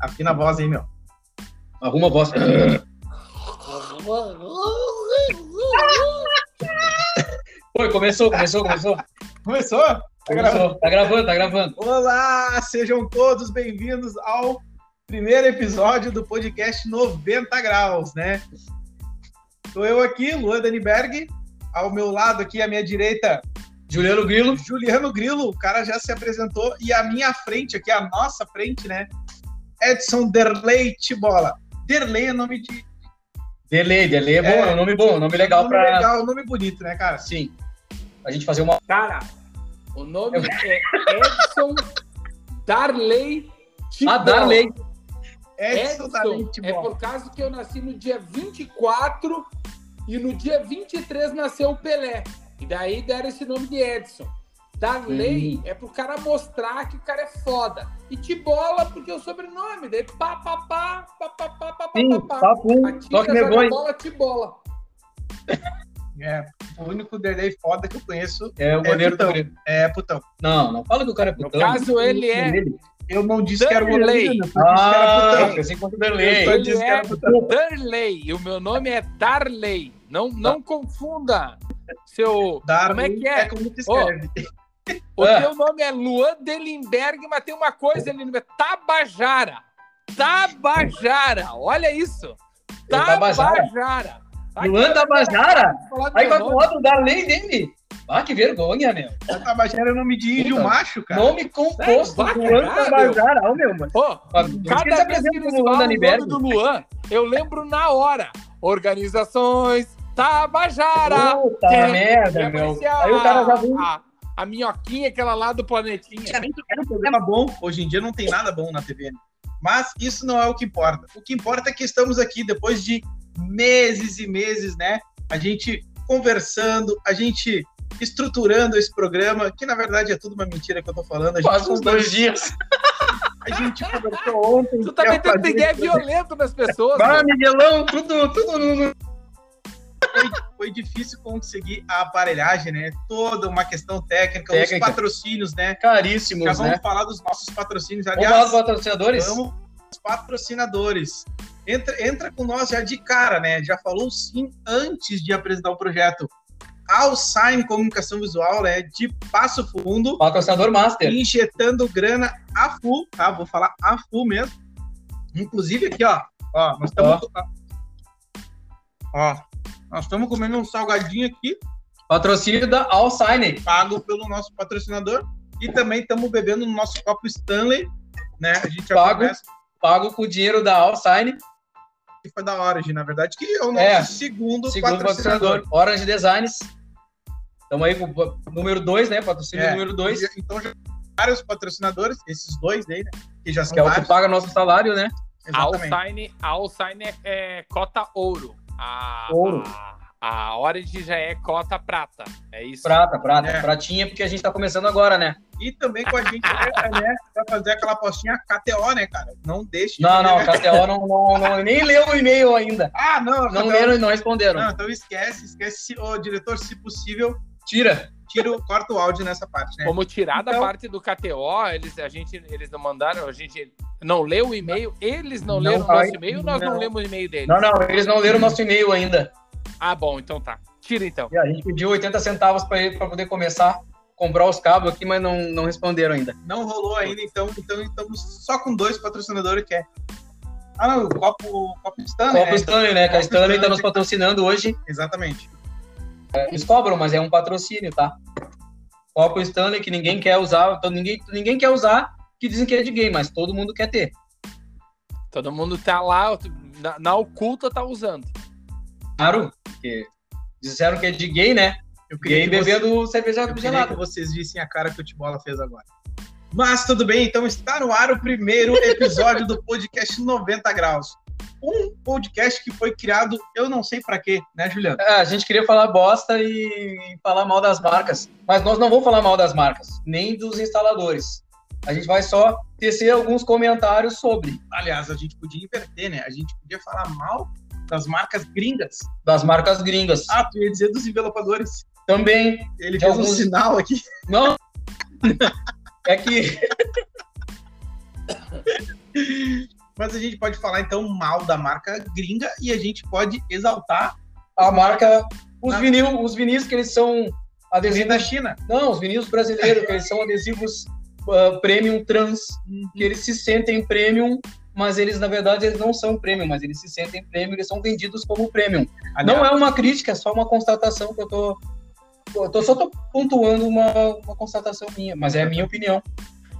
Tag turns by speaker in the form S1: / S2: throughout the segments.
S1: Afina a voz aí, meu. Arruma a né? voz.
S2: Foi, começou, começou, começou.
S1: Começou? Tá gravando.
S2: Começou. Tá gravando, tá gravando.
S1: Olá, sejam todos bem-vindos ao primeiro episódio do podcast 90 Graus, né? Tô eu aqui, Luan Daniberg. Ao meu lado aqui, à minha direita,
S2: Juliano Grilo.
S1: Juliano Grilo, o cara já se apresentou. E à minha frente aqui, à nossa frente, né? Edson Derlei Tibola. Derlei é nome de.
S2: Delay, delay é bom,
S1: É.
S2: é um nome bom, nome legal
S1: nome
S2: pra.
S1: legal, nome bonito, né, cara?
S2: Sim. A gente fazer uma.
S3: Cara, o nome é Edson Darley Tibola.
S2: Ah, Darley.
S1: Edson,
S3: Edson,
S1: Darley
S3: é
S1: Tibola.
S3: por causa que eu nasci no dia 24 e no dia 23 nasceu o Pelé. E daí deram esse nome de Edson. Darley é pro cara mostrar que o cara é foda. E Tibola porque é o sobrenome. Daí pá, pá, pá, pá, pá, pá, pá,
S2: Sim,
S3: pá, pá.
S2: papo.
S3: A
S2: Só que
S3: tica joga
S2: vergonha.
S3: bola, Tibola.
S1: É, o único Derlei foda que eu conheço
S2: É o goleiro do
S1: putão.
S2: Grêmio.
S1: é putão.
S2: Não, não fala que o cara é
S3: No
S2: putão.
S3: caso, ele é
S2: Ele.
S1: Eu não disse que era o
S3: Derlei.
S1: goleiro, eu disse que era
S2: Ah,
S1: é putão.
S2: pensei que fosse o
S1: Eu tô
S2: Derlei.
S1: dizendo que
S3: é
S1: era putão.
S3: Darley. E o meu nome é Darley. Não,
S2: Tá.
S3: não confunda. Seu. Como é
S1: Darwin
S3: que é?
S1: como se escreve.
S3: O
S2: Ah.
S3: teu nome é Luan Delimberg, mas tem uma coisa ali no meio. Tabajara. Tabajara. Olha isso.
S2: É Tabajara.
S3: Tabajara. Tá, Vai Tá
S2: Luan Tabajara?
S3: falar do
S2: Aí
S3: meu
S2: vai pro
S3: nome.
S2: outro Darley dele. Ah, que vergonha, meu.
S1: Tabajara é nome de índio
S2: Puta.
S1: macho, cara.
S2: Nome composto.
S3: vai
S2: Luan
S3: cagar,
S2: Tabajara. Ó, meu, mano.
S3: Ô,
S2: Cada
S3: Cada vez que eles falam o nome do Luan, eu lembro na hora. Organizações Tabajara.
S2: Puta
S3: Que-
S2: merda,
S3: Já
S2: meu.
S3: parecia
S2: Aí o cara já viu.
S3: "Ah, a, a minhoquinha, aquela lá do planetinha.
S1: Antigamente era um
S2: é,
S1: programa bom, hoje em dia não tem nada bom na TV. né? Mas isso não é o que importa. O que importa é que estamos aqui depois de meses e meses, né? A gente conversando, a gente estruturando esse programa, que na verdade é tudo uma mentira que eu tô falando. A gente,
S2: Quase uns dois dias.
S1: a gente conversou ontem.
S3: Tu tá
S1: quer
S3: metendo
S1: fazer
S3: que é
S1: esse
S3: violento nas pessoas.
S2: Bah,
S3: meu.
S2: Miguelão, tudo, tudo no- no-
S1: foi difícil conseguir a aparelhagem, né? Toda uma questão técnica, os
S2: Técnica.
S1: patrocínios, né? Já
S2: caríssimos,
S1: vamos
S2: né?
S1: falar dos nossos patrocínios.
S2: Vamos falar dos
S1: Aliás,
S2: patrocinadores?
S1: vamos aos patrocinadores. Entra, entra com nós já de cara, né? Já falou sim antes de apresentar o projeto. Alzheimer Comunicação Visual, né? De Passo Fundo,
S2: Patrocinador Master.
S1: injetando grana a full, tá? Vou falar a full mesmo. Inclusive aqui, ó. Ó, nós estamos. Ó, nós estamos comendo um salgadinho aqui
S2: Patrocínio da Alsign.
S1: pago pelo nosso patrocinador. E também estamos bebendo no nosso copo Stanley, né? A gente já
S2: Pago.
S1: começa,
S2: Pago com o dinheiro da Alsign.
S1: que foi da Orange, na verdade, que é o nosso
S2: É,
S1: segundo,
S2: Segundo
S1: patrocinador.
S2: patrocinador, Orange Designs. Estamos aí com o pa- número 2, né? Patrocínio
S1: É.
S2: número 2,
S1: E- Então, já tem vários patrocinadores, esses dois aí, né? Que já são
S2: que é o que
S1: vários.
S2: paga nosso salário, né?
S3: A
S1: Exatamente.
S3: Alsign, a Alsign é, é cota ouro. A,
S2: Ouro.
S3: A, a Orange já é cota prata. É isso.
S2: Prata, prata.
S1: É.
S2: Pratinha, porque a gente tá começando agora, né?
S1: E também com a gente, né? Pra fazer aquela apostinha KTO, né, cara? Não deixe. né?
S2: Não, não, a KTO não, não, não- nem leu o e-mail ainda.
S1: Ah, não,
S2: Não
S1: KTO.
S2: leram e não responderam.
S1: Não, então esquece, esquece. Ô, diretor, se possível,
S2: Tira.
S1: tira, o- corta o áudio nessa parte, né?
S3: Como tirar da
S1: Então-
S3: parte do KTO, eles, a gente, eles não mandaram, a gente não leu o e-mail, eles não,
S2: Não
S3: leram o
S2: vai-
S3: nosso e-mail, nós não,
S2: não.
S3: lemos o e-mail deles.
S2: Não, não, eles não leram o nosso e-mail ainda.
S3: Ah, bom, então tá. Tira então.
S2: E a gente pediu 80 centavos pra ele para poder começar a comprar os cabos aqui, mas não, não responderam ainda.
S1: Não rolou ainda, então, então estamos só com dois patrocinadores que é. Ah, não, o copo, copo Stanley.
S2: Copa
S1: né?
S2: Stanley, né? Que a
S1: Copa
S2: Stanley
S1: Stanley
S2: tá nos
S1: tem-
S2: patrocinando hoje.
S1: Exatamente.
S2: Eles cobram, mas é um patrocínio, tá? Copa Stanley que ninguém quer usar, então ninguém, ninguém quer usar, que dizem que é de gay, mas todo mundo quer ter.
S3: Todo mundo tá lá, na, na oculta tá usando.
S2: Claro, porque disseram que é de gay, né?
S1: Eu queria,
S2: Gay
S1: que, você-
S2: bebendo cerveja
S1: eu queria que
S2: gelada.
S1: vocês vissem a cara que o Tibola fez agora. Mas tudo bem, então está no ar o primeiro episódio do podcast 90 Graus. Um podcast que foi criado, eu não sei pra quê, né, Juliano?
S2: É, a gente queria falar bosta e falar mal das marcas, mas nós não vamos falar mal das marcas, nem dos instaladores. A gente vai só tecer alguns comentários sobre
S1: Aliás, a gente podia inverter, né? A gente podia falar mal das marcas gringas.
S2: das marcas gringas.
S1: Ah, tu ia dizer dos envelopadores.
S2: Também
S1: Ele
S2: De
S1: fez um
S2: alguns-
S1: sinal aqui.
S2: Não. É que
S1: mas a gente pode falar então mal da marca gringa e a gente pode exaltar
S2: a marca, os vinil, os vinis que eles são adesivos
S1: da China.
S2: Não, os vinis brasileiros, que eles são adesivos ah, premium trans, que eles se sentem premium, mas eles na verdade eles não são premium, mas eles se sentem premium, eles são vendidos como premium. Não é uma crítica, é só uma constatação que eu tô eu tô só tô pontuando uma, uma constatação minha, mas é a minha opinião.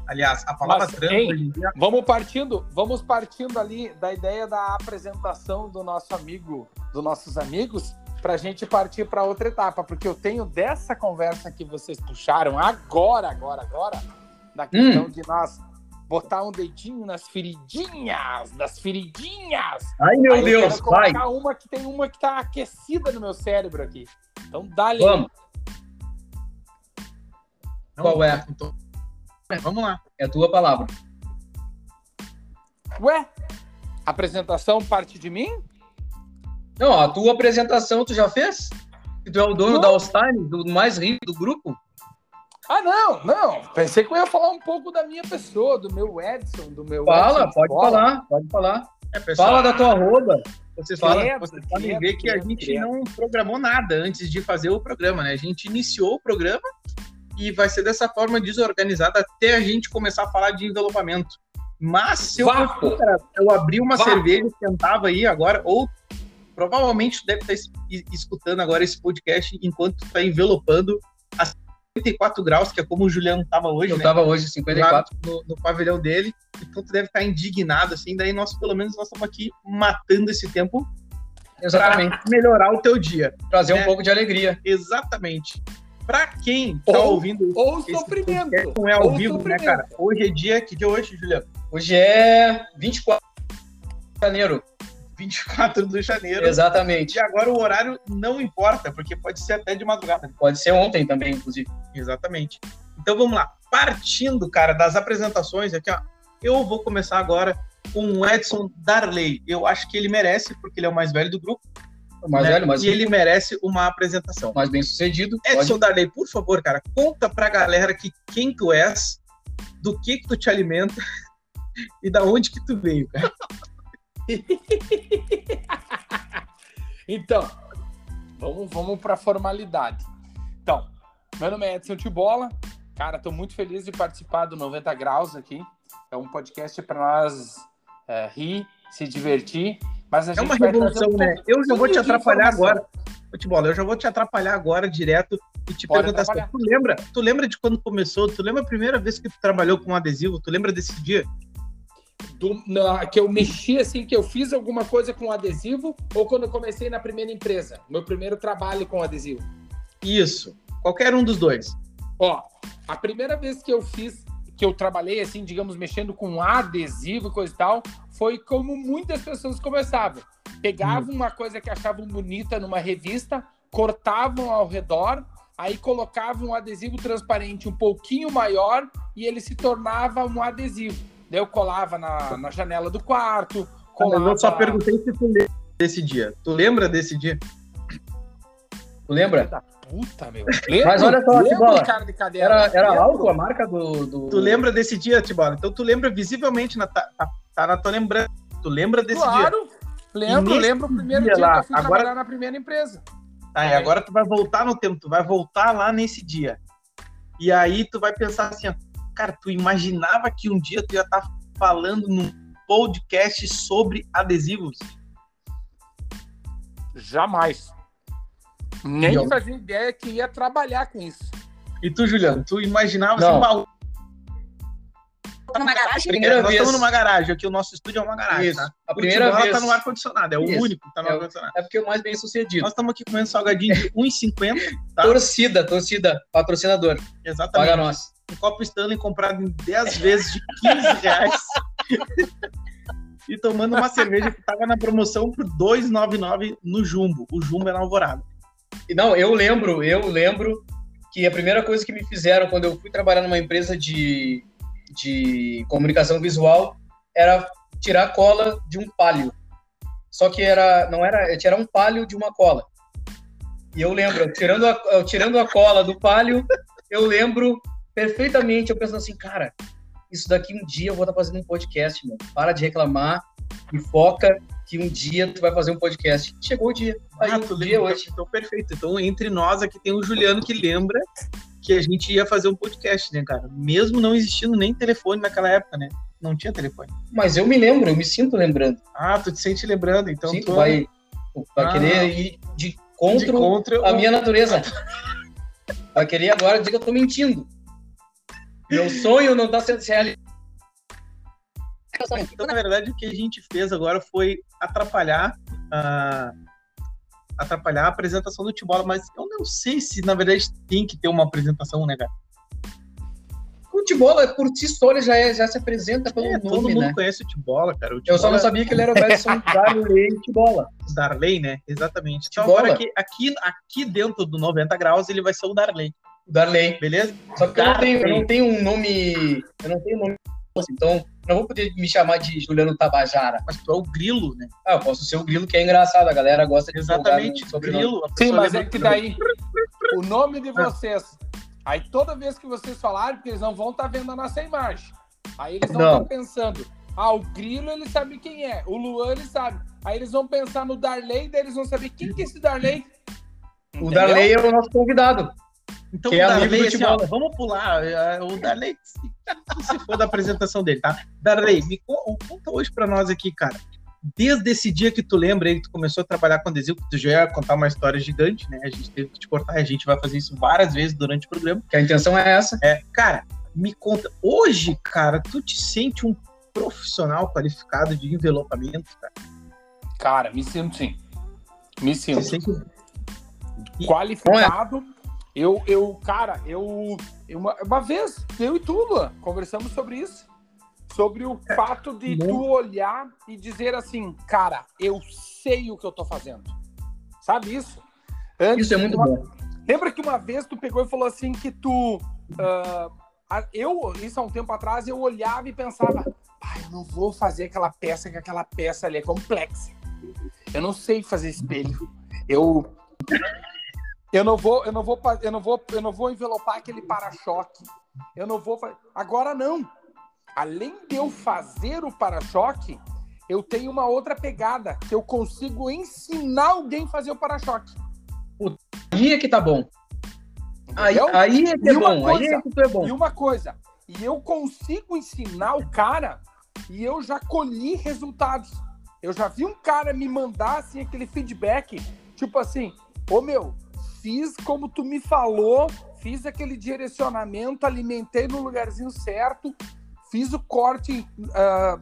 S1: Aliás, a palavra
S3: Mas,
S1: trans
S3: hein?
S1: hoje em dia
S3: Vamos partindo, vamos partindo ali da ideia da apresentação do nosso amigo, dos nossos amigos, para a gente partir para outra etapa, porque eu tenho dessa conversa que vocês puxaram agora, agora, agora,
S2: Hum.
S3: da questão de nós botar um dedinho nas feridinhas, das feridinhas.
S2: Ai, meu
S3: Aí eu
S2: Deus,
S3: quero
S2: vai.
S3: colocar uma que tem uma que tá aquecida no meu cérebro aqui. Então dá-lhe.
S2: Vamos.
S1: não-
S2: Qual é?
S1: Vamos lá.
S2: É a tua palavra.
S3: Ué? Apresentação parte de mim?
S2: Não, a tua apresentação tu já fez? Que tu é o dono
S3: Não.
S2: da Allstein, do mais rico do grupo?
S3: Ah, não, não. Pensei que eu ia falar um pouco da minha pessoa, do meu Edson, do meu.
S2: Fala,
S3: Edson
S2: pode
S3: Bola.
S2: falar, pode falar.
S1: É, pessoal,
S2: Fala da tua arroba.
S1: vocês,
S2: fala.
S1: podem- vocês podem ver que a gente não programou nada antes de fazer o programa, né? A gente iniciou o programa e vai ser dessa forma desorganizada até a gente começar a falar de envelopamento. Mas se eu,
S3: Vapo.
S1: fosse, cara, eu abrir uma
S3: Vapo.
S1: cerveja e sentava aí agora, ou provavelmente tu deve estar es- e- escutando agora esse podcast enquanto tu tá envelopando a 54 graus, que é como o Juliano tava hoje,
S2: Eu
S1: né?
S2: tava hoje, 54.
S1: lá no, no pavilhão dele. Então tu deve estar indignado, assim. Daí nós, pelo menos, nós estamos aqui matando esse tempo
S2: Exatamente.
S1: para melhorar o teu dia.
S2: Trazer
S1: É.
S2: um pouco de alegria.
S1: Exatamente. Para quem tá
S3: Ou-
S1: ouvindo
S3: Ou
S1: esse
S3: sofrimento.
S1: podcast, não é ao
S3: ou
S1: vivo, né,
S3: sofrimento.
S1: cara? Hoje é dia, que dia é hoje, Juliano?
S2: Hoje é 24 de janeiro.
S1: 24 de janeiro.
S2: Exatamente.
S1: E agora o horário não importa, porque pode ser até de madrugada.
S2: Pode ser ontem também, inclusive.
S1: Exatamente. Então vamos lá. Partindo, cara, das apresentações aqui, ó. Eu vou começar agora com o Edson Darley. Eu acho que ele merece, porque ele é o mais velho do grupo.
S2: Mais
S1: né?
S2: velho, mais,
S1: E ele É, merece uma apresentação.
S2: mais bem sucedido.
S1: Edson Darley, por favor, cara, conta pra galera que quem tu és, do que que tu te alimenta e da onde que tu veio, cara.
S3: Então, vamos, vamos para formalidade. Então, meu nome é Edson Tibola. Cara, estou muito feliz de participar do 90 Graus aqui. É um podcast para nós é, rir, se divertir. Mas a
S1: É
S3: gente
S1: uma
S3: vai trazer
S1: revolução,
S3: um
S1: né? Eu já vou te
S3: pouquinho de
S1: atrapalhar
S3: informação.
S1: agora. Futebol, eu já vou te atrapalhar agora direto e te
S3: Pode
S1: perguntar assim,
S3: atrapalhar.
S1: tu lembra? Tu lembra de quando começou? Tu lembra a primeira vez que tu trabalhou com um adesivo? Tu lembra desse dia?
S3: do- na- que eu mexi assim, que eu fiz alguma coisa com adesivo, ou quando eu comecei na primeira empresa, meu primeiro trabalho com adesivo.
S1: Isso. Qualquer um dos dois.
S3: Ó, a primeira vez que eu fiz, que eu trabalhei assim, digamos, mexendo com adesivo e coisa e tal, foi como muitas pessoas começavam.
S2: Hum.
S3: Pegavam uma coisa que achavam bonita numa revista, cortavam ao redor, aí colocavam um adesivo transparente um pouquinho maior e ele se tornava um adesivo. Daí eu colava na, na janela do quarto,
S2: Ah,
S1: Mas
S3: colava...
S1: eu só perguntei se tu lembra desse dia. Tu lembra desse dia?
S2: Tu lembra?
S1: Tá.
S3: Da puta, meu. Lembro,
S2: Mas olha só, Tibola,
S3: cara de cadeira.
S2: Era, era
S3: Lembro.
S2: álcool a marca do. do-
S3: Hum.
S1: Tu lembra desse dia, Tibola? Então tu lembra visivelmente, na, tá, tá- tá na tua lembrança. Tu lembra desse dia.
S3: Claro. Lembro,
S1: E nesse
S3: lembro o primeiro
S1: dia
S3: dia,
S1: lá,
S3: que eu fui
S1: agora-
S3: trabalhar na primeira empresa.
S1: Tá, e agora tu vai voltar no tempo, tu vai voltar lá nesse dia. E aí tu vai pensar assim, ó, cara, tu imaginava que um dia tu ia estar falando num podcast sobre adesivos?
S3: Jamais. Nem
S2: Não.
S3: fazia ideia que ia trabalhar com isso.
S1: E tu, Juliano, tu imaginava
S2: Não.
S1: assim, "Bah,
S4: numa garagem.
S2: Primeira
S1: nós
S2: vez.
S1: estamos numa garagem, aqui o nosso estúdio é uma garagem,
S2: Isso.
S1: tá?
S2: A primeira
S1: Tibola
S2: vez.
S1: tá no ar-condicionado, é o
S2: Isso.
S1: único que tá no
S2: É o-
S1: ar-condicionado.
S2: É porque é o mais bem sucedido.
S1: Nós estamos aqui comendo salgadinho de 1,50, tá?
S2: Torcida, torcida, patrocinador.
S1: Exatamente.
S2: Paga nós.
S1: um copo Stanley comprado em 10 vezes de 15 reais. e tomando uma cerveja que tava na promoção por 2,99 no Jumbo. O Jumbo era alvorada.
S2: E Não, eu lembro, eu lembro que a primeira coisa que me fizeram quando eu fui trabalhar numa empresa de, de comunicação visual era tirar cola de um palio. Só que era, não era, é tirar um palio de uma cola. E eu lembro, eu tirando a, eu tirando a cola do palio, eu lembro perfeitamente, eu pensando assim, cara, isso daqui um dia eu vou estar fazendo um podcast, meu. Para de reclamar e foca que um dia tu vai fazer um podcast. Chegou o dia. Aí,
S1: Ah,
S2: um
S1: tu
S2: dia
S1: lembra?
S2: hoje.
S1: Então, perfeito. Então, entre nós aqui tem o Juliano que lembra que a gente ia fazer um podcast, né, cara? Mesmo não existindo nem telefone naquela época, né? Não tinha telefone.
S2: Mas eu me lembro, eu me sinto lembrando.
S1: Ah, tu te sente lembrando, então
S2: Sim,
S1: tu
S2: tu vai, tu vai
S1: Ah.
S2: querer ir de
S1: de
S2: contra
S1: contra
S2: a
S1: o-
S2: minha natureza. Vai querer agora dizer que eu tô mentindo. Meu sonho não tá sendo realizado.
S1: Então, na verdade, o que a gente fez agora foi atrapalhar, ah, atrapalhar a apresentação do Tibola, mas eu não sei se, na verdade, tem que ter uma apresentação, né, cara?
S2: Futebol, por si só, ele já, é- já se apresenta pelo
S1: É, todo
S2: nome,
S1: mundo
S2: né?
S1: conhece o Tibola, cara. O
S2: Eu só
S1: Tibola-
S2: não sabia que ele era o Edson Darley Futebola.
S1: Darley, né? Exatamente. Então
S2: Tibola.
S1: agora que aqui, aqui dentro do 90 graus ele vai ser o Darley,
S2: Darley.
S1: beleza?
S2: Só que eu não, tenho, eu
S1: Darley.
S2: não tenho um nome. Eu não tenho um nome. assim, Então, não vou poder me chamar de Juliano Tabajara.
S1: Mas tu é o Grilo, né?
S2: Ah, eu posso ser o Grilo, que é engraçado. A galera gosta de
S1: Exatamente,
S2: folgar no sobrenome.
S1: Grilo. a
S3: Sim,
S1: pessoa
S3: mas
S1: lembra
S3: é que daí o nome de vocês. Aí toda vez que vocês falarem, porque eles não vão estar vendo a nossa imagem. Aí eles vão estar
S2: Não.
S3: pensando. Ah, o Grilo ele sabe quem é. O Luan ele sabe. Aí eles vão pensar no Darley, daí eles vão saber quem que é esse Darley.
S2: O
S3: Entendeu?
S2: Darley é o nosso convidado.
S1: Então
S2: Que
S1: o
S2: é amigo
S1: Darley,
S2: do
S1: assim, ó,
S2: Tibola.
S1: vamos pular. é, O Darley, se- se for da apresentação dele, tá? Darley, me co- conta hoje pra nós aqui, cara. Desde esse dia que tu lembra aí que tu começou a trabalhar com adesivo, que tu já ia contar uma história gigante, né? A gente teve que te cortar, a gente vai fazer isso várias vezes durante o programa.
S2: Que a intenção é essa.
S1: É, cara, me conta, hoje, cara, tu te sente um profissional qualificado de envelopamento, cara?
S3: Cara, me sinto sim. Me
S1: Te
S3: sinto.
S1: sente um
S3: qualificado. Eu, eu, cara, eu. eu Uma, uma vez, eu e tu, Luan, conversamos sobre isso. Sobre o
S2: É,
S3: fato de
S2: né?
S1: muito.
S3: tu olhar e dizer assim, cara, eu sei o que eu tô fazendo. Sabe isso? Antes,
S2: Isso é muito
S3: uma-
S2: bom.
S3: Lembra que uma vez tu pegou e falou assim que tu. ah, a- eu, isso há um tempo atrás, eu olhava e pensava, ah, eu não vou fazer aquela peça, que aquela peça ali é complexa. Eu não sei fazer espelho. Eu. Eu não vou, eu não vou, pa- eu não vou, eu não vou envelopar aquele para-choque. Eu não vou fazer. Agora não. Além de eu fazer o para-choque, eu tenho uma outra pegada que eu consigo ensinar alguém a fazer o para-choque.
S2: Aí é que tá bom. Aí,
S3: entendeu?
S2: aí é que
S3: E
S2: é
S3: uma
S2: bom. Aí
S3: coisa-
S2: é que tu é bom.
S3: E uma coisa, e eu consigo ensinar o cara e eu já colhi resultados. Eu já vi um cara me mandar assim aquele feedback, tipo assim, ô meu, fiz como tu me falou, fiz aquele direcionamento, alimentei no lugarzinho certo, fiz o corte ah,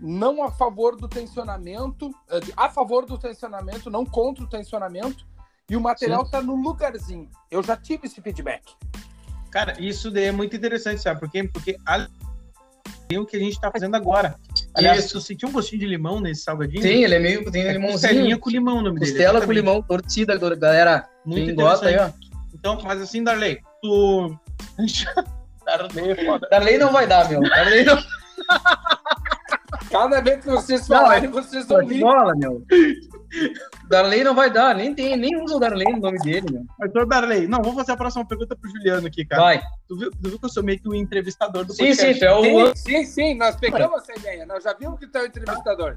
S3: não a favor do tensionamento, ah, a favor do tensionamento, não contra o tensionamento, e o material tá no lugarzinho. Eu já tive esse feedback.
S1: Cara, isso daí é muito interessante, sabe? Por quê? Porque ali é o que a gente tá fazendo agora. Aliás,
S2: Isso.
S1: tu sentiu um gostinho de limão nesse salgadinho?
S2: Sim, ele é meio. Tem
S1: É
S2: limãozinho.
S1: Costelinha com limão o nome dele.
S2: Costela com
S1: exatamente.
S2: limão, torcida, galera.
S1: Muito
S2: quem gosta aí,
S1: interessante.
S2: ó.
S1: Então, mas assim, Darley, tu... Darley é foda.
S2: Darley não vai dar, meu. Darley não
S3: Cada vez que vocês
S2: Não, é
S3: falarem, vocês vão rir.
S2: bola, meu. Darley não vai dar, nem tem, nem usa o Darley no nome dele, meu.
S1: Mas, ô, Então, Darley, não, vou fazer a próxima pergunta pro Juliano aqui, cara.
S2: Vai.
S1: Tu, viu, tu viu que eu sou meio que o entrevistador do
S2: Sim,
S1: Tá. podcast?
S2: sim, tu é o
S3: Sim, sim, sim, nós pegamos essa ideia. Nós já vimos que tu é o entrevistador.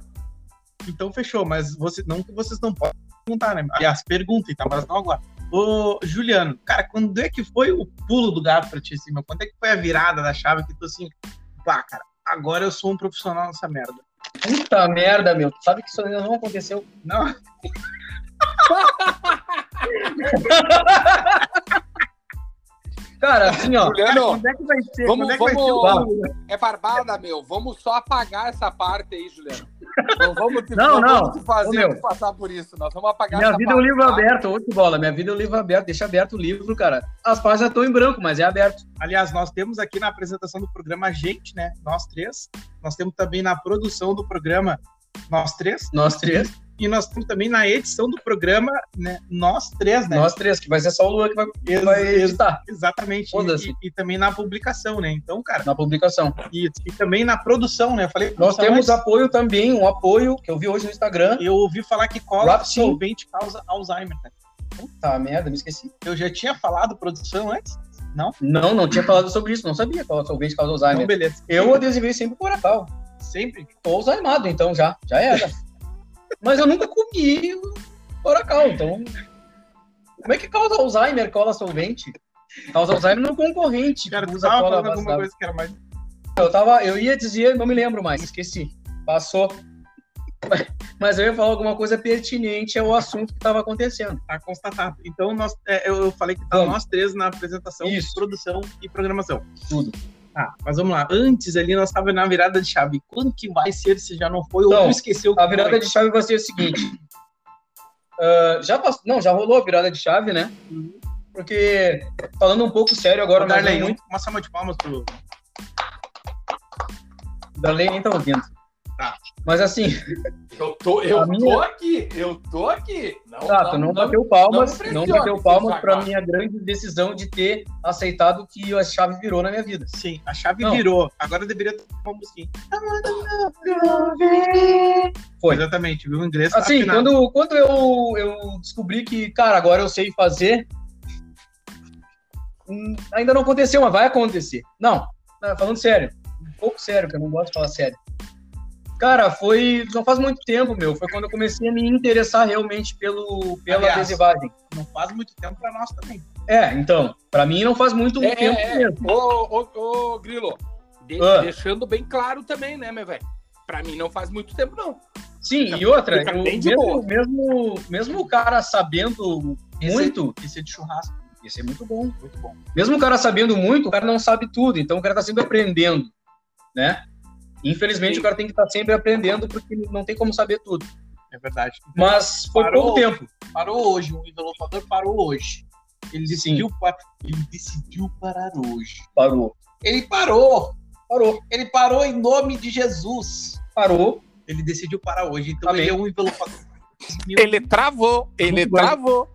S1: Então fechou, mas você, não que vocês não podem perguntar, né? Aliás, perguntem, tá? Mas não agora. Ô, Juliano, cara, quando é que foi o pulo do gato pra ti, assim, meu? Quando é que foi a virada da chave que tu, assim, pá, cara, agora eu sou um profissional nessa merda.
S2: puta merda, meu. Tu Sabe que isso ainda não aconteceu.
S1: Não,
S2: Cara, assim, ó.
S3: Juliano,
S1: quando é que vai ser?
S3: vamos-
S1: quando é que vai
S3: vamos-
S1: ser o pulo?
S3: é barbada, meu. Vamos só apagar essa parte aí, Juliano. Não vamos te,
S2: Não, não.
S3: Vamos te fazer
S2: Ô, meu.
S3: tu passar por isso. Nós vamos apagar
S2: Minha
S3: essa
S2: vida é um
S3: parte.
S2: livro
S3: tá?
S2: aberto, ô que bola. Minha vida é um livro aberto. Deixa aberto o livro, cara. As páginas estão em branco, mas é aberto.
S1: Aliás, nós temos aqui na apresentação do programa a gente, né? Nós três. Nós temos também na produção do programa nós três.
S2: Nós três.
S1: E nós temos também na edição do programa, né? Nós três, né?
S2: Nós três, que vai ser só o Luan que vai,
S1: Ex-
S2: vai
S1: ex-
S2: editar
S1: Exatamente.
S2: Foda-se.
S1: E, e também na publicação, né? Então, cara,
S2: na publicação.
S1: e, e também na produção, né? Eu falei,
S2: Nós
S1: produção,
S2: temos
S1: mas
S2: apoio também, um apoio que eu vi hoje no Instagram.
S1: Eu ouvi falar que cola
S2: Rap Team.
S1: solvente causa Alzheimer, né? cara.
S2: Puta Tá, merda, me esqueci.
S1: Eu já tinha falado produção antes? Então, Não?
S2: Não, não tinha falado sobre isso, não sabia qual talvez causa
S1: Então,
S2: Alzheimer. Tipo,
S1: beleza.
S2: Eu adesivei sempre por Natal.
S1: Sempre?
S2: Tô alzheimado, então já, já era. Mas eu nunca comi oracal, então. Como é que causa Alzheimer cola solvente? Causa Alzheimer no concorrente. que
S1: Cara, tu
S2: usa
S1: tava
S2: cola
S1: falando alguma
S2: avançada.
S1: coisa que era mais.
S2: Eu tava, eu ia dizer, não me lembro mais, esqueci. Passou. Mas eu ia falar alguma coisa pertinente ao assunto que estava acontecendo.
S1: Tá constatado. Então, nós, é, eu eu falei que tá
S2: Vamos.
S1: nós três na apresentação,
S2: Isso.
S1: produção e programação.
S2: Tudo.
S1: Tá, mas vamos lá. Antes ali nós tava na virada de chave. Quando que vai ser se já não foi ou
S2: Então,
S1: tu esqueceu?
S2: A
S1: que foi?
S2: virada de chave vai ser o seguinte. Ah, já passou, não, já rolou a virada de chave, né? Porque falando um pouco sério agora,
S1: Uhum.
S2: é
S1: Ô, Darley, um
S2: não,
S1: uma salva de palmas pro.
S2: Darley nem tá ouvindo.
S1: Tá.
S2: Mas assim,
S3: Eu tô, eu
S2: A
S3: tô
S2: minha-
S3: aqui, eu tô aqui. Não,
S1: então,
S2: Exato, não, bateu palmas, não,
S3: não pressione,
S2: bateu palmas
S3: seu
S2: para
S3: jaguar.
S2: minha grande decisão de ter aceitado que a chave virou na minha vida.
S1: Sim, a chave
S2: Não.
S1: virou. Agora deveria ter uma musiquinha.
S2: Foi.
S1: Exatamente, viu? O inglês tá
S2: Assim,
S1: afinado.
S2: quando, quando eu, eu descobri que, cara, agora eu sei fazer, hum, ainda não aconteceu, mas vai acontecer. Não, tá, falando sério, um pouco sério, que eu não gosto de falar sério. Cara, foi, não faz muito tempo, meu, foi quando eu comecei a me interessar realmente pelo, pela
S1: Aliás.
S2: adesivagem.
S1: Não faz muito tempo pra nós também.
S2: É, então, para mim não faz muito
S3: É,
S2: tempo
S3: é, é.
S2: mesmo.
S3: Ô, ô, ô, Grilo, de-
S2: Ah.
S3: deixando bem claro também, né, meu velho? Pra mim não faz muito tempo, não.
S2: Sim,
S1: Fica-
S2: e outra,
S3: fica
S2: eu-
S3: bem de boa.
S2: mesmo, mesmo, mesmo o cara sabendo
S1: Esse-
S2: muito,
S1: Esse é de churrasco,
S2: ia ser muito bom.
S1: muito bom.
S2: Mesmo o cara sabendo muito, o cara não sabe tudo, então o cara tá sempre aprendendo, né? Infelizmente
S3: Sim.
S2: o cara tem que estar sempre aprendendo porque não tem como saber tudo.
S1: É verdade.
S2: Mas foi
S1: Parou.
S2: pouco tempo.
S1: Parou hoje, o envelopador parou hoje. Ele decidiu, pa- ele decidiu parar hoje.
S2: Parou.
S1: Ele parou!
S2: Parou.
S1: Ele parou em nome de Jesus.
S2: Parou.
S1: Ele decidiu parar hoje, então
S2: Amém.
S1: ele é um envelopador.
S3: Ele travou, ele
S2: Muito bem.
S3: travou.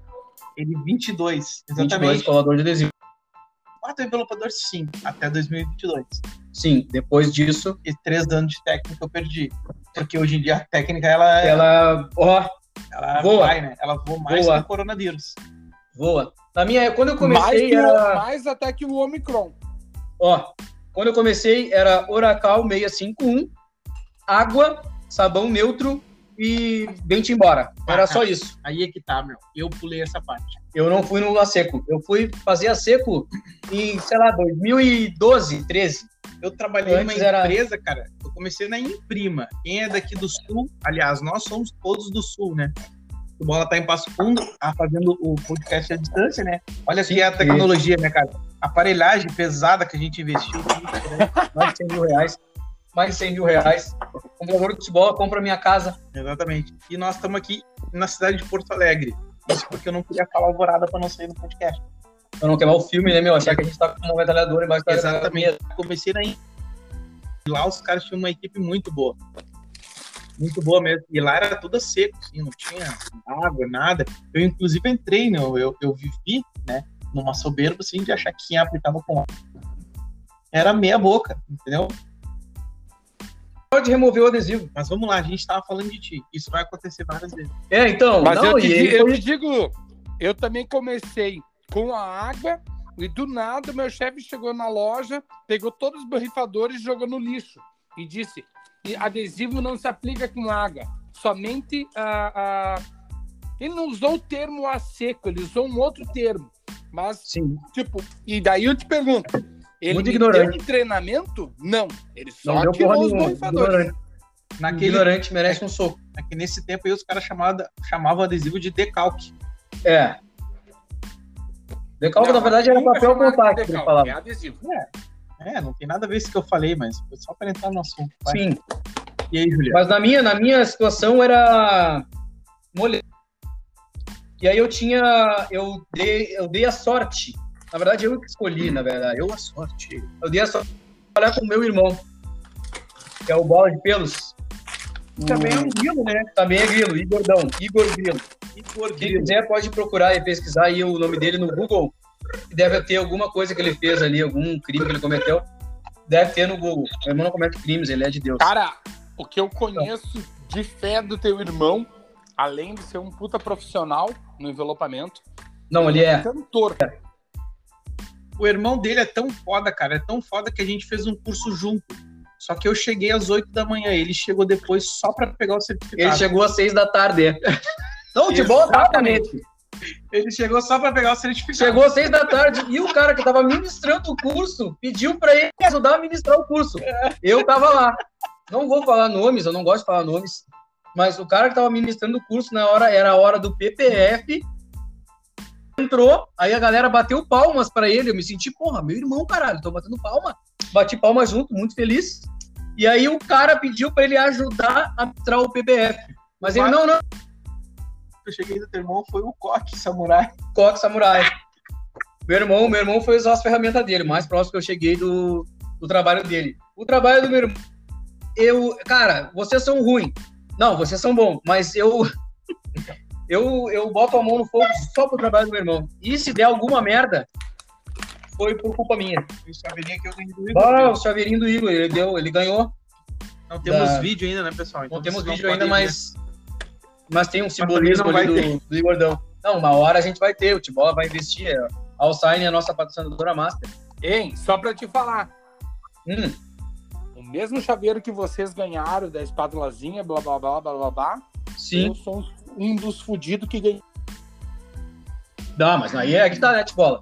S1: Ele é 22,
S2: 22
S1: exatamente.
S2: colador de adesivo.
S1: Quatro envelopador, sim, até 2022.
S2: Sim, depois disso,
S1: E três anos de técnica eu perdi. Porque hoje em dia a técnica, ela, ela,
S2: ela, ó, voa.
S1: vai, né? Ela voa mais
S2: Voa.
S1: que o coronavírus.
S2: voa. Na minha, quando eu
S3: mais, um
S2: comecei
S3: que o-
S2: era,
S3: mais até que o Omicron.
S2: ó, quando eu comecei era Oracal 651, água, sabão neutro e dente embora. Era só isso.
S1: Aí é que tá, meu. Eu pulei essa parte.
S2: Eu não fui no a seco. Eu fui fazer a seco em, sei lá, 2012, 13.
S1: Eu trabalhei em uma
S2: Antes era-
S1: empresa, cara. Eu comecei na Imprima. Quem é daqui do Sul, aliás, nós somos todos do Sul, né? O Bola tá em Passo Fundo, tá fazendo o podcast à distância, né? Olha que
S2: Sim,
S1: é a
S2: sim.
S1: tecnologia, né, cara? Aparelhagem pesada que a gente investiu.
S2: Mais de 100 mil reais. Mais de 100 mil reais. Um jogador de futebol, compra minha casa.
S1: Exatamente. E nós estamos aqui na cidade de Porto Alegre. Isso porque eu não queria falar alvorada pra não sair do podcast.
S2: Pra não queimar o filme, né, meu? Achar que a gente tá com uma metralhadora embaixo da
S1: Exatamente. Comecei na Índia. E lá os caras tinham uma equipe muito boa. Muito boa mesmo. E lá era tudo seco, assim, não tinha água, nada. Eu, inclusive, entrei, né? eu, eu vivi, né? Numa soberba, assim, de achar que quem aplicava com água era meia boca, entendeu?
S2: Pode remover o adesivo.
S1: Mas vamos lá, a gente tava falando de ti. Isso vai acontecer várias vezes.
S2: É, então.
S3: Mas
S2: não,
S3: eu, te,
S2: e
S3: di-
S2: ele
S3: eu
S2: foi-
S3: te digo, eu também comecei com a água e do nada meu chefe chegou na loja, pegou todos os borrifadores e jogou no lixo e disse: "E adesivo não se aplica com água, somente a, a-" Ele não usou o termo a seco, ele usou um outro termo. Mas,
S2: Sim.
S3: tipo, e daí eu te pergunto: ele
S2: Muito
S3: me
S2: ignorante.
S3: deu um treinamento? Não, ele só
S2: Não deu porra
S3: atirou os
S2: nenhuma.
S3: borrifadores.
S2: Ignorante.
S1: Naquele,
S2: Ignorante merece um soco.
S1: naque- nesse tempo aí, os caras chamavam chamavam adesivo de decalque.
S2: É. Decalque,
S3: Não,
S2: na verdade, era
S3: nunca
S2: papel
S3: chamaram de
S2: contato que ele
S3: decalque, É
S2: falava.
S3: adesivo.
S1: É, não tem nada a ver isso que eu falei, mas foi só para entrar no assunto. vai.
S2: Sim.
S1: E aí, Juliano?
S2: Mas na minha, na minha situação era mole. E aí eu tinha, eu dei, eu dei a sorte. Na verdade eu que escolhi, na verdade. Eu,
S1: a sorte.
S2: eu dei a sorte de trabalhar com o meu irmão, que é o Bola de Pelos.
S1: Também é um
S2: Grilo, né? Também é Grilo, Igordão, Igor Grilo.
S1: Igor
S2: Quem quiser pode procurar e pesquisar aí o nome dele no Google. Deve ter alguma coisa que ele fez ali, algum crime que ele cometeu. Deve ter no Google. Meu irmão não comete crimes, ele é de Deus.
S3: Cara, o que eu conheço de fé do teu irmão, além de ser um puta profissional no envelopamento,
S2: Não, ele é
S3: cantor.
S1: O irmão dele é tão foda, cara, é tão foda que a gente fez um curso junto. Só que eu cheguei às 8 da manhã, ele chegou depois só para pegar o certificado.
S2: Ele chegou às 6 da tarde. Não, de boa, exatamente.
S1: Ele chegou só para pegar o certificado.
S2: Chegou às seis da tarde e o cara que estava ministrando o curso pediu para ele ajudar a ministrar o curso. Eu tava lá. Não vou falar nomes, eu não gosto de falar nomes, mas o cara que estava ministrando o curso na hora era a hora do PPF. Entrou, aí a galera bateu palmas para ele. Eu me senti, porra, meu irmão, caralho, tô batendo palma. Bati palma junto, muito feliz. E aí o cara pediu para ele ajudar a ministrar o PPF. Mas ele, não, não,
S1: eu cheguei do teu irmão foi o coque samurai.
S2: Coque samurai. Meu irmão, meu irmão foi usar as ferramentas dele, mais próximo que eu cheguei do, do trabalho dele. O trabalho do meu irmão, eu, cara, vocês são ruins. Não, vocês são bons, mas eu eu eu boto a mão no fogo só pro trabalho do meu irmão. E se der alguma merda, foi por culpa minha.
S1: E o chaveirinho que eu ganhei do
S2: Igor. Ah, o chaveirinho do Igor, ele deu, ele ganhou.
S1: Não temos da... vídeo ainda, né, pessoal?
S2: Então, não temos vídeo não ainda, ver. mas mas tem um simbolismo ali do, do Igordão. Não, uma hora a gente vai ter, o Tibola vai investir. A Alsign é a nossa patrocinadora master.
S3: Hein, só pra te falar.
S2: Hum.
S3: O mesmo chaveiro que vocês ganharam da espátulazinha, blá blá blá blá blá blá.
S2: Sim.
S3: Eu sou um dos fudidos que ganhou.
S2: Dá, mas aí é que tá, né, Tibola?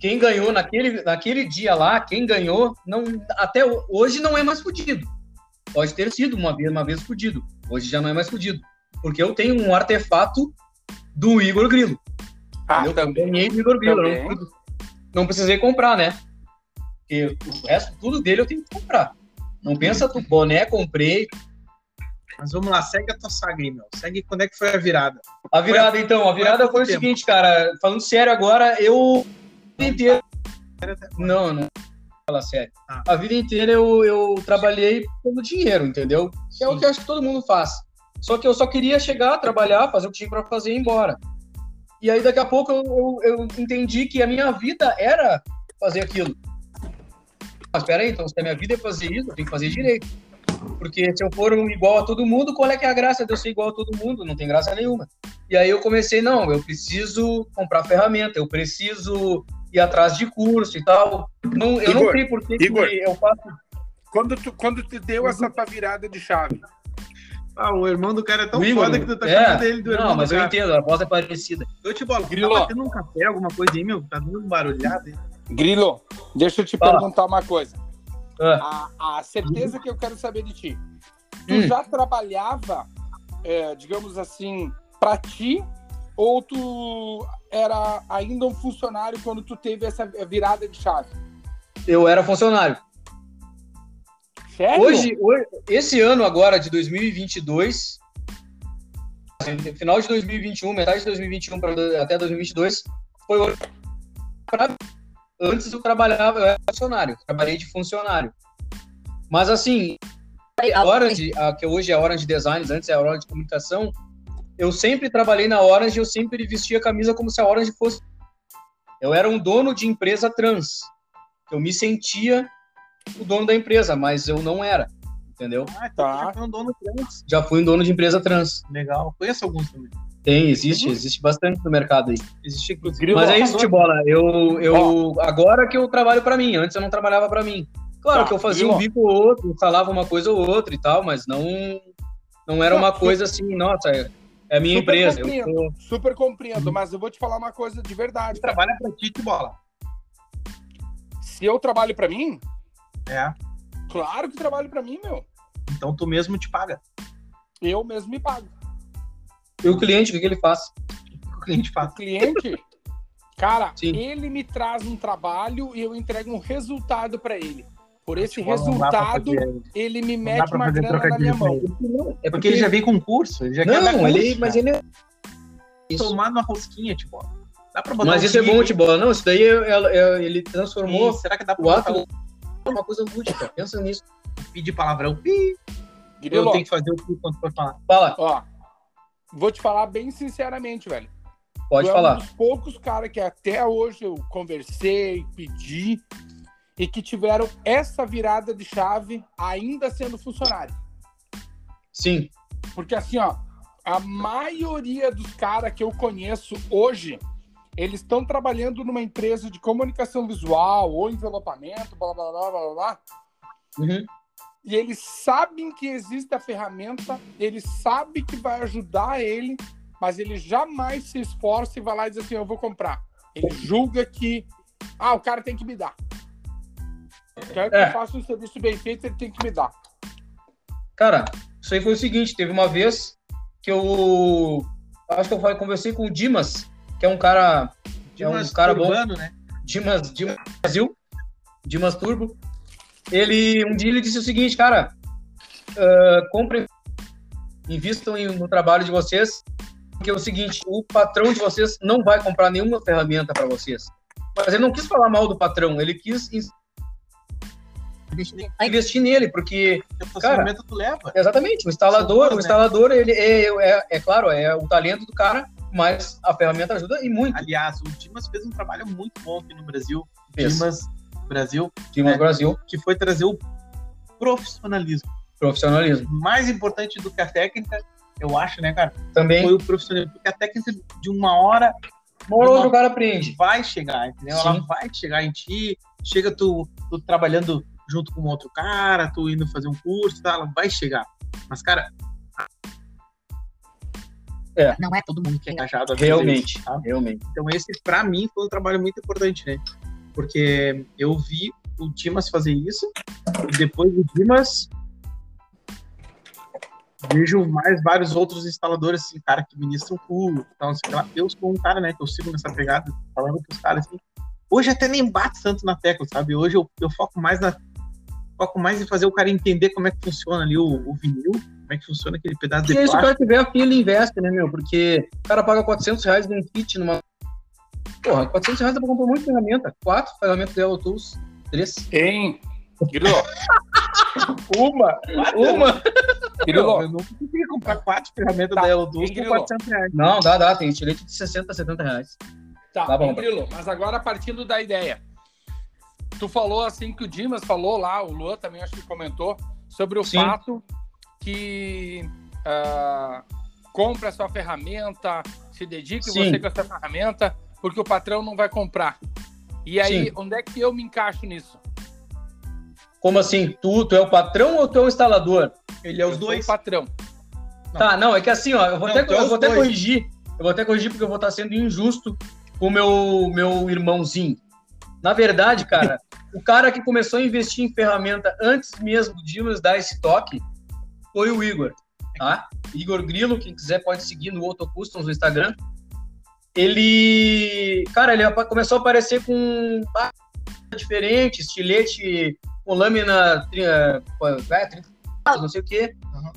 S2: Quem ganhou naquele, naquele dia lá, quem ganhou, não, até hoje não é mais fudido. Pode ter sido uma vez, uma vez fudido. Hoje já não é mais fudido porque eu tenho um artefato do Igor Grilo.
S3: Ah, eu também.
S2: Ganhei do Igor Grilo. Não, não, precisei comprar, né? Porque o resto tudo dele eu tenho que comprar. Não pensa tu, boné, comprei.
S1: Mas vamos lá, segue a tua saga aí, meu. Segue quando é que foi a virada.
S2: A virada, então. A virada foi o tempo. seguinte, cara. Falando sério agora, eu. A vida inteira. Não, não. Fala sério. Ah. A vida inteira eu, eu trabalhei pelo dinheiro, entendeu? Que Sim. é o que acho que todo mundo faz. Só que eu só queria chegar, trabalhar, fazer o que tinha para fazer e ir embora. E aí daqui a pouco eu, eu, eu, entendi que a minha vida era fazer aquilo. Mas peraí, então se a minha vida é fazer isso, eu tenho que fazer direito. Porque se eu for um igual a todo mundo, qual é que é a graça de eu ser igual a todo mundo? Não tem graça nenhuma. E aí eu comecei, não, eu preciso comprar ferramenta, eu preciso ir atrás de curso e tal. Não, eu Igor, não sei por que, Igor, que eu faço.
S5: Quando tu, quando tu deu essa tua virada de chave,
S1: ah, o irmão do cara é tão Igor, foda que tu tá é. chamando dele do irmão.
S2: Não, mas
S1: eu
S2: entendo, a voz é parecida.
S1: Eu te bolo, Grilo. tá tendo um café, alguma coisa aí, meu? Tá dando um barulhado aí.
S3: Grilo, deixa eu te Fala. perguntar uma coisa. Ah. A, a, certeza que eu quero saber de ti. Tu hum. já trabalhava, é, digamos assim, pra ti? Ou tu era ainda um funcionário quando tu teve essa virada de chave?
S2: Eu era funcionário.
S3: Sério?
S2: Hoje, hoje, esse ano agora de 2022, final de 2021, metade de 2021 pra, até 2022, foi pra, antes eu trabalhava eu era funcionário, trabalhei de funcionário. Mas assim, a Orange, a, que hoje é a Orange Designs, antes é a Orange Comunicação, eu sempre trabalhei na Orange, eu sempre vestia a camisa como se a Orange fosse eu era um dono de empresa trans. Eu me sentia o dono da empresa, mas eu não era. Entendeu?
S1: Ah, tá. Já fui um dono trans.
S2: Já fui um dono de empresa trans.
S1: Legal. Conheço alguns também.
S2: Tem, existe, existe bastante no mercado aí.
S1: Existe
S2: inclusive. Mas é isso,
S1: tipo
S2: Tibola. Eu, eu, oh. agora que eu trabalho para mim, antes eu não trabalhava para mim. Claro tá, que eu fazia viu? um bico ou outro, falava uma coisa ou outra e tal, mas não, não era uma coisa assim, nossa, é a minha
S3: super
S2: empresa.
S3: Compreendo, eu, eu... Super compreendo, mas eu vou te falar uma coisa de verdade.
S1: Trabalha para ti, Tibola.
S3: Se eu trabalho para mim,
S1: é.
S3: Claro que trabalho para mim, meu.
S1: Então tu mesmo te paga.
S3: Eu mesmo me pago.
S2: E o cliente, o que ele faz?
S1: O cliente faz.
S3: O cliente, cara, Sim. ele me traz um trabalho e eu entrego um resultado para ele. Por esse tipo, resultado, fazer... ele me não mete uma grana na minha mão.
S1: Não, é porque ele já veio com curso. Ele já
S2: não, quer ele, curso, mas ele é...
S1: Isso. Tomar numa rosquinha, tipo, ó.
S2: Dá pra botar mas um isso time. é bom, tipo, não, isso daí é, ele transformou
S1: Sim, será que dá pra o ato
S2: uma coisa lúdica. Pensa nisso.
S1: Pedir palavrão. Pi.
S3: Eu
S1: tenho que fazer o que quando for falar.
S2: Fala.
S3: Ó, vou te falar bem sinceramente, velho.
S2: Pode
S3: tu
S2: falar. É um
S3: dos poucos caras que até hoje eu conversei, pedi e que tiveram essa virada de chave ainda sendo funcionário.
S2: Sim.
S3: Porque assim, ó, a maioria dos caras que eu conheço hoje
S6: eles estão trabalhando numa empresa de comunicação visual ou envelopamento, blá blá blá blá blá.
S1: Uhum.
S6: E eles sabem que existe a ferramenta, ele sabe que vai ajudar ele, mas ele jamais se esforça e vai lá e diz assim: eu vou comprar. Ele julga que, ah, o cara tem que me dar. Eu quero que
S2: É.
S6: eu faça um serviço bem feito, ele tem que me dar.
S2: Cara, isso aí foi o seguinte, teve uma vez que eu acho que eu falei, conversei com o Dimas, que é um cara, é um
S1: Dimas
S2: cara bom,
S1: Urbano, né?
S2: Dimas, Dimas Brasil, Dimas Turbo. Ele um dia ele disse o seguinte, cara, ah, comprem, invistam em- no trabalho de vocês, porque é o seguinte, o patrão de vocês não vai comprar nenhuma ferramenta para vocês. Mas ele não quis falar mal do patrão, ele quis in- investir nele, porque
S1: O funcionamento um tu leva.
S2: Exatamente, o instalador,
S1: São duas,
S2: o
S1: né?
S2: instalador ele é, é, é claro, é o talento do cara, mas a ferramenta ajuda e muito.
S1: Aliás, o Dimas fez um trabalho muito bom aqui no Brasil.
S2: Fez.
S1: Dimas Brasil,
S2: Dimas
S1: É.
S2: Brasil,
S1: que foi trazer o profissionalismo.
S2: profissionalismo.
S1: Mais importante do que a técnica, eu acho, né, cara?
S2: Também,
S1: Foi o profissionalismo. Porque a técnica de uma hora
S2: uma hora ou outra
S1: uma-
S2: o cara aprende.
S1: vai chegar, entendeu?
S2: Sim.
S1: Ela vai chegar em ti, chega tu, tu trabalhando junto com outro cara, tu indo fazer um curso, tá? ela vai chegar. Mas, cara,
S7: Não é todo mundo
S1: que
S7: que
S1: é
S7: é
S1: engajado às vezes,
S2: Realmente,
S1: tá?
S2: realmente.
S1: Então, esse, pra mim, foi um trabalho muito importante, né? Porque eu vi o Dimas fazer isso, e depois do Dimas, vejo mais vários outros instaladores, assim, cara, que ministram curso, tal, não sei o que lá. Eu sou um cara, né, que eu sigo nessa pegada, falando com os caras, assim. Hoje até nem bato tanto na tecla, sabe? Hoje eu, eu foco mais na foco mais em fazer o cara entender como é que funciona ali o, o vinil, como é que funciona aquele pedaço de
S2: E aí, se o
S1: plástico.
S2: cara tiver a pilha, investe, né, meu? Porque o cara paga 400 reais num kit numa. Porra, 400 reais dá pra comprar muita ferramenta. Quatro ferramentas de Tools, três.
S6: Hein? Grilo. Uma.
S2: Uma!
S6: Grilo.
S1: Eu não consegui comprar quatro ferramentas
S6: Tá,
S1: da Elo 2 por
S6: Ingrid,
S1: 400 reais.
S2: Não, dá, dá. Tem estilete de 60, 70 reais.
S8: Tá,
S2: Tá bom.
S8: Murilo, mas agora partindo da ideia. Tu falou assim que o Dimas falou lá, o Luan também acho que comentou, sobre o
S2: Sim.
S8: fato que ah, compra a sua ferramenta, se dedique
S2: Sim.
S8: você com essa ferramenta, porque o patrão não vai comprar. E aí,
S2: Sim.
S8: onde é que eu me encaixo nisso?
S2: Como assim? Tu, tu é o patrão ou tu é o instalador?
S1: Ele é
S8: eu sou o patrão.
S2: Tá, não, é que assim, ó, eu vou
S1: Não, tu
S2: até,
S1: é
S2: eu
S1: os
S2: vou até
S1: dois.
S2: corrigir. Eu vou até corrigir porque eu vou estar sendo injusto com o meu, meu irmãozinho. Na verdade, cara, o cara que começou a investir em ferramenta antes mesmo de nos dar esse toque foi o Igor, tá? Igor Grilo, quem quiser pode seguir no Auto Customs no Instagram. Ele, cara, ele apa- começou a aparecer com barra diferente, estilete com lâmina tri- eh, é, 30, não sei o quê.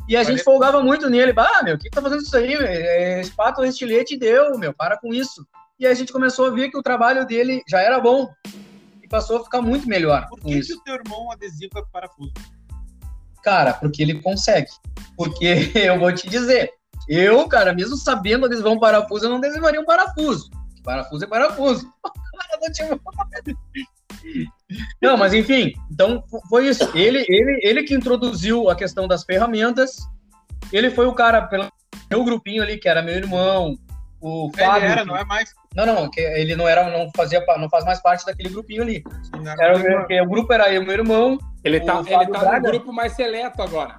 S2: E a gente folgava muito nele. Ah, meu, o que que tá fazendo isso aí? meu? É, Espátula, estilete e deu, meu, para com isso. E a gente começou a ver que o trabalho dele já era bom. E passou a ficar muito melhor
S1: Por
S2: com
S1: que, que
S2: isso.
S1: o teu irmão adesivo é parafuso?
S2: Cara, porque ele consegue. Porque eu vou te dizer, eu, cara, mesmo sabendo adesivar um parafuso, eu não adesivaria um parafuso. Parafuso é parafuso. Cara, não tinha- Não, mas enfim, então fo- foi isso. Ele, ele, ele que introduziu a questão das ferramentas. Ele foi o cara pelo meu grupinho ali, que era meu irmão, o Fábio.
S1: Ele era, não é mais.
S2: não, não, que ele não era, não fazia, pa- não faz mais parte daquele grupinho ali.
S1: Não era
S2: Era o,
S1: mais-
S2: meu- que o grupo era eu, meu irmão,
S6: Ele
S2: O
S6: tá.
S2: Fábio
S8: Ele tá
S2: Braga?
S8: num grupo mais seleto agora.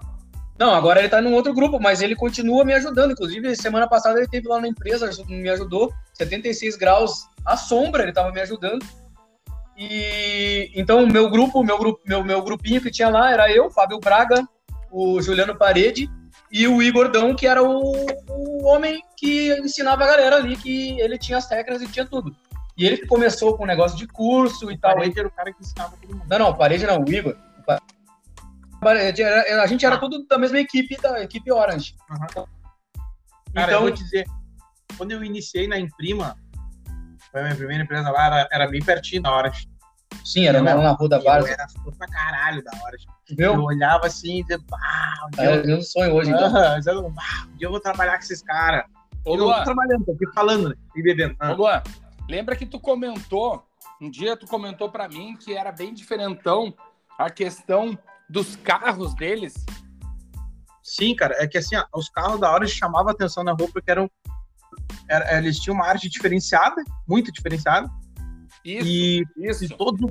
S2: Não, agora ele tá num outro grupo, mas ele continua me ajudando. Inclusive, semana passada ele teve lá na empresa, aj- me ajudou. 76 graus à sombra, ele tava me ajudando. E então o meu grupo, meu grupo, meu, meu grupinho que tinha lá era eu, Fábio Braga, o Juliano Parede e o Igordão, que era o, o homem que ensinava a galera ali que ele tinha as técnicas e tinha tudo. E ele que começou com o negócio de curso e tal.
S1: Parede era o cara que ensinava todo mundo.
S2: Não, não, parede não, o Igor. Parede era- a gente era tudo da mesma equipe, da equipe Orange.
S1: Cara, eu
S2: Então-
S1: vou te dizer, quando eu iniciei na Imprima, foi a minha primeira empresa lá, era, era bem pertinho da hora.
S2: Sim, era
S1: Eu
S2: lá na rua da
S1: Eu
S2: Varsa.
S1: era fã pra caralho da hora. Eu
S2: Meu,
S1: olhava assim e dizia, ah, um dia
S2: era meu sonho hoje.
S1: eu-
S2: Então.
S1: Aham, eu dizia, "Ah, um dia eu vou trabalhar com esses caras.
S8: Ô,
S1: Eu não
S8: Luan,
S1: tô trabalhando, tô aqui falando né? e bebendo.
S8: Ô,
S1: Ah,
S8: Luan, lembra que tu comentou, um dia tu comentou pra mim que era bem diferentão a questão dos carros deles?
S1: Sim, cara, é que assim, ó, os carros da hora chamavam atenção na rua porque eram era- eles tinham uma arte diferenciada, muito diferenciada,
S6: Isso,
S1: e,
S6: isso.
S1: e todo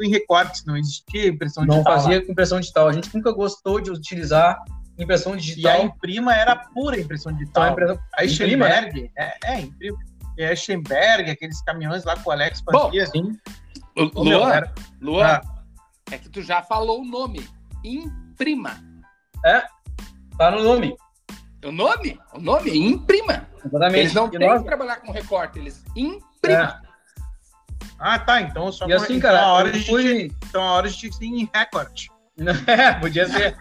S1: em recortes, não existia impressão
S2: Não
S1: digital. lá.
S2: fazia com impressão digital. A gente nunca gostou de utilizar impressão
S1: E a
S2: digital.
S1: imprima era pura impressão
S2: Então, a
S1: digital.
S2: impressão-
S1: Aí
S2: Imprima, né?
S1: Schemberg, é, é, imprima. É Schemberg, aqueles caminhões lá com o Alex
S6: Bom,
S1: fazia, assim.
S6: Ô,
S1: Ô, meu,
S6: Luan,
S1: era-
S2: Ah.
S6: Luan, é que tu já falou o nome. Imprima.
S2: Tá no nome.
S6: O nome? O nome é Imprima.
S2: Exatamente.
S6: Eles não
S2: E
S6: têm
S2: nós- É.
S6: que trabalhar com recorte, eles imprimam.
S1: Ah, tá, então só
S2: E assim, cara,
S1: então, a hora a
S2: eu
S1: gente,
S2: fui.
S1: então a hora a gente tem em recorde.
S2: É, podia ser.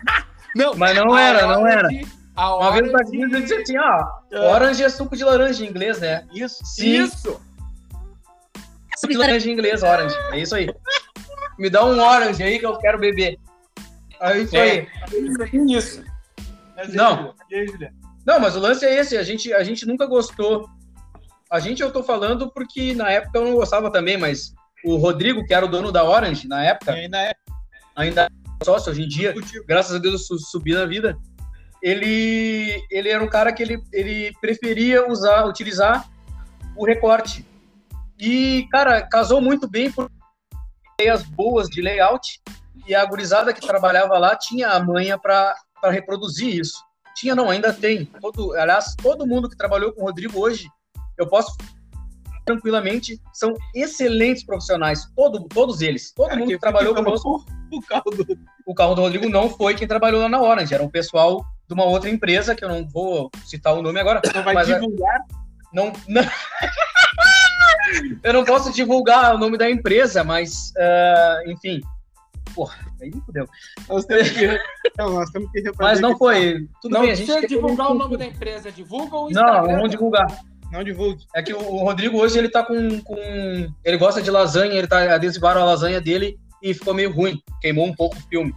S6: Não,
S2: Mas não
S3: Ah,
S6: a
S2: era, não
S6: hora
S2: era.
S6: de- a
S2: Uma
S6: hora
S2: vez o Paquinho
S6: de-
S2: disse assim, ó. Orange é suco de laranja em inglês, né?
S1: Isso.
S6: Isso.
S2: Suco de laranja em inglês, orange. É isso aí. Me dá um orange aí que eu quero beber. É isso aí.
S6: Isso.
S1: Mas, é
S2: Não.
S1: né? E aí, Juliano?
S2: Não, mas o lance é esse. A gente, a gente nunca gostou. A gente, eu tô falando porque na época eu não gostava também, mas o Rodrigo, que era o dono da Orange na
S1: E
S2: época,
S1: aí, na época,
S2: ainda é sócio hoje em dia,
S1: discutiu.
S2: graças a Deus eu su- subi na vida. Ele, ele era um cara que ele, ele preferia usar, utilizar o recorte. E, cara, casou muito bem por ideias boas de layout. E a gurizada que trabalhava lá tinha a manha para reproduzir isso. Tinha, não, ainda tem. Todo, aliás, todo mundo que trabalhou com o Rodrigo hoje, eu posso tranquilamente, são excelentes profissionais. Todo, todos eles. Todo
S1: Cara,
S2: mundo
S1: quem
S2: que trabalhou
S1: foi que
S2: conosco
S1: o caldo.
S2: o carro do Rodrigo não foi quem trabalhou lá na Orange, era um pessoal de uma outra empresa, que eu não vou citar o nome agora.
S1: Não Então vai
S2: Mas, é,
S1: divulgar.
S2: Não, não- eu não posso divulgar o nome da empresa, mas, ah, enfim. Porra, aí me fudeu.
S1: Nós temos que, então, nós temos que refazer
S2: Mas não
S1: aqui.
S2: foi. Tudo
S8: Não
S2: bem, a gente.
S8: precisa
S2: quer- um
S8: divulgar o nome da empresa, né? divulga o
S2: Não, é
S8: Instagram.
S2: vamos divulgar.
S1: Não divulgue.
S2: É que o o Rodrigo hoje ele tá com, com- Ele gosta de lasanha, ele tá adesivaram a lasanha dele e ficou meio ruim. Queimou um pouco o filme.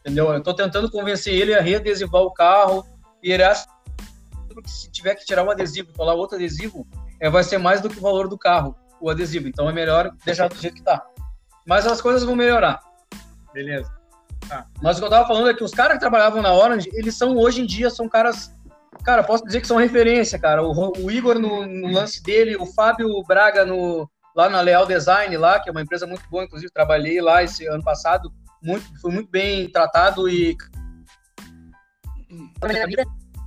S2: Entendeu? Eu tô tentando convencer ele a readesivar o carro. E ele acha que se tiver que tirar um adesivo e colar outro adesivo, é, vai ser mais do que o valor do carro, o adesivo. Então é melhor deixar do jeito que tá. Mas as coisas vão melhorar.
S1: Beleza.
S2: Mas o que eu tava falando é que os caras que trabalhavam na Orange, eles são, hoje em dia, são caras. Cara, posso dizer que são referência, cara. O, Ro- o Igor no, no lance dele, o Fábio Braga no, lá na Leal Design, lá, que é uma empresa muito boa, inclusive, trabalhei lá esse ano passado. Muito, fui muito bem tratado e Tá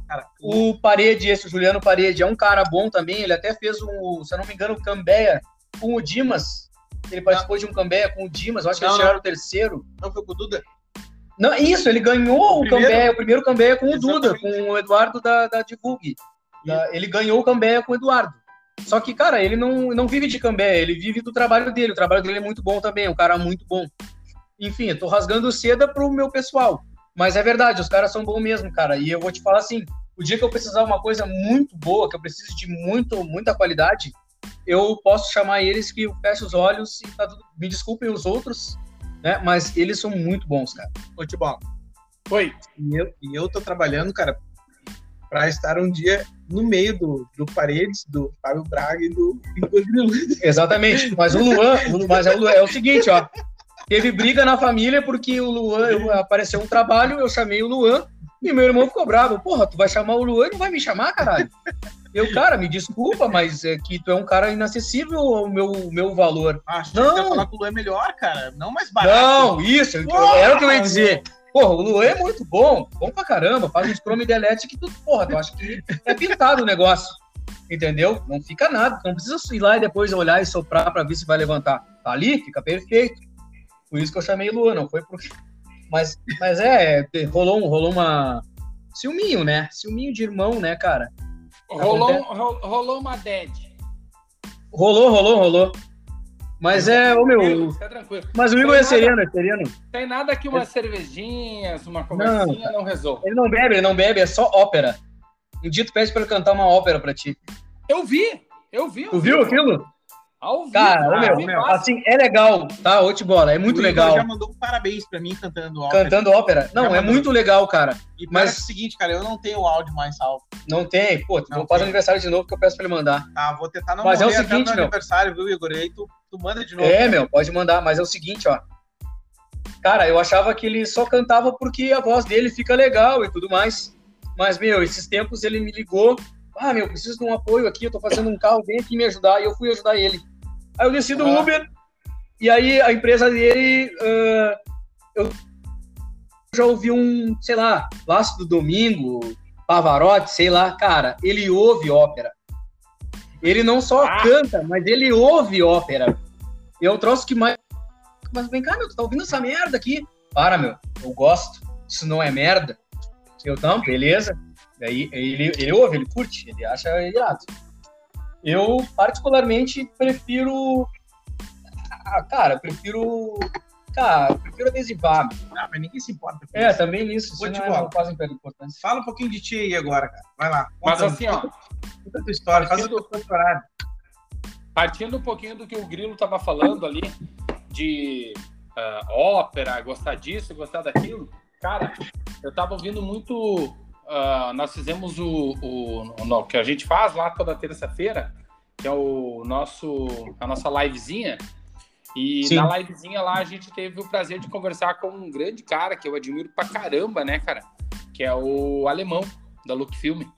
S1: Cara, o
S2: o Parede, esse o Juliano Parede, é um cara bom também. Ele até fez um, se eu não me engano, o Cambeia com o Dimas. Ele participou de um Cambeia com o Dimas, eu acho que
S1: Não,
S2: eles tiraram o terceiro.
S1: não foi com o Duda.
S2: Não, isso, ele
S1: O
S2: ganhou o,
S1: primeiro.
S2: Cambé, o primeiro Cambé com o Duda,
S1: Exatamente.
S2: com o Eduardo da, da Divulgue. Da- ele ganhou o Cambé com o Eduardo. Só que, cara, ele não, não vive de Cambé, ele vive do trabalho dele. O trabalho dele é muito bom também, é um cara muito bom. Enfim, eu tô rasgando seda pro meu pessoal. Mas é verdade, os caras são bons mesmo, cara. E eu vou te falar assim, o dia que eu precisar de uma coisa muito boa, que eu preciso de muito, muita qualidade, eu posso chamar eles que eu fecho os olhos e tá tudo... Me desculpem os outros, né? Mas eles são muito bons, cara.
S1: Futebol.
S6: Foi.
S2: tá
S1: E eu, e eu tô trabalhando, cara, pra estar um dia no meio do, do Paredes, do Fábio Braga e do Igor Grilo.
S2: Exatamente. Mas o Luan, o Lu- mas é o, Luan- é o seguinte, ó. Teve briga na família porque o Luan eu- apareceu um trabalho, eu chamei o Luan e meu irmão ficou bravo. Porra, tu vai chamar o Luan e não vai me chamar, caralho. Eu, cara, me desculpa, mas é que tu é um cara inacessível ao meu, meu valor.
S1: Acho
S2: Não.
S1: que você vai falar que o Luan é melhor, cara. Não mais barato.
S2: Não, isso, eu- era o que eu ia dizer. Porra, o Luan é muito bom, bom pra caramba, faz uns chrome delete que tu, porra, tu acha que é pintado o negócio, entendeu? Não fica nada, não precisa ir lá e depois olhar e soprar pra ver se vai levantar. Tá ali, fica perfeito. Por isso que eu chamei Luan, não foi porque... Mas, mas é, é, rolou, um- rolou uma... Ciúminho, né? Ciúminho de irmão, né, cara?
S8: Rolou,
S2: é.
S8: um- ro- rolou uma dead.
S2: Rolou, rolou, rolou. Mas é, ô meu...
S8: Fica tranquilo.
S2: Mas o Igor é sereno, é sereno.
S8: Tem nada que umas cervejinhas, uma conversinha não, resolva.
S2: Ele não bebe, ele não bebe, é só ópera. Um dia tu pede pra ele cantar uma ópera pra ti.
S8: Eu vi, eu vi.
S2: Tu viu aquilo?
S8: Ao vivo.
S2: Cara,
S8: ao
S2: ô, meu,
S8: vivo,
S2: meu,
S8: massa.
S2: assim, é legal, tá? Ô, te bola, é muito
S1: O Igor
S2: legal.
S1: já mandou um parabéns pra mim cantando ópera.
S2: Cantando ópera. Não, é muito legal, cara.
S1: E
S2: mas-
S1: mas é o seguinte, cara, eu não tenho o áudio mais salvo.
S2: Não tem, pô, tu
S1: Não
S2: não faz
S1: tem.
S2: aniversário de novo que eu peço pra ele mandar.
S1: Tá, vou tentar não
S2: Mas é o
S1: morrer até
S2: seguinte,
S1: meu
S2: meu.
S1: aniversário, viu, Igor? E aí tu, tu manda de novo.
S2: É,
S1: cara.
S2: meu, pode mandar, mas é o seguinte, ó. Cara, eu achava que ele só cantava porque a voz dele fica legal e tudo mais. Mas, meu, esses tempos ele me ligou Ah, meu, preciso de um apoio aqui, eu tô fazendo um carro, vem aqui me ajudar. E eu fui ajudar ele. Aí eu desci do
S3: Ah.
S2: Uber, e aí a empresa dele. ah, eu já ouvi um, sei lá, Vasco do Domingo, Pavarotti, sei lá. Cara, ele ouve ópera. Ele não só canta, mas ele ouve ópera. E é o troço que mais. Mas vem cá, meu, tu tá ouvindo essa merda aqui? Para, meu, eu gosto. Isso não é merda. Eu, não, beleza. Daí ele, ele ouve, ele curte, ele acha irado. Eu, particularmente, prefiro. Ah, cara, eu prefiro. Cara, eu prefiro adesivar. meu.
S1: Ah, mas ninguém se importa. com
S2: É,
S1: isso.
S2: também nisso. Isso
S1: Vou te
S2: não, é,
S1: falar.
S2: não faz um pé de importância.
S1: Fala um pouquinho de ti aí agora, cara. Vai lá.
S3: Mas
S1: Conta-
S3: assim, ó,
S1: conta a tua história, faz o teu doutorado.
S3: Partindo um pouquinho do que o Grilo estava falando ali, de ah, ópera, gostar disso, gostar daquilo, cara, eu estava ouvindo muito. ah, nós fizemos o, o- o- no- que a gente faz lá toda terça-feira, que é o nosso, a nossa livezinha. E
S2: Sim.
S3: na livezinha lá a gente teve o prazer de conversar com um grande cara que eu admiro pra caramba, né, cara? Que é o alemão da Look Filme.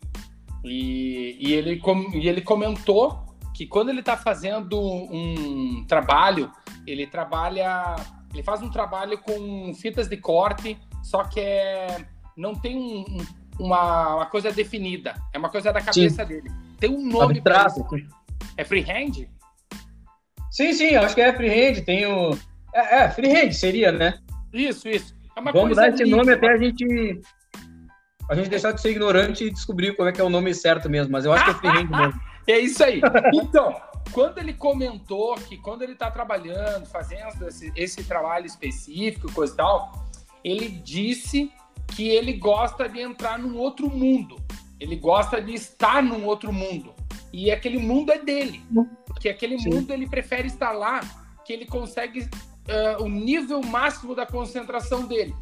S3: E, e ele, com- e ele comentou que quando ele está fazendo um trabalho, ele trabalha, ele faz um trabalho com fitas de corte, só que é, não tem um- um- uma, uma coisa definida, é uma coisa da cabeça dele. Tem um nome pra
S2: Abstrato.
S3: isso. É freehand?
S2: Sim, sim, acho que é freehand. Tem o. É, é freehand seria, né?
S3: Isso, isso. É uma
S2: Vamos
S3: coisa
S2: dar esse
S3: livre.
S2: nome até a gente. A gente deixar de ser ignorante e descobrir como é que é o nome certo mesmo. Mas eu acho que é freehand mesmo.
S3: É isso aí. Então, quando ele comentou que quando ele está trabalhando, fazendo esse, esse trabalho específico, coisa e tal, ele disse que ele gosta de entrar num outro mundo. Ele gosta de estar num outro mundo. E aquele mundo é dele. Porque aquele
S2: Sim.
S3: mundo ele prefere estar lá, que ele consegue ah, o nível máximo da concentração dele.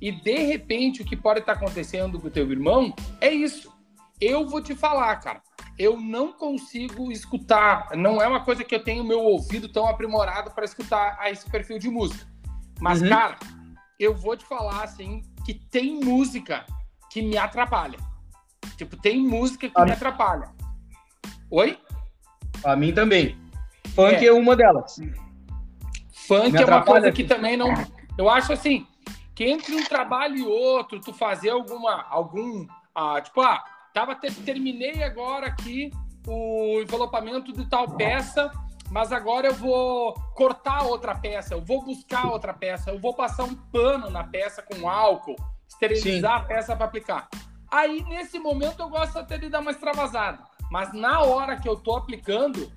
S3: E de repente, o que pode estar acontecendo com o teu irmão é isso. Eu vou te falar, cara. Eu não consigo escutar. Não é uma coisa que eu tenho meu ouvido tão aprimorado para escutar a esse perfil de música. Mas,
S2: Uhum.
S3: cara, eu vou te falar assim que tem música que me atrapalha. Tipo, tem música que
S2: Ah.
S3: me atrapalha. Oi?
S2: A mim também. Funk
S3: É.
S2: é, uma delas. Me
S3: Funk é uma
S2: atrapalha,
S3: coisa que também não. Eu acho assim, que entre um trabalho e outro, tu fazer alguma. algum. ah, tipo, ah, tava te- terminei agora aqui o envelopamento de tal peça, mas agora eu vou cortar outra peça, eu vou buscar outra peça, eu vou passar um pano na peça com álcool, esterilizar a peça para aplicar. Aí, nesse momento, eu gosto até de dar uma extravasada. Mas na hora que eu tô aplicando,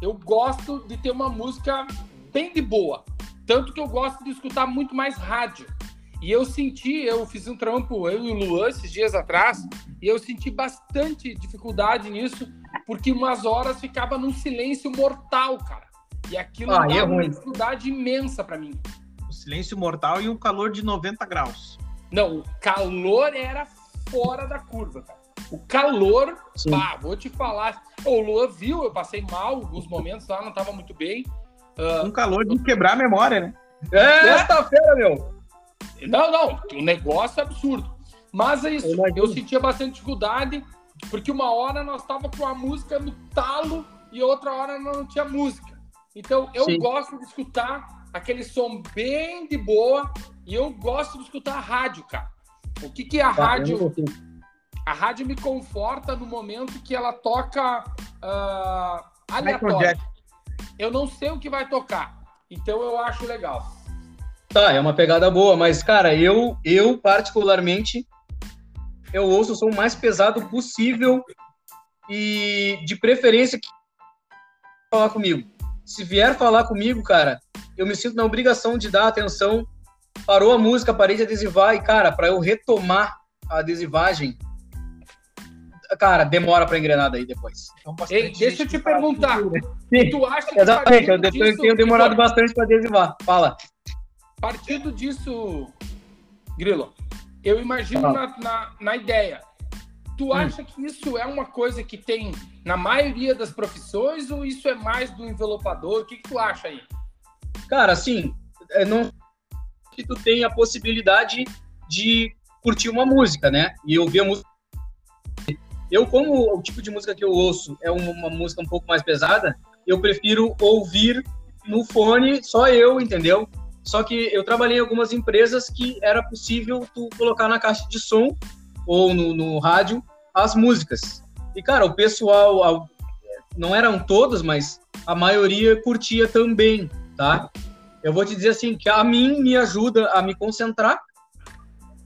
S3: eu gosto de ter uma música bem de boa. Tanto que eu gosto de escutar muito mais rádio. E eu senti, eu fiz um trampo, eu e o Luan, esses dias atrás, e eu senti bastante dificuldade nisso, porque umas horas ficava num silêncio mortal, cara. E aquilo
S2: Ah,
S3: dava
S2: e é
S3: uma
S2: ruim.
S3: dificuldade imensa pra mim.
S1: O silêncio mortal e um calor de 90 graus.
S3: Não, o calor era fora da curva, cara. O calor,
S2: Sim.
S3: pá, vou te falar. O Luan viu, eu passei mal alguns momentos lá, não tava muito bem. Ah.
S1: Um calor de quebrar a memória, né?
S2: É, sexta-feira, meu.
S3: Não, não, o negócio é absurdo. Mas é isso,
S2: Eu
S3: eu,
S2: imagino.
S3: sentia bastante dificuldade, porque uma hora nós tava com a música no talo e outra hora não tinha música. Então eu
S2: Sim.
S3: gosto de escutar aquele som bem de boa e eu gosto de escutar a rádio, cara. O que,
S2: Tá,
S3: que é a rádio? A rádio me conforta no momento que ela toca ah, aleatório. Eu não sei o que vai tocar. Então eu acho legal.
S2: Tá, é uma pegada boa, mas, cara, eu, eu particularmente, eu ouço o som mais pesado possível e, de preferência, que falar comigo. Se vier falar comigo, cara, eu me sinto na obrigação de dar atenção. Parou a música, parei de adesivar e, cara, pra eu retomar a adesivagem, cara, demora pra engrenar daí depois.
S1: Então, bastante
S3: Ei, deixa eu
S1: gente
S3: te
S1: que fala
S3: perguntar.
S1: assim, né?
S2: Sim,
S3: Tu acha que
S2: Exatamente, eu,
S3: partindo
S2: de- eu
S3: disso-
S2: tenho demorado bastante pra adesivar. Fala.
S3: Partindo disso, Grilo, eu imagino
S2: Fala. Hum.
S3: na, na, na ideia. Tu acha que isso é uma coisa que tem na maioria das profissões ou isso é mais do envelopador? O que, que tu acha aí?
S2: Cara, assim, é, não que tu tem a possibilidade de curtir uma música, né? E ouvir a música. Eu, como o tipo de música que eu ouço é uma, uma música um pouco mais pesada, eu prefiro ouvir no fone só eu, entendeu? Só que eu trabalhei em algumas empresas que era possível tu colocar na caixa de som ou no, no rádio as músicas. E, cara, o pessoal, a- não eram todas, mas a maioria curtia também, tá? Eu vou te dizer assim, que a mim me ajuda a me concentrar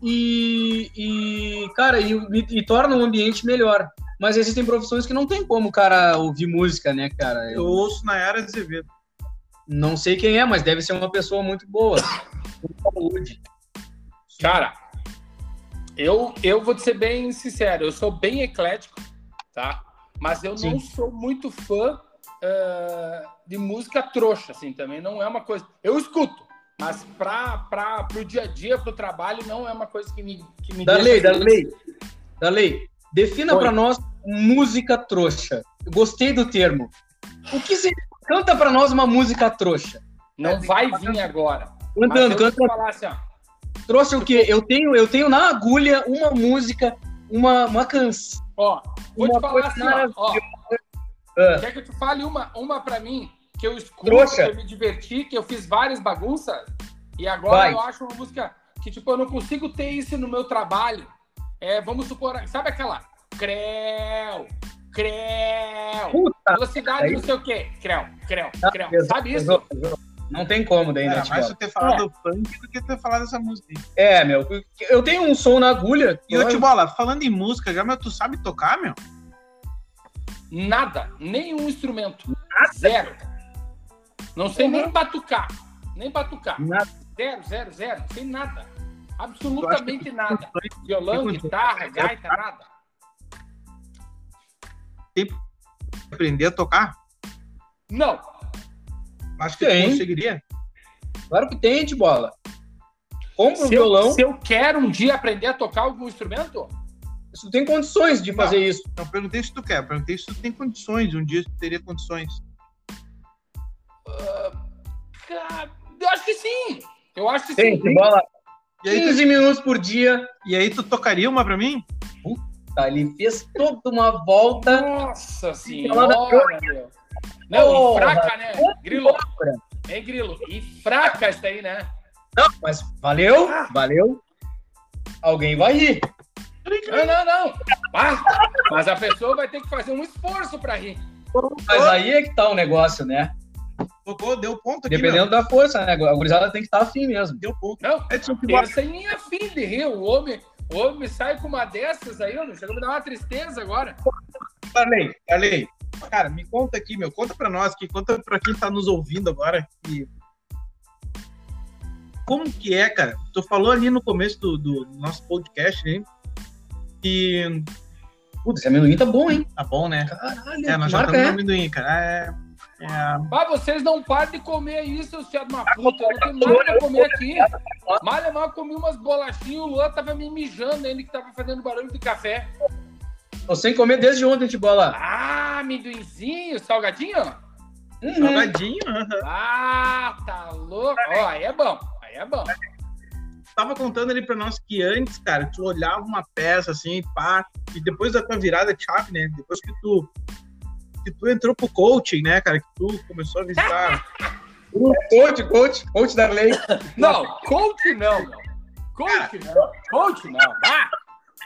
S2: e, e cara, e, e torna o ambiente melhor. Mas existem profissões que não tem como o cara ouvir música, né, cara?
S1: Eu
S2: Eu
S1: ouço Nayara Azevedo.
S2: não sei quem é, mas deve ser uma pessoa muito boa. Com saúde.
S3: Cara, eu, eu vou te ser bem sincero, eu sou bem eclético, tá? Mas eu não sou muito fã eh, de música trouxa, assim, também não é uma coisa. Eu escuto, mas pra, pra, pro dia a dia, pro trabalho, não é uma coisa que me. Que me deixa
S2: Darley,
S3: feliz.
S2: Darley, Darley, defina
S3: Oi.
S2: pra nós música trouxa. Eu gostei do termo. O que se canta pra nós uma música trouxa?
S3: Não vai vir agora.
S2: assim. Cantando,
S3: Mas eu vou
S2: cantando.
S3: falar assim, ó.
S2: Trouxa o quê? Eu tenho, eu tenho na agulha uma música, uma, uma canção.
S3: Ó, vou
S2: Uma
S3: te falar assim,
S2: coisa
S3: ó, ó.
S2: Ah.
S3: Quer que eu te fale uma, uma pra mim? Que eu escuto,
S2: Trouxa.
S3: que eu me diverti, que eu fiz várias bagunças. E agora
S2: Vai.
S3: eu acho uma música que, tipo, eu não consigo ter isso no meu trabalho. É, vamos supor, sabe aquela? Creu, creu.
S2: Puta,
S3: Velocidade
S2: aí- Tá,
S3: não sei o quê. Creu, creu, creu.
S2: pesado,
S3: Sabe isso?
S2: pesado, pesado. Não tem como daí, né,
S1: Era mais
S2: Tiago?
S1: eu ter falado funk do que ter falado essa música. aí.
S2: É, meu. Eu tenho um som na agulha.
S1: E ô, Tibola, falando em música, já, meu, tu sabe tocar, meu?
S3: Nada, nenhum instrumento. Zero. Não sei nem batucar. Nem batucar.
S2: Uhum. Nada.
S3: Zero, zero, zero. Sem nada. Absolutamente nada. Violão,
S1: que-
S3: guitarra, gaita, nada.
S1: Aprender a tocar?
S3: Não.
S1: Acho que
S2: Sim.
S1: tu conseguiria.
S2: Claro que tem, de bola. Compra um
S3: Se eu,
S2: violão.
S3: se eu quero um dia aprender a tocar algum instrumento,
S2: Tu tem condições de fazer isso.
S1: Não Então, perguntei se tu quer, perguntei se tu tem condições. Um dia tu teria condições.
S3: cara, eu acho que sim. Eu acho que
S2: Tem,
S3: sim.
S2: de bola.
S1: E aí,
S2: 15 minutos por dia.
S1: tu, e aí tu tocaria uma pra mim?
S2: Tá, ele fez toda uma volta.
S3: Nossa
S2: Ela
S3: senhora, meu. Não, e
S2: Porra.
S3: fraca, né? Grilo. Hein, Grilo? E fraca essa aí, né?
S2: Não, mas valeu, valeu. Alguém vai rir.
S3: Não, não, não. Ah, mas a pessoa vai ter que fazer um esforço pra rir.
S2: Mas aí é que tá o negócio, né?
S1: Tocou, deu ponto aqui, meu.
S2: Dependendo da força, né? A gurizada tem que estar afim mesmo.
S1: Deu ponto.
S3: Não,
S1: É, tipo,
S3: pensa em minha filha de rir. O homem, o homem sai com uma dessas aí, não chega a me dar uma tristeza agora.
S1: Darley, Darley, cara, me conta aqui, meu, conta pra nós, que conta pra quem tá nos ouvindo agora, que... como que é, cara? Tu falou ali no começo do, do nosso podcast, né? Que
S2: Putz, esse amendoim tá bom, hein?
S1: tá bom, né?
S2: Caralho,
S1: É, nós
S2: que
S1: já
S2: marca
S1: estamos no
S2: é?
S1: amendoim, cara. É, é,
S3: Ah, vocês não param de comer isso, seus filhos de uma puta. É Eu não tenho nada pra comer aqui. Mal e mal comi umas bolachinhas, o Luan tava me mijando, ele que tava fazendo barulho de café.
S2: Tô sem comer desde ontem, de bola.
S3: Ah, amendoinzinho, salgadinho?
S2: Uhum.
S1: salgadinho. aham.
S3: Ah, tá louco. Ó, aí é bom, aí é bom.
S1: Tava contando ali pra nós que antes, cara, tu olhava uma peça assim, pá, e depois da tua virada de chave, né? Depois que tu que tu entrou pro coaching, né, cara? Que tu começou a visitar.
S2: Coach, coach, coach da lei.
S3: Não, coach não, meu. Coach não, coach não. Ah,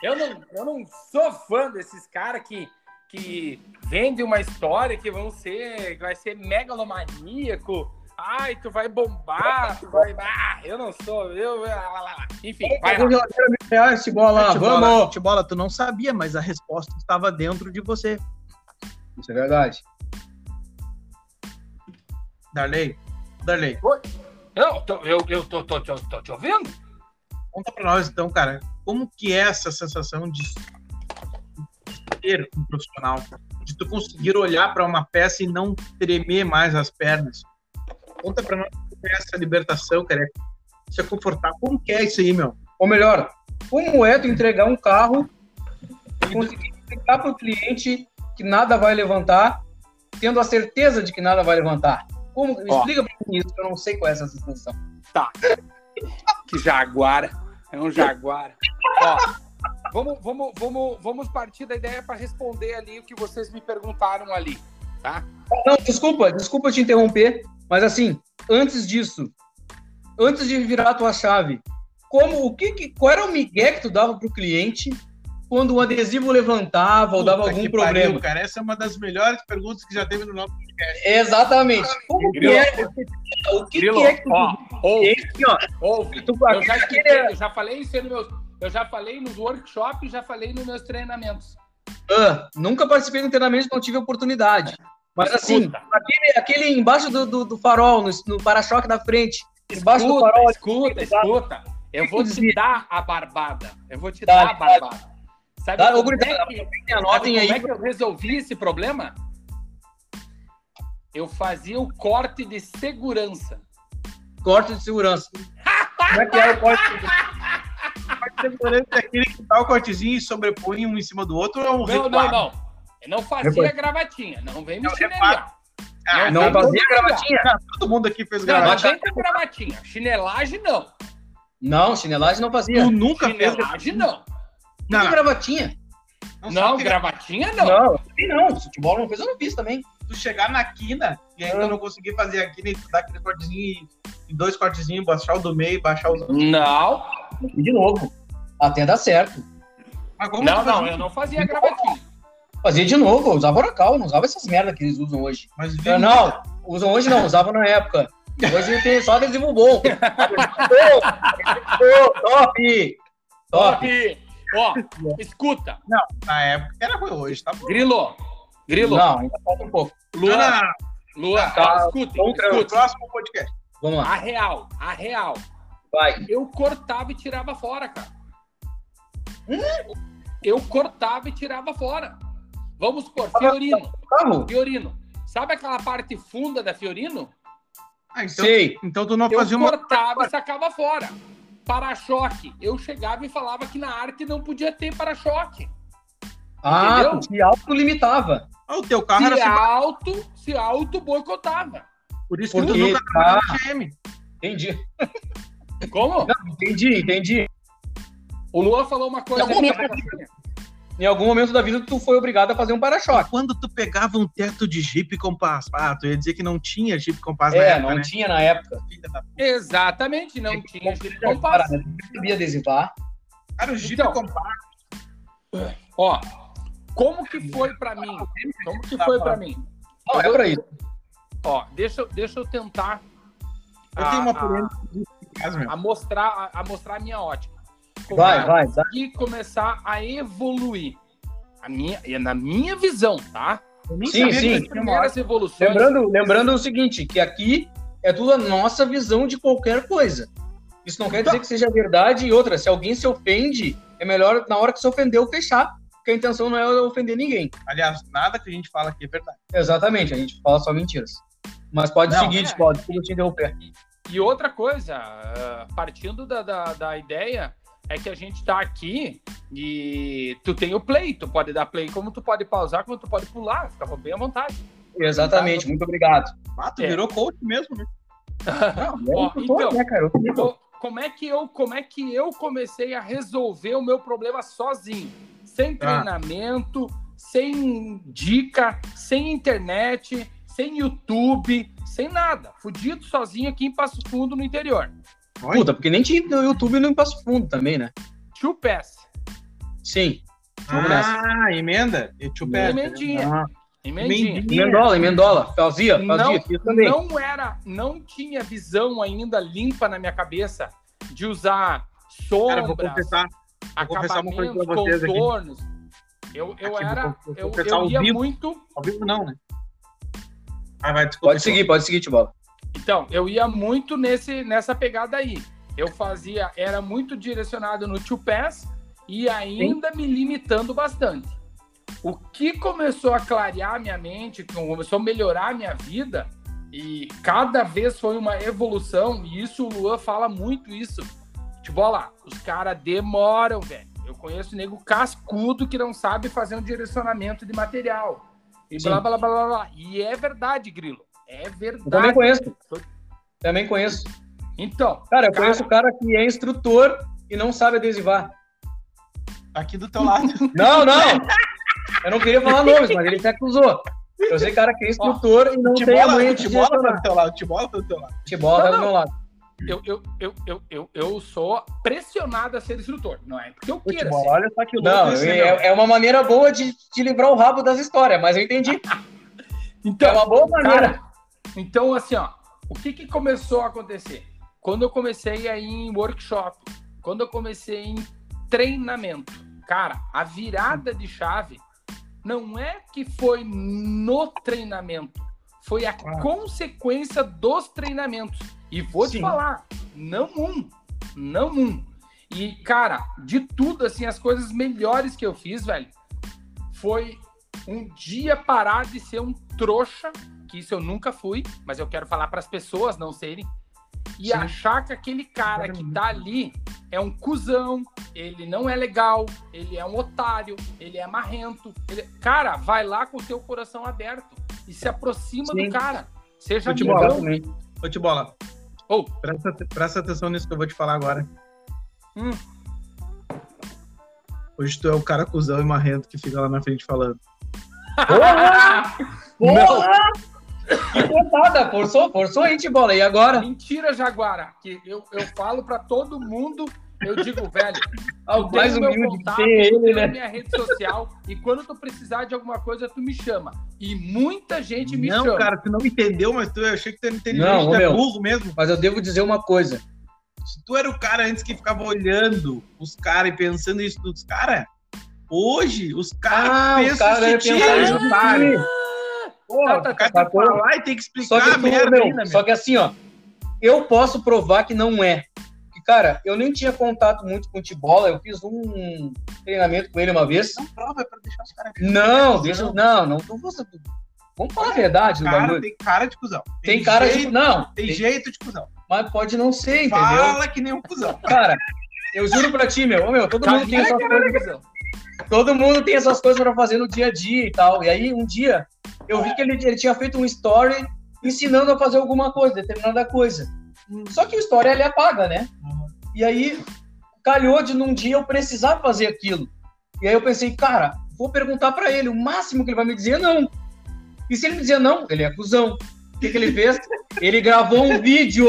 S3: eu não. Eu não sou fã desses caras que, que vendem uma história que vão ser. que vai ser megalomaníaco. Ai, tu vai bombar, tu vai. Ah, eu não sou. Eu. ah, lá, lá, lá, lá. Enfim, vai lá.
S2: reais, de bola,
S1: Tibola,
S2: vamos.
S1: Tibola, tu não sabia, mas a resposta estava dentro de você.
S2: Isso é verdade.
S1: Darley, Darley,
S3: Não, tô- eu, eu tô, tô, tô, tô te ouvindo?
S1: conta pra nós então, cara, como que é essa sensação de ser um profissional? De tu conseguir olhar pra uma peça e não tremer mais as pernas. Conta pra nós como é essa libertação, cara. Isso é confortável. Como que é isso aí, meu?
S2: Ou melhor, como é tu entregar um carro e conseguir explicar para o cliente que nada vai levantar, tendo a certeza de que nada vai levantar? Como, me
S3: Ó.
S2: explica pra mim isso, que eu não sei qual é essa sensação.
S3: Que jaguara. É um jaguara. Ó,
S9: Vamos, vamos, vamos, vamos partir da ideia para responder ali o que vocês me perguntaram ali, tá?
S2: Não, desculpa, desculpa te interromper, mas assim, antes disso, antes de virar a tua chave, como o que, que qual era o migué que tu dava pro cliente quando o adesivo levantava ou dava
S1: Puta
S2: algum
S1: que
S2: problema?
S1: pariu, cara, essa é uma das melhores perguntas que já teve no nosso podcast.
S2: Exatamente. Como que
S10: Grilo.
S2: é? O que,
S10: Grilo,
S2: que é que tu
S10: ó,
S2: Esse, ó,
S3: Ouve.
S2: tu
S3: Eu já, expliquei,
S2: aquele-
S3: eu já falei isso aí no meus, eu já falei nos workshops, já falei nos meus treinamentos.
S2: Ah, nunca participei de um treinamento, não tive oportunidade. Mas assim, aquele, aquele embaixo do, do, do farol, no, no para-choque da frente, embaixo do farol,
S3: Escuta, escuta, escuta. Eu vou te dar a barbada. Eu vou te
S2: Dá,
S3: dar a barbada. Sabe
S2: Dá, ô,
S3: como,
S2: gurizada,
S3: é que,
S2: anotem
S3: sabe
S2: aí.
S3: como é que eu resolvi esse problema? Eu fazia o corte de segurança.
S2: corte de segurança. Como é que era o corte de segurança?
S1: Segurança é aquele que dá o cortezinho e sobrepõe um em cima do outro ou é um
S3: Não, não,
S1: recuado?
S3: não. Eu não fazia
S2: Depois.
S3: gravatinha. Não vem me
S1: Não,
S3: chinelar.
S1: Ah,
S2: Não
S1: tá
S2: fazia gravatinha?
S1: Todo mundo aqui fez
S3: Não, não
S1: gravatinha.
S3: vem com gravatinha. Chinelagem, não.
S2: Não, chinelagem não fazia.
S1: Tu nunca fez né?
S3: Chinelagem, não.
S2: Não,
S1: Não, não.
S2: gravatinha.
S3: Não,
S1: só que
S3: gravatinha, não.
S2: Não, também não. Futebol não fez, eu não fiz também.
S1: tu chegar na quina e ainda não conseguir fazer a quina e tu dar aquele cortezinho e- e dois cortezinhos, baixar o do meio, baixar os outros.
S3: Não,
S2: E de novo. Até dar certo.
S1: Mas como um
S3: não,
S1: tu faz
S3: não, eu não fazia gravatinha.
S2: Fazia de novo, eu usava oracal, não usava essas merda que eles usam hoje.
S1: Mas
S2: Eu,
S1: viu,
S2: não, usam hoje não, usavam na época. Hoje tem só adesivo bom. Ô, ô, top! Top!
S3: Top. Ó, escuta,
S1: na época era ruim, hoje tá bom.
S3: Grilo, Grilo,
S2: Não, ainda falta um pouco.
S1: Não, não,
S3: Luan,
S1: não,
S3: Luan,
S2: Tá,
S3: escutem,
S2: vamos
S1: não,
S2: Putz.
S1: no
S3: escutem.
S1: próximo podcast.
S2: Vamos lá,
S3: A real, a real.
S2: vai.
S3: Eu cortava e tirava fora, cara. Eu cortava e tirava fora. Vamos por Fiorino,
S2: Carro?
S3: Fiorino. Sabe aquela parte funda da Fiorino?
S1: Ah, então,
S2: Sei.
S1: então tu não
S3: Eu
S1: fazia uma.
S3: cortava e sacava fora. Para-choque. Eu chegava e falava que na arte não podia ter para-choque.
S2: Ah,
S3: Entendeu?
S2: tu te autolimitava.
S1: Ah, o teu carro era
S3: Se
S1: assim,
S3: alto, se alto boicotava.
S1: por isso que tu
S2: Porque,
S1: nunca
S2: tá,
S1: trabalhou no GM.
S2: entendi.
S3: Como?
S2: Entendi, entendi.
S3: O Luan falou uma coisa.
S11: Não,
S3: aí,
S11: não,
S2: Em algum momento da vida tu foi obrigado a fazer um para-choque.
S1: Quando tu pegava um teto de Jeep Compass, ah, tu ia dizer que não tinha Jeep Compass na
S2: É,
S1: época,
S2: não
S1: né?
S2: tinha na época.
S1: Filha da puta.
S3: Exatamente, não tinha jeito de
S2: Cara,
S3: comparar.
S2: eu não sabia adesivar.
S1: Cara, o Jeep
S3: Então,
S1: Compass,
S3: Ó, como que foi pra mim? Como que foi pra mim?
S2: Não, é pra isso.
S3: Ó, deixa, eu- deixa eu tentar
S1: eu
S3: a-
S1: tenho uma
S3: a-
S1: polêmica em casa, meu.
S3: a mostrar a, a mostrar a minha ótica. Como
S2: Vai,
S3: eu
S2: vai, vai.
S3: consegui começar a evoluir. A minha, é na minha visão, tá?
S1: Eu nem
S2: Sim,
S1: sabia
S2: sim.
S1: que tinha
S3: As
S1: uma hora.
S3: primeiras evoluções.
S2: Lembrando, lembrando o seguinte, que aqui é tudo a nossa visão de qualquer coisa. Isso não quer dizer que seja verdade. E outra, se alguém se ofende, é melhor na hora que se ofendeu fechar, porque a intenção não é ofender ninguém.
S1: Aliás, nada que a gente fala aqui é verdade.
S2: Exatamente, a gente fala só mentiras. Mas pode
S1: Não,
S2: seguir,
S3: é.
S2: pode, desculpa te interromper.
S3: E outra coisa, ah, partindo da, da, da ideia, é que a gente tá aqui e tu tem o play, tu pode dar play como tu pode pausar, como tu pode pular, ficava bem à vontade.
S2: Tá Exatamente, muito obrigado.
S1: Ah, tu
S3: É.
S1: virou coach mesmo, né?
S2: Não,
S3: Ó,
S2: eu tô,
S3: então,
S2: né, cara? Eu tô.
S3: Co- como é que eu como é que eu comecei a resolver o meu problema sozinho sem
S2: Ah.
S1: Tá.
S3: treinamento sem dica sem internet sem YouTube sem nada fudido sozinho aqui em Passo Fundo no interior
S2: Puta, porque nem tinha no YouTube e no Passo Fundo também, né?
S3: Tio Pass
S2: Sim. Vamos nessa.
S1: Ah, emenda. E tio Pé.
S3: emendinha
S2: Ah,
S3: emendinha
S2: Mendola, Mendola, fazia, fazia,
S3: não,
S2: fiz também.
S3: não era não tinha visão ainda limpa na minha cabeça de usar
S1: Cara, eu vou
S3: sombra
S1: confessar. vou confessar uma coisa
S3: acabamentos
S1: pra vocês aqui.
S3: contornos eu, eu
S1: Aqui,
S3: era
S1: vou- vou
S3: eu,
S1: confessar
S3: eu
S1: ao
S3: ia
S1: vivo.
S3: muito
S1: Ao vivo não, né? Ah, vai, desculpa.
S2: Pode seguir, pode seguir, Tibola.
S3: Então, eu ia muito nesse, nessa pegada aí. Eu fazia, era muito direcionado no two pass e ainda me limitando bastante. O que começou a clarear minha mente, que começou a melhorar a minha vida, e cada vez foi uma evolução, e isso o Luan fala muito isso. Tipo, olha lá, os caras demoram, velho. Eu conheço nego cascudo que não sabe fazer um direcionamento de material. E
S2: Sim.
S3: blá, blá, blá, blá, blá. E é verdade, Grilo. É
S2: Eu também
S3: verdade.
S2: conheço. Também conheço.
S3: Então,
S2: Cara, eu
S3: Cara.
S2: conheço o cara que é instrutor e não sabe adesivar.
S1: Tá aqui do teu lado.
S2: Não, não! Eu não queria falar nomes, mas ele se acusou. Eu sei, cara, que é instrutor e não tem a
S1: Tibola,
S2: mãe
S1: o
S2: de
S1: Tibola
S2: gestor.
S1: tá do teu lado, o Tibola tá do teu lado.
S2: Tibola tá do
S3: Não,
S2: meu lado.
S3: Eu, eu, eu, eu, eu, eu sou pressionado a ser instrutor, não é? Porque eu queira
S1: Tibola,
S3: ser.
S1: olha só que louco
S2: Não,
S1: esse
S3: né,
S1: negócio.
S2: é, é uma maneira boa de, de livrar o rabo das histórias, mas eu entendi. É
S3: Então,
S2: uma boa maneira.
S3: Cara, então, assim, ó, o que, que começou a acontecer? Quando eu comecei aí em workshop, quando eu comecei em treinamento, cara, a virada de chave não é que foi no treinamento, foi a consequência dos treinamentos. E vou te
S1: Sim.
S3: falar, não um, não um. E, cara, de tudo, assim, as coisas melhores que eu fiz, velho, foi um dia parar de ser um trouxa, que isso eu nunca fui, mas eu quero falar para as pessoas não serem, e
S1: Sim.
S3: achar que aquele cara que tá ali é um cuzão, ele não é legal, ele é um otário, ele é marrento. ele- Cara, vai lá com o teu coração aberto e se aproxima
S1: Sim.
S3: do cara. Seja
S1: Futebol.
S3: amigão.
S1: Ô, Tibola, um-
S3: Ou,
S1: presta, presta atenção nisso que eu vou te falar agora.
S3: Hum.
S1: Hoje tu é o cara cuzão e marrento que fica lá na frente falando.
S3: Ah,
S2: Porra! Que portada, forçou, forçou aí, Tibola. E agora?
S3: mentira, Jaguara, que eu, eu falo para todo mundo, eu digo, velho,
S2: Ah,
S3: Eu
S2: o mais
S3: tenho meu
S2: humilde que
S3: contato,
S2: tem é ele,
S3: tenho
S2: né?
S3: minha rede social e quando tu precisar de alguma coisa, tu me chama. E muita gente me
S1: não,
S3: chama.
S1: cara, tu não entendeu, mas tu, eu achei que tu era inteligente,
S2: Não,
S1: tu é
S2: meu.
S1: burro mesmo.
S2: Mas eu devo dizer uma coisa.
S1: Se tu era o cara antes que ficava olhando os caras e pensando isso dos caras, hoje os caras
S2: Ah,
S1: pensam
S2: o cara ia
S1: isso de ti,
S2: pensar um
S1: eles
S2: isso.
S1: otários.
S2: Porra,
S1: O cara tem que falar e tem que
S2: Tá Só
S1: explicar
S2: que,
S1: a
S2: tu,
S1: tá, merda
S2: meu,
S1: ainda, meu.
S2: só que assim, ó, eu posso provar que não é. Porque, cara, eu nem tinha contato muito com o Tibola, eu fiz um treinamento com ele uma vez.
S1: Não prova, é pra deixar os caras...
S2: Não, deixa. Não, não, não vou- Vamos falar a verdade do
S1: Cara,
S2: bagulho.
S1: tem cara de cuzão.
S2: Tem cara de.
S1: jeito,
S2: Não,
S1: Tem
S2: tem-
S1: jeito de cuzão.
S2: mas pode não ser, entendeu?
S1: Fala que nem um cuzão.
S2: Cara, eu juro pra ti, meu, ô, meu, todo mundo tem essa todo mundo tem essas coisas pra fazer no dia a dia e tal. E aí, um dia, eu vi que ele, ele tinha feito um story ensinando a fazer alguma coisa, determinada coisa.
S1: Hum.
S2: Só que o story, ele apaga, né? E aí, calhou de num dia eu precisar fazer aquilo. E aí eu pensei, cara, vou perguntar pra ele, o máximo que ele vai me dizer é não. E se ele me dizer não, ele é cuzão. O que, que ele fez? ele gravou um vídeo.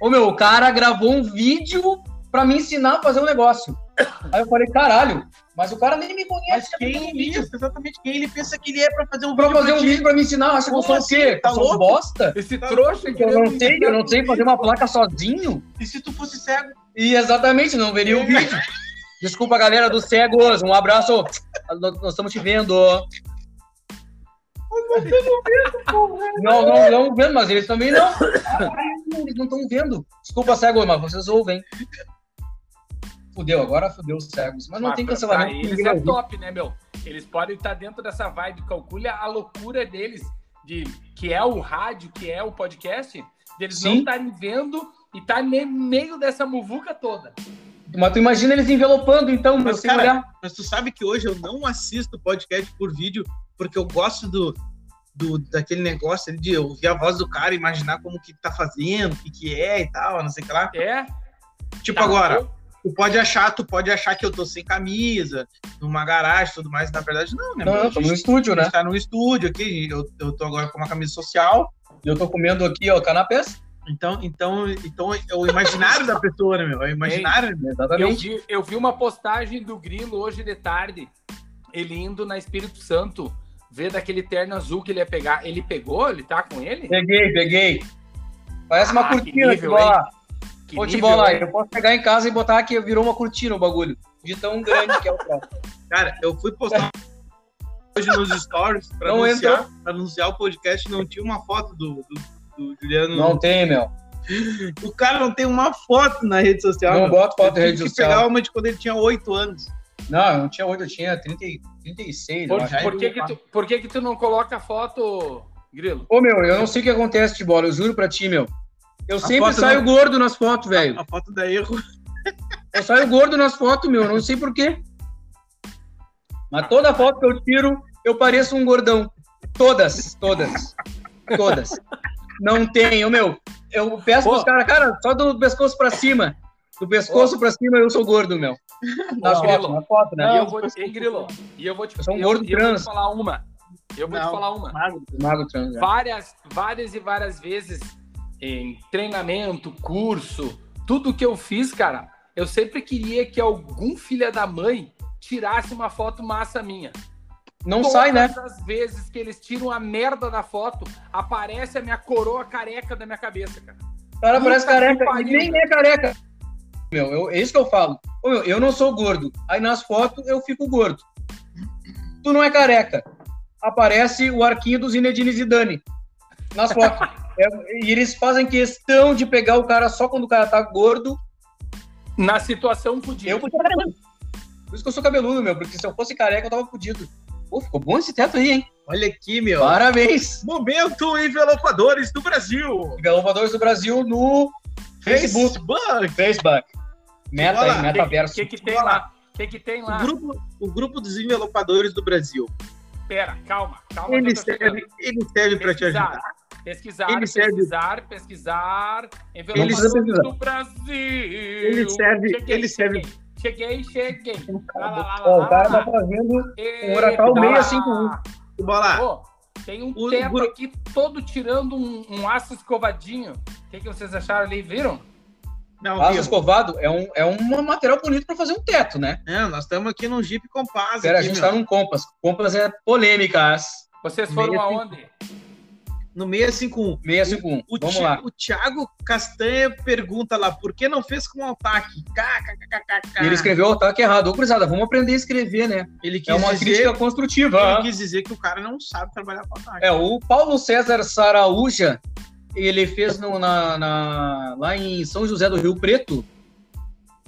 S2: Ô meu, o cara gravou um vídeo pra me ensinar a fazer um negócio. Aí eu falei, caralho, mas o cara nem me conhece.
S1: Mas
S2: já me deu um
S1: quem
S2: vídeo.
S1: isso, exatamente quem ele pensa que ele é pra fazer um
S2: Pra
S1: vídeo
S2: fazer um
S1: ti?
S2: vídeo pra me ensinar, acha que eu
S1: Como
S2: sou o quê?
S1: assim? Tá
S2: eu sou um
S1: louco?
S2: bosta?
S3: Esse trouxa que
S2: Eu não sei, eu não sei fazer uma placa sozinho?
S1: E se tu fosse cego? um
S2: E exatamente, não veria o vídeo. Desculpa, galera do Cegos, um abraço. Nós nós estamos te vendo. Não, não, não vendo, mas eles também não. Eles não estão vendo. Desculpa, cegos, mas vocês ouvem. Fudeu, agora fudeu os cegos. Mas não tem cancelamento.
S3: Eles
S2: ninguém vai
S3: é
S2: ouvir.
S3: top, né, meu? Eles podem estar dentro dessa vibe. Calcula a loucura deles, de que é o rádio, que é o podcast, deles
S2: Sim.
S3: não estarem vendo e tá no meio dessa muvuca toda.
S2: Mas tu imagina eles envelopando, então, meu,
S1: Mas,
S2: sem
S1: cara,
S2: olhar.
S1: Mas tu sabe que hoje eu não assisto podcast por vídeo porque eu gosto do, do daquele negócio ali de ouvir a voz do cara, imaginar como que tá fazendo, o que que é e tal, não sei o que lá.
S3: É?
S1: Tipo
S3: Tá,
S1: agora,
S3: eu-
S1: tu pode achar, tu pode achar que eu tô sem camisa, numa garagem, tudo mais, na verdade não, né?
S2: Não,
S1: meu?
S2: eu
S1: A
S2: tô
S1: gente-
S2: no estúdio,
S1: a gente
S2: né?
S1: tá num estúdio aqui, eu, eu tô agora com uma camisa social,
S2: Eu tô comendo aqui, ó, canapés.
S1: Então, então, então é o imaginário da pessoa, né, meu? É o imaginário.
S3: Eu
S2: Exatamente.
S3: vi, eu vi uma postagem do Grilo hoje de tarde, ele indo na Espírito Santo, ver daquele terno azul que ele ia pegar. Ele pegou? Ele tá com ele?
S2: Peguei, peguei. Parece uma
S3: Ah, que
S2: cortina,
S3: nível,
S2: nível, bola.
S3: Que
S2: Ô,
S3: nível,
S2: Tibola,
S3: hein?
S2: eu posso pegar em casa e botar aqui, virou uma cortina o bagulho. De tão grande que é o troço.
S1: Cara, eu fui postar hoje nos stories pra,
S2: É. Não
S1: anunciar, pra anunciar o podcast, não tinha uma foto do, do- do Juliano.
S2: Não tem, meu.
S1: O cara não tem uma foto na rede social.
S2: Não
S1: meu.
S2: boto
S1: Eu
S2: foto em
S1: tive
S2: rede
S1: que
S2: social.
S1: pegar uma de quando ele tinha 8 anos. um.
S2: Não, eu não tinha 8, eu tinha 30, e- 36, eu
S3: Por,
S2: acho.
S1: já é
S3: por que
S1: do-
S3: que tu, por que que tu não coloca a foto, Grilo?
S2: Ô, meu, eu não sei o que acontece, Tibola, eu juro pra ti, meu. Eu sempre
S1: foto
S2: saio gordo nas fotos, velho.
S1: A foto da erro.
S2: É Eu saio gordo nas fotos, meu, não sei por quê. Mas toda foto que eu tiro, eu pareço um gordão. Todas, todas, todas. Não tenho, meu. Eu peço
S3: Pô.
S2: pros caras, cara, só do pescoço pra cima. Do pescoço pra cima eu sou gordo, meu. Na foto, na foto, né?
S3: Não,
S2: eu
S3: eu vou te... Hein, Grilo? E eu vou te,
S2: Eu sou um
S3: e eu-
S2: gordo
S3: e eu vou
S2: trans.
S3: te falar uma. Eu vou
S2: Não.
S3: te falar uma.
S2: magro, magro trans. né?
S3: Várias, várias e várias vezes em treinamento, curso, tudo que eu fiz, cara, eu sempre queria que algum filha da mãe tirasse uma foto massa minha.
S2: Não
S3: Todas
S2: sai, né?
S3: as vezes que eles tiram a merda da foto, aparece a minha coroa careca da minha cabeça, cara.
S2: O cara
S3: Puta
S2: parece
S3: que
S2: careca e
S3: pariu,
S2: nem é careca. Meu, eu- é isso que eu falo. Ô, meu, eu não sou gordo. Aí nas fotos eu fico gordo. Tu não é careca. Aparece o arquinho do Zinedine Zidane nas fotos. É, e eles fazem questão de pegar o cara só quando o cara tá gordo.
S3: Na situação podia.
S2: Eu podia ficar cabeludo. Por isso que eu sou cabeludo, meu. Porque se eu fosse careca, eu tava fudido. Pô, ficou bom esse teto aí, hein?
S1: Olha aqui, meu.
S2: Parabéns.
S1: Momento Envelopadores do Brasil.
S2: Envelopadores do Brasil no Facebook.
S1: Facebook.
S2: Facebook. Meta
S1: Olha lá,
S2: aí, metaverso.
S3: O que, que tem
S1: Olha lá.
S3: lá? O que, que tem
S1: O
S3: lá?
S1: grupo, o grupo dos Envelopadores do Brasil.
S3: Pera, calma, calma.
S1: Ele
S3: que eu tô chegando.
S1: serve, ele serve para te
S3: Pesquisar,
S1: ajudar.
S3: Pesquisar,
S1: Ele serve-
S3: pesquisar, pesquisar.
S1: Ele
S3: Envelopadores
S2: serve-
S3: do Brasil.
S1: Ele serve- ele serve-
S3: Cheguei, cheguei. cheguei. Lá, lá, lá, lá,
S2: Ó,
S3: lá,
S2: o cara
S3: lá.
S2: tá fazendo.
S1: um
S3: Eita.
S2: Oracle
S1: assim
S2: 651.
S1: Bola.
S3: Pô, tem um
S1: O
S3: teto
S1: gru-
S3: aqui todo tirando um, um aço escovadinho. O que, que vocês acharam ali? Viram?
S1: Não,
S2: Aço
S1: viu?
S2: escovado é um, é um material bonito pra fazer um teto, né?
S1: Não, É, nós estamos aqui num Jeep Compass.
S2: Pera, a
S1: aqui,
S2: gente
S1: meu.
S2: tá num Compass. Compass é polêmicas.
S3: Vocês foram
S1: Meio assim.
S3: aonde?
S1: No 651.
S2: 651.
S1: O,
S2: tá- Vamos
S1: Thi-
S2: lá.
S1: o Thiago Castanha pergunta lá, por que não fez com o ataque?
S2: E Ele escreveu o ataque errado. Ô, cruzada, vamos aprender a escrever, né?
S1: Ele Ah. quis
S2: É uma
S1: dizer...
S2: crítica construtiva.
S1: Ele quis dizer que o cara não sabe trabalhar com ataque.
S2: É, o Paulo César Saraúja, ele fez no- na, na- lá em São José do Rio Preto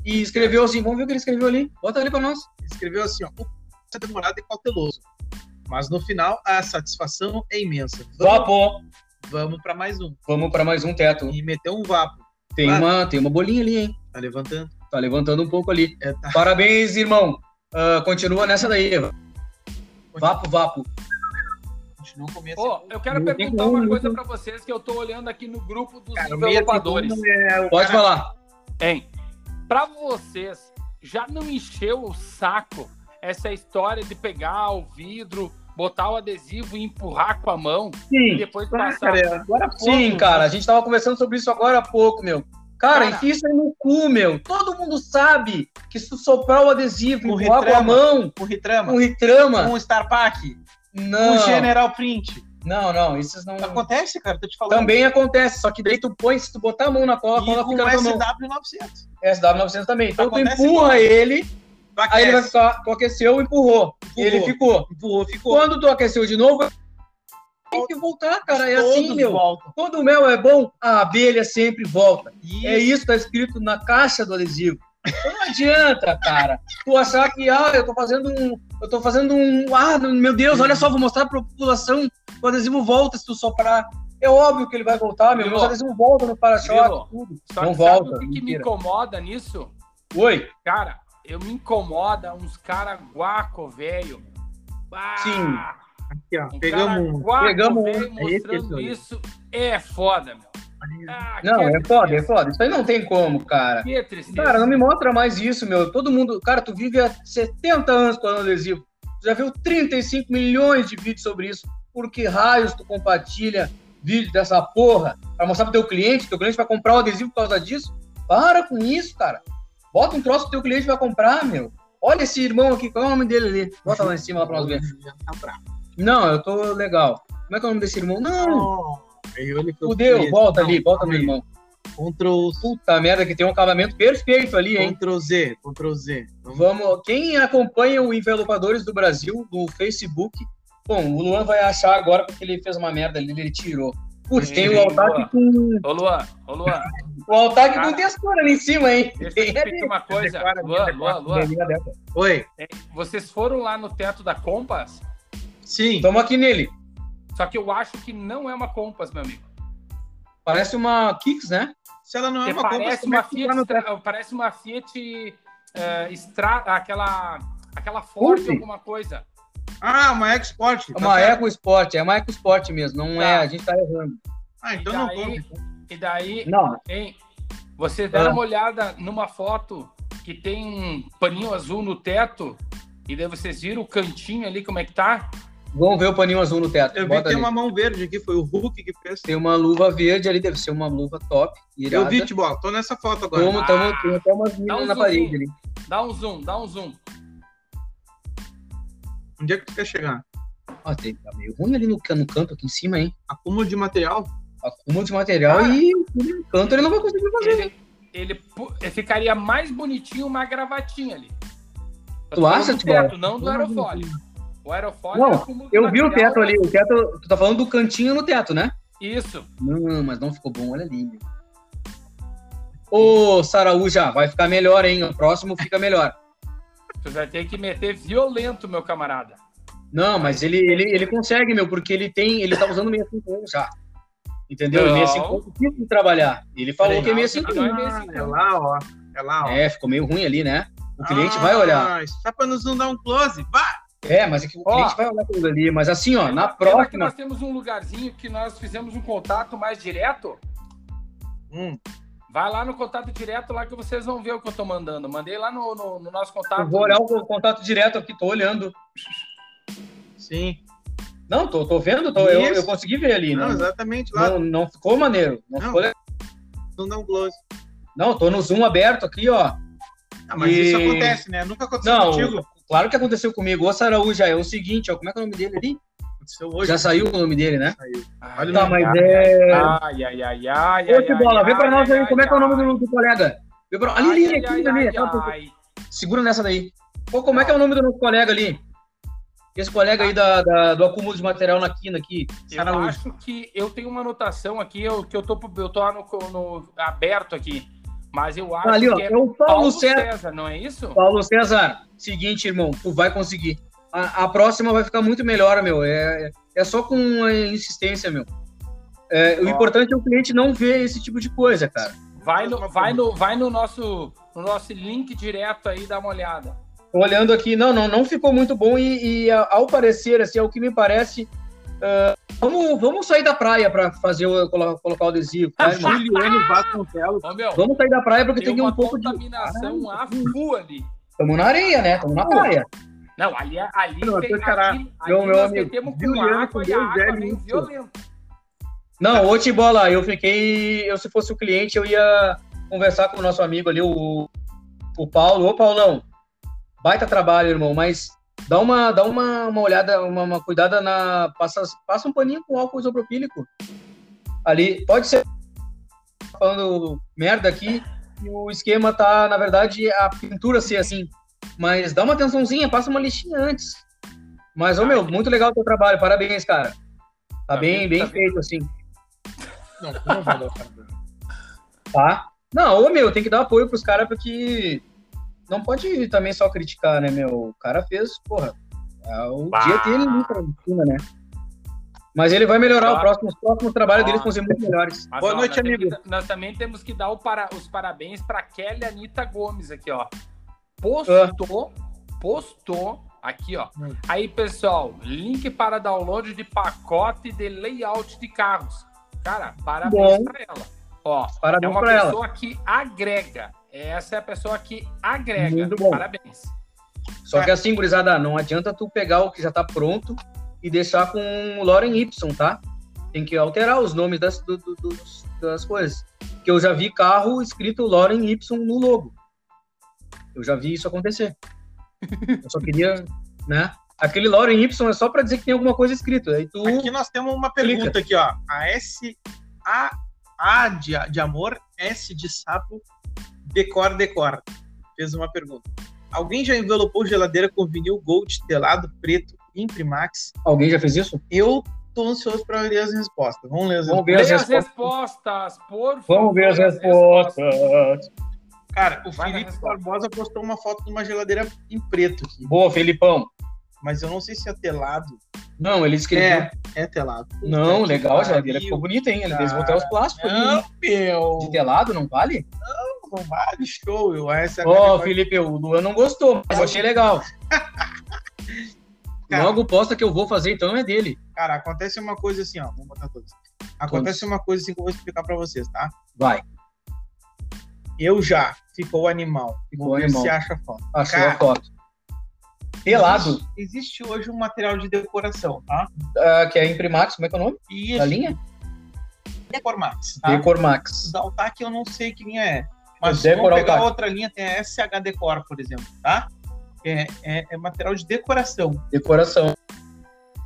S2: e escreveu assim, vamos ver o que ele escreveu ali. Bota ali pra nós.
S1: Ele escreveu assim, ó, "O é demorado e cauteloso. Mas no final, a satisfação é imensa. Vamos,
S2: Vapo.
S1: vamos para mais um.
S2: Vamos pra mais um teto.
S1: E meteu um vapo.
S2: Tem
S1: Claro.
S2: uma, tem uma bolinha ali, hein?
S1: Tá levantando.
S2: Tá levantando um pouco ali.
S1: É, tá.
S2: Parabéns, irmão. Ah, continua nessa daí. Vapo, vapo.
S1: Continua comendo.
S3: Ô, eu quero
S2: Não
S1: assim
S2: tem
S3: perguntar
S2: como,
S1: um,
S3: uma
S2: não
S3: coisa
S1: né?
S3: pra vocês que eu tô olhando aqui no grupo dos
S1: Cara, o meio assim um,
S3: envelopadores.
S1: segundo é o
S2: Pode
S1: cara-
S2: falar.
S3: Hein? Pra vocês, já não encheu o saco essa história de pegar o vidro, botar o adesivo e empurrar com a mão e
S2: Sim.
S3: depois
S1: Ah,
S3: passar?
S1: cara, agora
S2: Sim, cara. A gente tava conversando sobre isso agora há pouco, meu. Cara,
S3: Cara.
S2: enfia isso aí no cu, meu. Todo mundo sabe que se tu soprar o adesivo,
S1: Com
S2: empurrar com a
S1: retrama.
S2: mão,
S1: Com Ritrama,
S2: com ritrama,
S1: com Star Pack,
S2: não.
S1: com Tá General Print.
S2: Não, não. Esses não...
S1: Acontece, cara, tô te falando.
S2: Também acontece, só que daí tu põe, se tu botar a mão na cola, a
S1: E
S2: cola
S1: com
S2: fica na tua mão.
S1: SW900.
S2: SW900 também. Então tu
S1: Acontece
S2: empurra
S1: Tu
S2: ele, aí ele vai
S1: aquece,
S2: ficar, tu aqueceu, empurrou. E ele ficou.
S1: empurrou, ficou.
S2: Quando tu aqueceu de novo, tem que voltar, cara. É assim,
S1: Todos
S2: meu.
S1: voltam.
S2: Quando o mel é bom, a abelha sempre volta.
S1: E
S2: É isso que tá escrito na caixa do adesivo. Então não adianta, cara. Tu achar que, ah, eu tô fazendo um. Eu tô fazendo um. Ah, meu Deus, olha só, vou mostrar pra população. O adesivo volta se tu soprar. É óbvio que ele vai voltar, meu.
S3: Grilo.
S2: Meus adesivos voltam no para-choque,
S3: Grilo.
S2: tudo.
S3: Só que
S2: Não
S3: sabe
S2: volta.
S3: o que, que me
S2: mentira.
S3: incomoda nisso?
S2: Oi?
S3: Cara, eu me incomoda uns caras guaco, velho. Bah,
S2: Sim.
S1: aqui, ó,
S3: Um
S1: pegamos
S3: cara
S1: um.
S3: guaco,
S2: pegamos um.
S3: velho,
S1: É esse
S3: mostrando
S1: que eu
S3: isso é foda, meu. Ah,
S2: Não,
S3: que
S2: é foda, é foda. Isso aí não tem como, cara.
S3: Que tristeza.
S2: Cara, não me mostra mais isso, meu. Todo mundo. Cara, tu vive há 70 anos com adesivo. Tu já viu 35 milhões de vídeos sobre isso. Por que raios tu compartilha vídeo dessa porra pra mostrar pro teu cliente? Teu cliente vai comprar o adesivo por causa disso? Para com isso, cara. Bota um troço que teu cliente vai comprar, meu. Olha esse irmão aqui, qual é o nome dele ali? Bota lá em cima lá pra nós ver. Não, eu tô legal. Como é que é o nome desse irmão? Não, fudeu. Volta ali, volta meu irmão.
S1: Ctrl,
S2: Puta merda, que tem um acabamento perfeito ali, hein?
S1: Ctrl Z, Ctrl Z. Vamos-
S2: Vamos, quem acompanha o Envelopadores do Brasil no Facebook, bom, o Luan vai achar agora porque ele fez uma merda ali, ele tirou. Putz, tem o
S3: Ih,
S2: Altac
S3: Luan.
S2: com
S3: Ô, Luan, ô, Luan,
S2: o Altac
S3: Cara.
S2: com textura ali em cima, hein?
S3: deixa eu te pedir uma coisa. Luan, Luan, Luan,
S1: Oi,
S3: vocês foram lá no teto da Compass?
S1: sim.
S2: Toma aqui nele.
S3: Só que eu acho que não é uma Compass, meu amigo.
S2: Parece uma Kicks, né?
S1: Se ela não é
S3: Porque
S1: uma compra,
S3: parece,
S1: como é
S3: uma
S1: que tu vai
S3: Fiat,
S1: no
S3: Stra- parece uma Fiat eh, Stra- aquela, aquela Ford
S2: Urbe?
S3: alguma coisa.
S1: Ah, uma export.
S2: É uma Eco Sport, é uma Eco Sport mesmo, não é,
S3: Tá.
S2: a gente tá errando.
S1: Ah, então
S3: e
S1: não
S3: daí,
S1: compra.
S3: e daí
S2: Não,
S3: hein, vocês deram
S2: Ah.
S3: uma olhada numa foto que tem um paninho azul no teto, e daí vocês viram o cantinho ali, como é que tá?
S2: Vamos ver o paninho azul no teto.
S1: Eu vi que
S2: Bota
S1: tem
S2: ali.
S1: uma mão verde aqui, foi o Hulk que fez.
S2: Tem uma luva verde ali, deve ser uma luva top. Irada.
S1: Eu vi, Tibola, tô nessa foto agora.
S2: Como tamo, tem até umas
S3: Dá um
S2: minas na
S3: zoomzinho.
S2: parede ali.
S3: Dá um zoom, dá um zoom.
S1: Onde é que tu quer chegar?
S2: Ó, tem, tá meio ruim ali no, can- no canto aqui em cima, hein?
S1: Acúmulo de material?
S2: Acúmulo de material
S3: Ah.
S2: e no canto ele não vai conseguir fazer.
S3: Ele, ele pu- ele ficaria mais bonitinho uma gravatinha ali.
S2: Tu
S3: Tô
S2: acha,
S3: falando do
S2: Tibola?
S3: teto, Não do aerofólio. O aerofólio
S2: Não,
S3: é acúmulo de
S2: Eu vi o
S3: material, né?
S2: teto ali, o teto. Tu tá falando do cantinho no teto, né?
S3: Isso.
S2: Não, mas não ficou bom, olha ali. meu. Ô, Saraúja, vai ficar melhor, hein? O próximo fica melhor.
S3: Tu vai ter que meter violento, meu camarada.
S2: Não, mas ele, ele, ele consegue, meu, porque ele tem. Ele tá usando 651 já. Entendeu?
S3: Não.
S2: 651 difícil de trabalhar. Ele falou que é
S3: Não,
S2: 651.
S3: é meio
S1: Ah,
S3: assim,
S1: é
S3: não.
S1: lá, ó. É lá, ó.
S2: É, ficou meio ruim ali, né? O cliente vai olhar.
S1: Ah, isso Só pra nos não dar um close. Vai!
S2: É, mas é que o
S3: Ó.
S2: cliente vai olhar tudo ali. Mas assim, ó, na
S3: Lembra- lembra que
S2: próxima.
S3: nós temos um lugarzinho que nós fizemos um contato mais direto.
S1: Hum.
S3: Vai lá no contato direto lá que vocês vão ver o que eu tô mandando. Mandei lá no, no- no nosso contato. né?
S2: Eu vou olhar o contato direto aqui, tô olhando.
S1: Sim.
S2: Não, tô, tô vendo, tô, eu,
S1: Isso.
S2: eu consegui ver ali.
S1: Não,
S2: Não,
S1: exatamente lá.
S2: não, não ficou maneiro. Não,
S1: Não.
S2: ficou le-
S1: Não dá um close.
S2: não, tô no Zoom aberto aqui, ó.
S1: Ah, mas
S2: E-
S1: isso acontece, né? Nunca aconteceu
S2: Não.
S1: contigo.
S2: Claro que aconteceu comigo. Ô, Saraúja, é o seguinte, ó, como é que é o nome dele ali?
S1: Aconteceu hoje.
S2: Já saiu o nome dele, né?
S1: Saiu.
S3: Ah,
S1: Olha o
S2: Tá,
S1: nome.
S2: mas é...
S3: Ai, ai, ai, ai,
S2: Ô,
S3: ai,
S2: Tibola,
S3: ai,
S2: vem pra nós
S3: ai,
S2: aí, como é que é o nome
S3: ai,
S2: do, do colega? Vem pra-
S3: ai,
S2: Ali, ali,
S3: ai,
S2: aqui,
S3: ai,
S2: ali, é
S3: ai,
S2: aquela pessoa.
S3: ai.
S2: Segura nessa daí. Pô, como é que é o nome do nosso colega ali? Esse colega aí da, da- do acúmulo de material na quina aqui.
S3: Ah. Eu acho que eu tenho uma anotação aqui, eu, que eu tô, eu tô no, no- aberto aqui. Mas eu acho
S2: Ah, ali, ó,
S3: que é
S2: é o Paulo
S3: Paulo
S2: César.
S3: César, não é isso?
S2: Paulo César, seguinte, irmão, tu vai conseguir. A, a próxima vai ficar muito melhor, meu. É, é só com a insistência, meu. É, o
S3: Ó.
S2: importante é o cliente não ver esse tipo de coisa, cara.
S3: Vai no, vai no, vai no nosso, no nosso link direto aí, dá uma olhada.
S2: Tô olhando aqui, não, não, não ficou muito bom e, e a- ao parecer, assim, ao que me parece, ah, vamos, vamos sair da praia para fazer o, colo- colocar o adesivo. tá, irmão?
S1: Juliano É, Vasconcelos.
S3: Ô, meu,
S2: vamos sair da praia porque tem,
S3: tem uma
S2: um pouco de.
S3: contaminação a full ali.
S2: Estamos na areia, né? Estamos na praia.
S3: Não, ali, é, ali,
S1: Não,
S3: tem-
S1: eu tô caralho.
S3: ali, ali
S2: Meu- meu
S3: nós
S2: amigo,
S3: metemos com
S1: Juliano
S3: água
S1: com
S3: e a
S1: dois
S3: água
S1: L
S3: vem
S1: no cu.
S3: violenta.
S2: Não, ô Tibola, eu fiquei. Eu, se fosse o cliente, eu ia conversar com o nosso amigo ali, o, o Paulo. Ô, Paulão, baita trabalho, irmão, mas dá uma, dá uma, uma olhada, uma, uma cuidada na. Passa, passa um paninho com álcool isopropílico. Ali, pode ser. Falando merda aqui, e o esquema tá, na verdade, a pintura ser assim. Mas dá uma atençãozinha, passa uma lixinha antes. Mas, ô meu, muito legal o teu trabalho, parabéns, cara. Tá,
S3: Tá
S2: bem,
S3: bem,
S2: bem
S3: tá bem.
S2: feito, assim.
S6: Não, não vai dar pra ver.
S2: Tá? Não, ô meu, tem que dar apoio pros caras porque não pode também só criticar, né, meu? O cara fez, porra, é o dia dele ali pra cima, né? Mas ele vai melhorar,
S3: Tá.
S2: o próximo, os próximos trabalhos
S3: Tá.
S2: deles vão ser muito melhores.
S3: Mas,
S1: Boa
S3: ó,
S1: noite,
S3: nós temos
S1: amigo.
S3: que- nós também temos que dar o para- os parabéns para Kelly Anitta Gomes aqui, ó. Postou, postou aqui, ó. Aí, pessoal, link para download de pacote de layout de carros. Cara, parabéns
S2: Bom.
S3: para ela. Ó, é
S2: Parabéns
S3: uma
S2: tá pra ela.
S3: pessoa que agrega. Essa é a pessoa que agrega.
S2: Muito bom.
S3: Parabéns.
S2: Só que assim, gurizada, não adianta tu pegar o que já tá pronto e deixar com o Lauren Y, tá? Tem que alterar os nomes das, do- do- dos- das coisas. Que eu já vi carro escrito Lauren Y no logo. Eu já vi isso acontecer. Eu só queria, né? Aquele Lauren Y é só pra dizer que tem alguma coisa escrita. Aí tu.
S1: Aqui nós temos uma pergunta aqui, ó. A S A A de, de amor, S de sapo, decor decor. Fez uma pergunta. Alguém já envelopou geladeira com vinil gold telado preto Imprimax?
S2: Alguém já fez isso?
S1: Eu tô ansioso para ler as respostas. Vamos ler as
S2: Vamos
S1: respostas.
S2: ver as
S3: Leia as
S2: respostas.
S3: respostas, por favor.
S2: Vamos ver as respostas.
S1: Cara, o
S3: Vai na
S1: Felipe
S3: resposta.
S1: Barbosa postou uma foto de uma geladeira em preto aqui,
S2: Boa, Felipão.
S1: mas eu não sei se é telado.
S2: Não, ele escreveu.
S1: É, é telado.
S2: Não,
S1: Puta que
S2: legal, já. Ele
S1: pariu.
S2: ficou bonito, hein? Ele
S1: cara.
S2: fez voltar os plásticos.
S1: Não,
S2: hein?
S1: meu.
S2: De telado, não vale?
S1: Não vale, show. Eu, essa é a
S2: Ó,
S1: categoria-
S2: Felipe, o Luan não gostou, mas eu achei legal.
S1: Cara.
S2: Logo posta que eu vou fazer, então é dele.
S1: Cara, acontece uma coisa assim, ó. Vamos botar todos. Acontece uma coisa assim que eu vou explicar pra vocês, tá?
S2: Vai.
S1: Eu já. Ficou animal.
S2: Ficou
S1: Vamos ver
S2: animal.
S1: se acha foto.
S2: Achou
S1: Cara.
S2: a foto. Pelado,
S1: Existe, existe hoje um material de decoração, tá?
S2: ah, que é Imprimax, como é que é o nome?
S1: E
S2: Da linha?
S1: Decormax, tá?
S2: Decormax.
S1: da Altac eu não sei que linha é. Mas se
S2: Decor
S1: vamos pegar
S2: Altac.
S1: outra linha, tem a SH Decor, por exemplo, tá? É, é, é material de decoração.
S2: Decoração.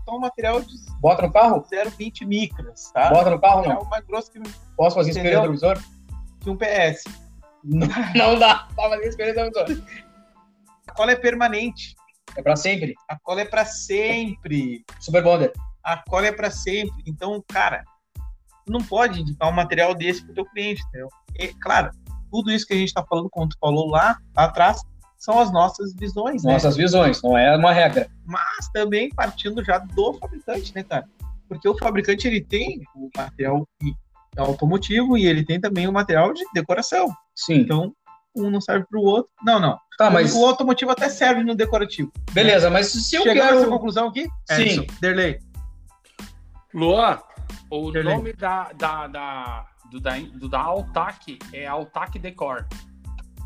S1: Então, um material de
S2: Bota no carro?
S1: 0,20 micras, tá?
S2: Bota no carro,
S1: É
S2: não.
S1: o mais grosso que, um-
S2: Posso fazer espelho
S1: Entendeu?
S2: retrovisor?
S1: que um PS.
S2: Não dá pra fazer espelho retrovisor.
S1: A cola é permanente.
S2: É pra sempre.
S1: A cola é pra sempre.
S2: Super Bonder.
S1: A cola é pra sempre. Então, cara, tu não pode indicar um material desse pro teu cliente, entendeu? E, claro, tudo isso que a gente tá falando, como tu falou lá, lá atrás, são as nossas visões, né?
S2: Nossas visões, não é uma regra.
S1: mas também partindo já do fabricante, né, cara? Porque o fabricante ele tem o material que é automotivo e ele tem também o material de decoração.
S2: Sim.
S1: Então, um não serve pro outro. Não, não.
S2: Tá, mas
S1: O automotivo até serve no decorativo.
S2: beleza, mas se eu
S1: Chegamos a essa
S2: quero.
S1: conclusão aqui?
S2: Sim.
S1: Edson, Derlei.
S3: Luan, o
S1: Beleza.
S3: nome da, da, da, do, da, do da Altac é Altac Decor.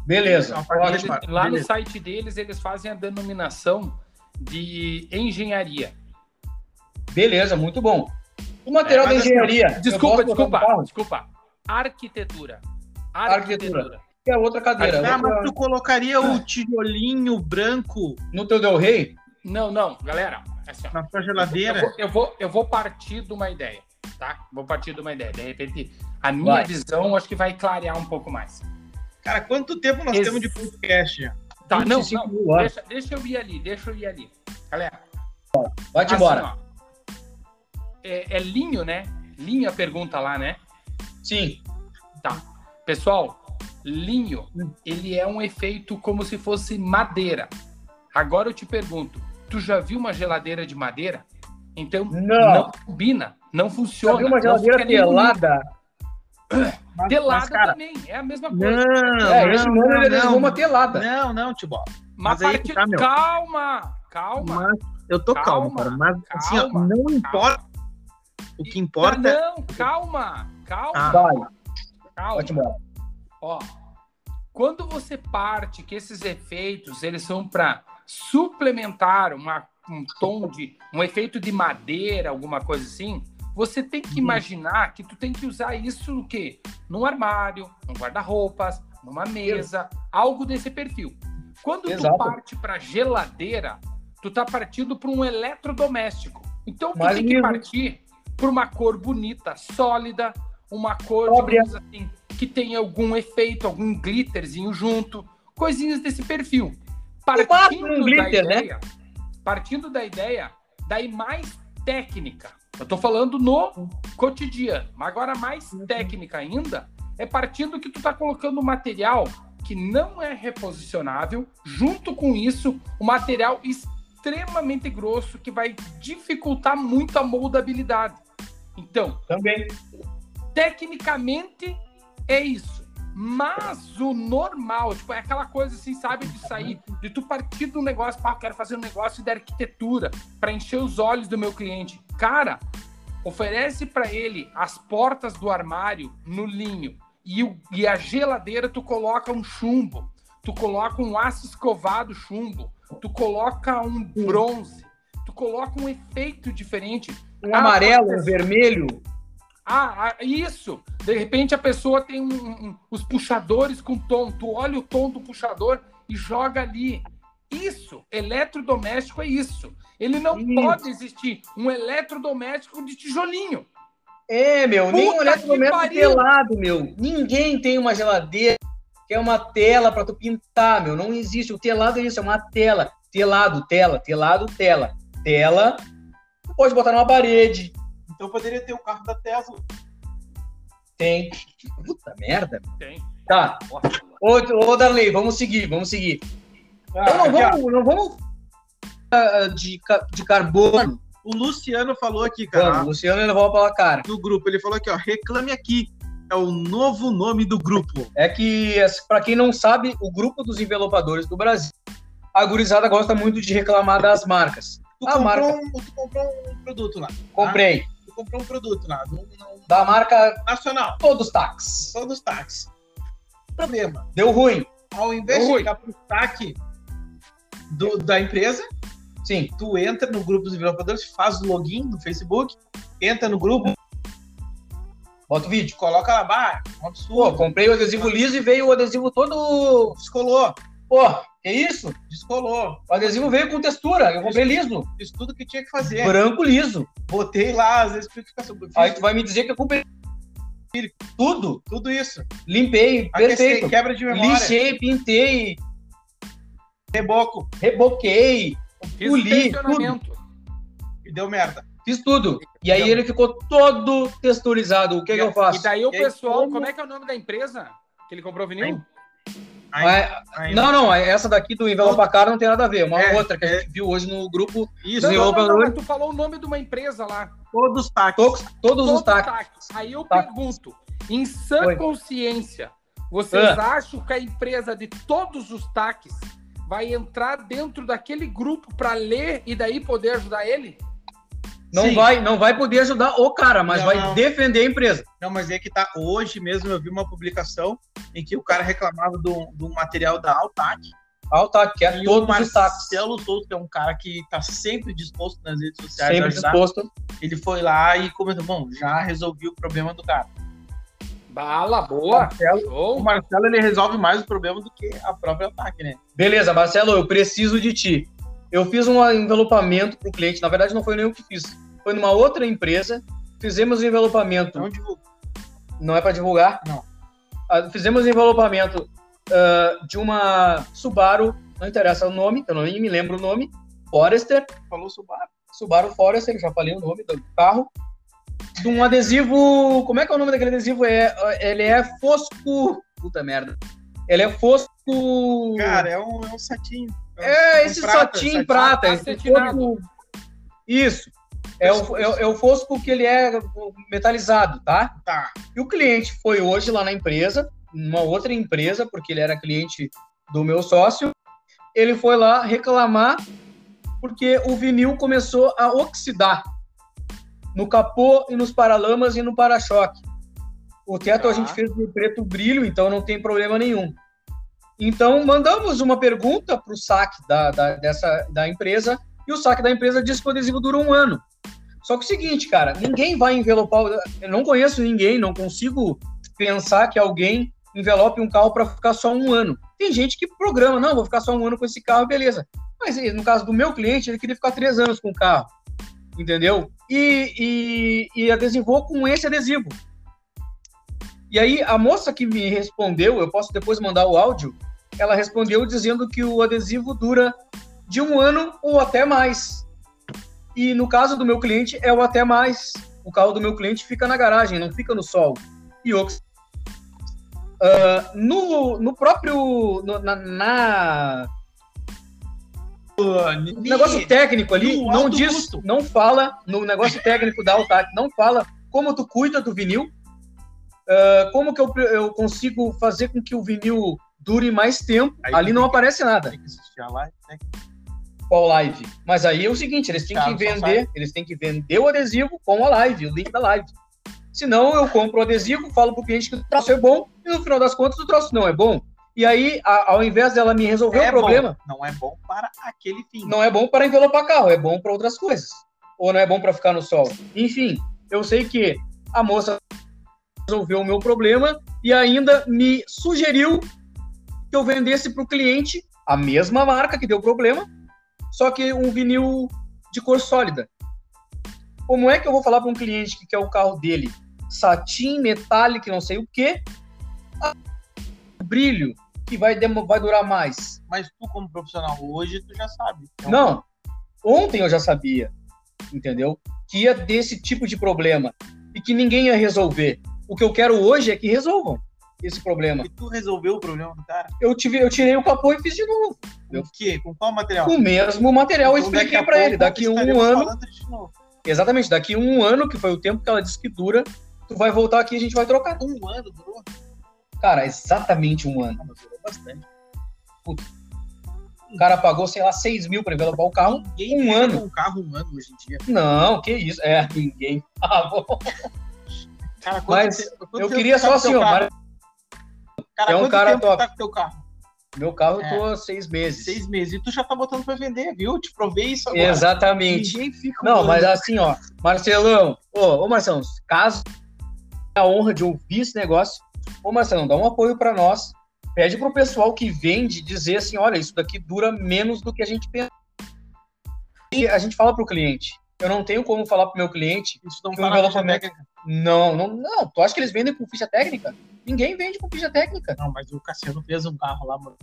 S2: Beleza.
S1: Uma parte
S2: ótimo.
S1: dele-
S3: Eles- lá no
S1: Beleza.
S3: site deles, eles fazem a denominação de engenharia.
S2: Beleza, muito bom. O material
S1: É,
S2: da
S1: mas
S2: engenharia.
S3: Desculpa,
S2: eu posso botar
S3: desculpa,
S2: no carro?
S3: desculpa. Arquitetura.
S2: Arquitetura. Que é outra cadeira.
S1: Ah,
S2: outra-
S1: mas tu colocaria o tijolinho branco
S2: No teu Del Rey?
S3: Não, não, galera. Assim, ó.
S1: na tua
S3: Eu
S1: geladeira?
S3: vou, eu, vou, eu vou partir de uma ideia, tá? Vou partir de uma ideia. De repente, a minha
S2: Vai.
S3: visão acho que vai clarear um pouco mais.
S1: Cara, quanto tempo nós
S3: Ex-
S1: temos de podcast? já?
S3: Tá, não,
S2: 25
S3: não.
S2: mil horas.
S3: Deixa, deixa eu ir ali, deixa eu ir ali. Galera,
S2: Vai-te embora.
S3: assim, ó. É, é linho, né? Linha pergunta lá, né? Tá.
S2: Sim.
S3: Pessoal, linho,
S2: Hum.
S3: ele é um efeito como se fosse madeira. Agora eu te pergunto, tu já viu uma geladeira de madeira? Então, não,
S2: Não.
S3: combina, não funciona.
S2: Já viu uma
S3: não
S2: geladeira
S3: fica nem bonito.
S2: pelada?
S1: Mas-
S3: Telada
S1: mas, cara,
S3: também, é a mesma
S1: não,
S3: coisa.
S2: É,
S1: não,
S2: esse nome
S1: não,
S2: ele desenhou
S1: não,
S2: uma telada.
S1: não, não, Tibó.
S3: Mas
S1: Mas aí
S3: parti-
S1: que tá, meu.
S3: calma, calma.
S1: Mas eu tô calmo,
S3: Calma,
S1: cara. Mas assim, ó,
S3: calma,
S1: não importa.
S3: calma.
S1: O que importa é
S3: Não, calma, calma,
S1: Ah.
S2: Vai,
S3: calma.
S2: vai-te embora.
S3: Ó, quando você parte que esses efeitos eles são para suplementar uma- um tom de um efeito de madeira, alguma coisa assim, você tem
S2: Uhum.
S3: que imaginar que tu tem que usar isso no quê? Num armário, num guarda-roupas, numa mesa, algo desse perfil. Quando
S2: Exato.
S3: tu parte para geladeira, tu tá partindo para um eletrodoméstico. Então tu
S2: Mais
S3: tem que
S2: livre.
S3: partir para uma cor bonita, sólida, uma cor
S2: Sóbria.
S3: digamos assim, que tenha algum efeito, algum glitterzinho junto, coisinhas desse perfil.
S2: máximo um glitter, né?
S3: ideia, partindo da ideia, daí mais técnica. Eu tô falando no cotidiano, mas agora mais
S2: Uhum.
S3: técnica ainda é partindo que tu tá colocando um material que não é reposicionável, junto com isso, um material extremamente grosso que vai dificultar muito a moldabilidade. Então,
S2: Também.
S3: tecnicamente é isso. Mas o normal, tipo, é aquela coisa assim, sabe, de sair, de tu partir do negócio, pá, eu quero fazer um negócio de arquitetura para encher os olhos do meu cliente. Cara, oferece para ele as portas do armário no linho e, o- e a geladeira tu coloca um chumbo, tu coloca um aço escovado chumbo, tu coloca um bronze, tu coloca um efeito diferente.
S2: Um
S3: Ah,
S2: amarelo, um
S3: mas-
S2: vermelho.
S3: Ah, ah, isso! De repente a pessoa tem um- um- os puxadores com tom. Tu olha o tom do puxador e joga ali. Isso, eletrodoméstico é isso. Ele não
S2: Isso.
S3: pode existir um eletrodoméstico de tijolinho.
S2: É, meu, nem um
S3: Puta que
S2: eletrodoméstico
S3: pariu.
S2: pelado, meu. Ninguém tem uma geladeira que é uma tela pra tu pintar, meu. Não existe. O telado é isso, é uma tela. Telado, tela, telado, tela. Tela, tu pode botar numa parede.
S1: Então poderia ter o carro da Tesla.
S2: Tem. Puta merda. meu.
S3: Tem.
S2: Tá. Ô, ô Darley, vamos seguir, vamos seguir.
S1: Ah,
S2: Então não vamos, não vamos ah, de, ca- de carbono.
S1: O Luciano falou aqui, cara,
S2: Vamos, Luciano levou a pela cara.
S1: do grupo. Ele falou aqui, ó, reclame aqui. É o novo nome do grupo.
S2: É que, para quem não sabe, o grupo dos envelopadores do Brasil, a gurizada gosta muito de reclamar das marcas.
S1: Tu,
S2: Ah, marca.
S1: comprou, um, tu comprou um produto lá.
S2: Comprei.
S1: Tu comprou um produto lá, um, um
S2: Da marca
S1: nacional,
S2: Todos Tax.
S1: só dos táxis. problema.
S2: Deu ruim.
S1: Ao invés de ficar pro saque do- da empresa,
S2: Sim.
S1: tu entra no grupo dos desenvolvedores, faz o login no Facebook, entra no grupo,
S2: Bota o vídeo.
S1: coloca lá, bah, um
S2: Pô,
S1: absurdo,
S2: comprei o adesivo liso e veio o adesivo todo.
S1: descolou,
S2: Pô, que isso?
S1: descolou,
S2: O adesivo veio com textura. Eu comprei liso.
S1: fiz tudo que tinha que fazer.
S2: Branco liso.
S1: Botei lá as explicações, fiz
S2: Aí tu vai me dizer que é- eu comprei tudo.
S1: tudo isso.
S2: Limpei,
S1: Aqueci,
S2: perfeito.
S1: quebra de memória,
S2: Lixei, pintei,
S1: reboco,
S2: reboquei,
S3: Fiz
S2: Poli,
S3: tensionamento.
S1: e deu merda.
S2: fiz tudo. E aí ele ficou todo texturizado. O que, que eu
S3: E
S2: faço?
S3: daí o
S1: Então. E aí,
S3: pessoal,
S1: como-
S3: como é que é o nome da empresa que ele comprou o vinil?
S1: Ainda-
S2: Ah,
S1: ainda.
S2: Não, não, essa daqui do envelope a cara não tem nada a ver. Uma
S1: É,
S2: outra que a gente viu hoje no grupo,
S1: Isso,
S3: Não, não,
S2: Desenvolva
S3: não, não,
S2: hoje.
S3: mas tu falou o nome de uma empresa lá.
S1: todos os taques.
S2: todos, todos os
S3: Todo
S1: tá-
S2: taques.
S3: taque. Aí eu
S2: Taque.
S3: pergunto, em sã
S2: Oi. Ah.
S3: consciência, vocês acham que a empresa de todos os taques vai entrar dentro daquele grupo para ler e daí poder ajudar ele?
S2: Não
S1: Sim.
S2: vai, não vai poder ajudar o cara, mas
S1: Não,
S2: vai
S1: não.
S2: defender a empresa.
S1: Não, mas é que tá. Hoje mesmo eu vi uma publicação em que o cara reclamava do, do material da Altac.
S2: Ah, o taque, que é
S1: E o
S2: todos os taques.
S1: Marcelo Souto, que é um cara que tá sempre disposto nas redes sociais a
S2: Sempre
S1: ajudar,
S2: disposto.
S1: ele foi lá e comentou: bom, já resolvi o problema do cara.
S3: Bala, boa.
S1: Marcelo- O
S3: Show.
S1: Marcelo ele resolve mais o problema do que a própria Altac, né?
S2: Beleza, Marcelo, eu preciso de ti. Eu fiz um envelopamento pro cliente. Na verdade, não foi nenhum que fiz. Foi numa outra empresa. Fizemos o envelopamento.
S1: Então, tipo,
S2: Não é para divulgar?
S1: Não.
S2: Ah, Fizemos um envelopamento ah, de uma Subaru, não interessa o nome, eu não nem me lembro o nome, Forester,
S1: falou ah, Subaru.
S2: Subaru Forester, já falei o nome do carro, de um adesivo, como é que é o nome daquele adesivo? É, ah, ele é Fosco, puta merda, ele é Fosco,
S1: Cara, é um, é um satinho.
S2: Hum. é
S1: um
S2: esse
S1: prata,
S2: satinho prata, esse
S3: acetinado.
S2: Fosco- isso, é o, é, o- é o Fosco que ele é metalizado, tá?
S1: Tá.
S2: E o cliente foi hoje lá na empresa, numa outra empresa, porque ele era cliente do meu sócio. Ele foi lá reclamar porque o vinil começou a oxidar no capô e nos paralamas e no para-choque. O teto a
S3: Tá.
S2: gente fez de preto brilho, então não tem problema nenhum. Então mandamos uma pergunta para o saque da, da- dessa, da empresa e o saque da empresa disse que o adesivo dura um ano. Só que é o seguinte, cara, ninguém vai envelopar. o- Eu não conheço ninguém, não consigo pensar que alguém envelope um carro para ficar só um ano. Tem gente que programa, não, vou ficar só um ano com esse carro, beleza. Mas eh, no caso do meu cliente, ele queria ficar três anos com o carro, entendeu? E, e, e adesivou com esse adesivo. E aí, a moça que me respondeu, eu posso depois mandar o áudio, ela respondeu dizendo que o adesivo dura de um ano ou até mais. E no caso do meu cliente, é o até mais. O carro do meu cliente fica na garagem, não fica no sol. E ox- Ah, no, no próprio. no- na, na-
S1: Ni-
S2: no negócio técnico ali,
S1: no
S2: não
S1: alto
S2: diz.
S1: custo.
S2: Não fala. No negócio técnico da Altac, não fala como tu cuida do vinil. ah, como que eu, pre- eu consigo fazer com que o vinil dure mais tempo?
S1: Aí
S2: ali
S1: tu
S2: não
S1: tem que-
S2: aparece nada.
S1: Tem que assistir a live, né?
S2: qual live. Mas aí é o seguinte, eles têm
S1: Claro,
S2: que
S1: Tá, só
S2: vender, eles têm que vender o adesivo com a live, o link da live. Senão eu compro o adesivo, falo pro cliente que o troço é bom, e no final das contas o troço não é bom. E aí, a- ao invés dela me resolver
S1: É
S2: o problema,
S1: bom, Não é bom para aquele fim.
S2: não é bom para envelopar carro, é bom para outras coisas. Ou não é bom para ficar no sol. Enfim, eu sei que a moça resolveu o meu problema e ainda me sugeriu que eu vendesse para o cliente a mesma marca que deu problema, só que um vinil de cor sólida. Como é que eu vou falar para um cliente que quer o carro dele satin, metálico, não sei o quê, a- brilho que vai, demo- vai durar mais?
S1: Mas tu, como profissional hoje, tu já sabe. Então,
S2: Não. Ontem eu já sabia, entendeu? Que ia desse tipo de problema e que ninguém ia resolver. O que eu quero hoje é que resolvam esse problema.
S1: E tu resolveu o problema do cara?
S2: Eu tive, eu tirei o capô e fiz de novo.
S1: Com
S2: Eu-
S1: o quê? Com qual material?
S2: Com é o mesmo material,
S1: Tá.
S2: eu
S1: Então, daqui
S2: expliquei
S1: a
S2: para
S1: pouco
S2: ele. Daqui um
S1: estaremos
S2: ano,
S1: falando de novo.
S2: exatamente, daqui um ano, que foi o tempo que ela disse que dura, tu vai voltar aqui e a gente vai trocar.
S1: Um ano durou?
S2: Cara, exatamente um ano.
S1: Não, mas durou bastante.
S2: O cara pagou, sei lá, 6 mil pra envelopar o carro.
S1: Ninguém
S2: Um
S1: anda
S2: ano.
S1: com um carro um ano hoje em dia.
S2: Não, que isso. É, ninguém pagou.
S1: Cara, quando
S2: Mas
S1: você- quando
S2: Eu
S1: você
S2: queria só
S1: sabe tá teu
S2: assim, ó,
S1: carro,
S2: Mar-
S1: Cara,
S2: É um
S1: quanto
S2: cara
S1: tempo
S2: top.
S1: tá com teu carro?
S2: Meu carro eu
S1: É.
S2: tô há seis meses.
S1: Seis meses. E tu já tá botando pra vender, viu? Eu te provei isso agora.
S2: Exatamente.
S1: Ninguém fica
S2: Não,
S1: olhando.
S2: mas assim, ó, Marcelão, ô, ô Marcelão, caso tenha a honra de ouvir esse negócio, ô Marcelão, dá um apoio pra nós. Pede pro pessoal que vende dizer assim, olha, isso daqui dura menos do que a gente pensa. E a gente fala pro cliente. Eu não tenho como falar pro meu cliente,
S1: Isso não
S2: que
S1: tá
S2: um
S1: na
S2: valor
S1: ficha
S2: médio-
S1: técnica.
S2: não, não, não, tu acha que eles vendem com ficha técnica? Ninguém vende com ficha técnica.
S1: Não, mas o Cassiano fez um carro lá, mano.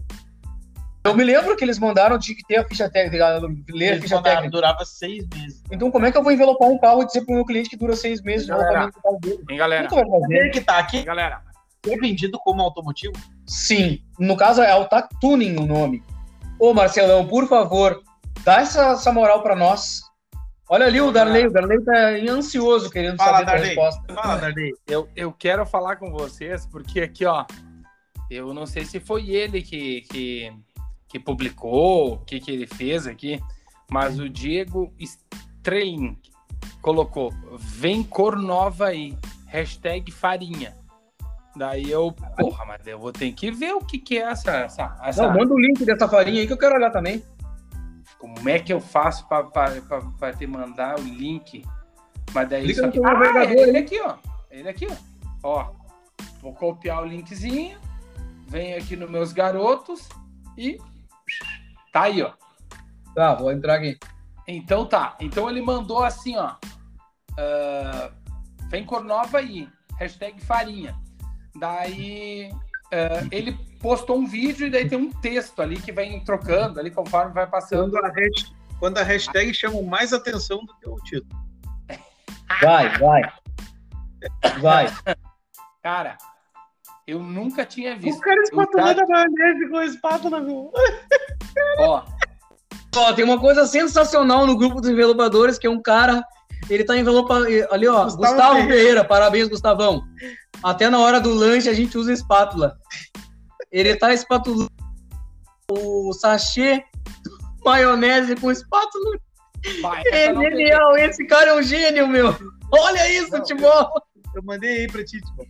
S2: Eu me lembro que eles mandaram de que ter a ficha técnica, ler a
S1: Eles
S2: ficha
S1: mandaram,
S2: técnica.
S1: ah, durava seis meses.
S2: Então como é que eu vou envelopar um carro e dizer pro meu cliente que dura seis meses de
S3: Galera,
S2: envelopamento do carro dele?
S3: Hein, galera?
S2: Nunca vai fazer.
S1: Ele que tá aqui
S3: Galera,
S1: é vendido como automotivo.
S2: Sim, no caso é o Tuning o nome. Ô Marcelão, por favor, dá essa, essa moral pra nós. Olha ali o Darley, o Darley tá ansioso querendo
S1: Fala,
S2: saber a
S1: Darley.
S2: resposta.
S1: Fala, Darley.
S3: eu, eu quero falar com vocês, porque aqui, ó, eu não sei se foi ele que, que, que publicou, o que, que ele fez aqui, mas o Diego Strelin colocou, vem cor nova aí, hashtag farinha. Daí eu, porra, mas eu vou ter que ver o que que é essa... essa, essa-
S2: Não, manda o link dessa farinha aí que eu quero olhar também.
S3: Como é que eu faço para te mandar o link? Mas daí
S2: Clica
S3: só
S2: no
S3: que...
S2: teu
S3: Ah, é
S2: navegador
S3: ele aqui, ó. É Ele aqui, ó. Ó, vou copiar o linkzinho, venho aqui nos meus garotos e tá aí, ó.
S2: Tá, vou entrar aqui.
S3: Então tá. Então ele mandou assim, ó. ah, Vem cor nova aí. Hashtag farinha. Daí ah, ele postou um vídeo e daí tem um texto ali que vem trocando ali conforme vai passando.
S1: Quando a, hashtag, quando a hashtag chama mais atenção do que o título. Ah.
S2: Vai, vai. Vai.
S3: Cara, eu nunca tinha visto.
S1: cara
S3: espatulando
S1: a maionese com a espátula, meu.
S3: Ó,
S2: Ó, tem uma coisa sensacional no grupo dos envelopadores, que é um cara, ele tá envelopando, ali ó, Gustavo,
S1: Gustavo
S2: Ferreira. parabéns Gustavão. Até na hora do lanche a gente usa espátula. Ele tá espatulando o sachê do maionese com espátula.
S3: vai,
S2: É
S3: essa não tem jeito.
S2: genial, esse cara é um gênio, meu. Olha isso,
S1: Não,
S2: Timó.
S1: Eu mandei aí pra ti, tipo, Tibor.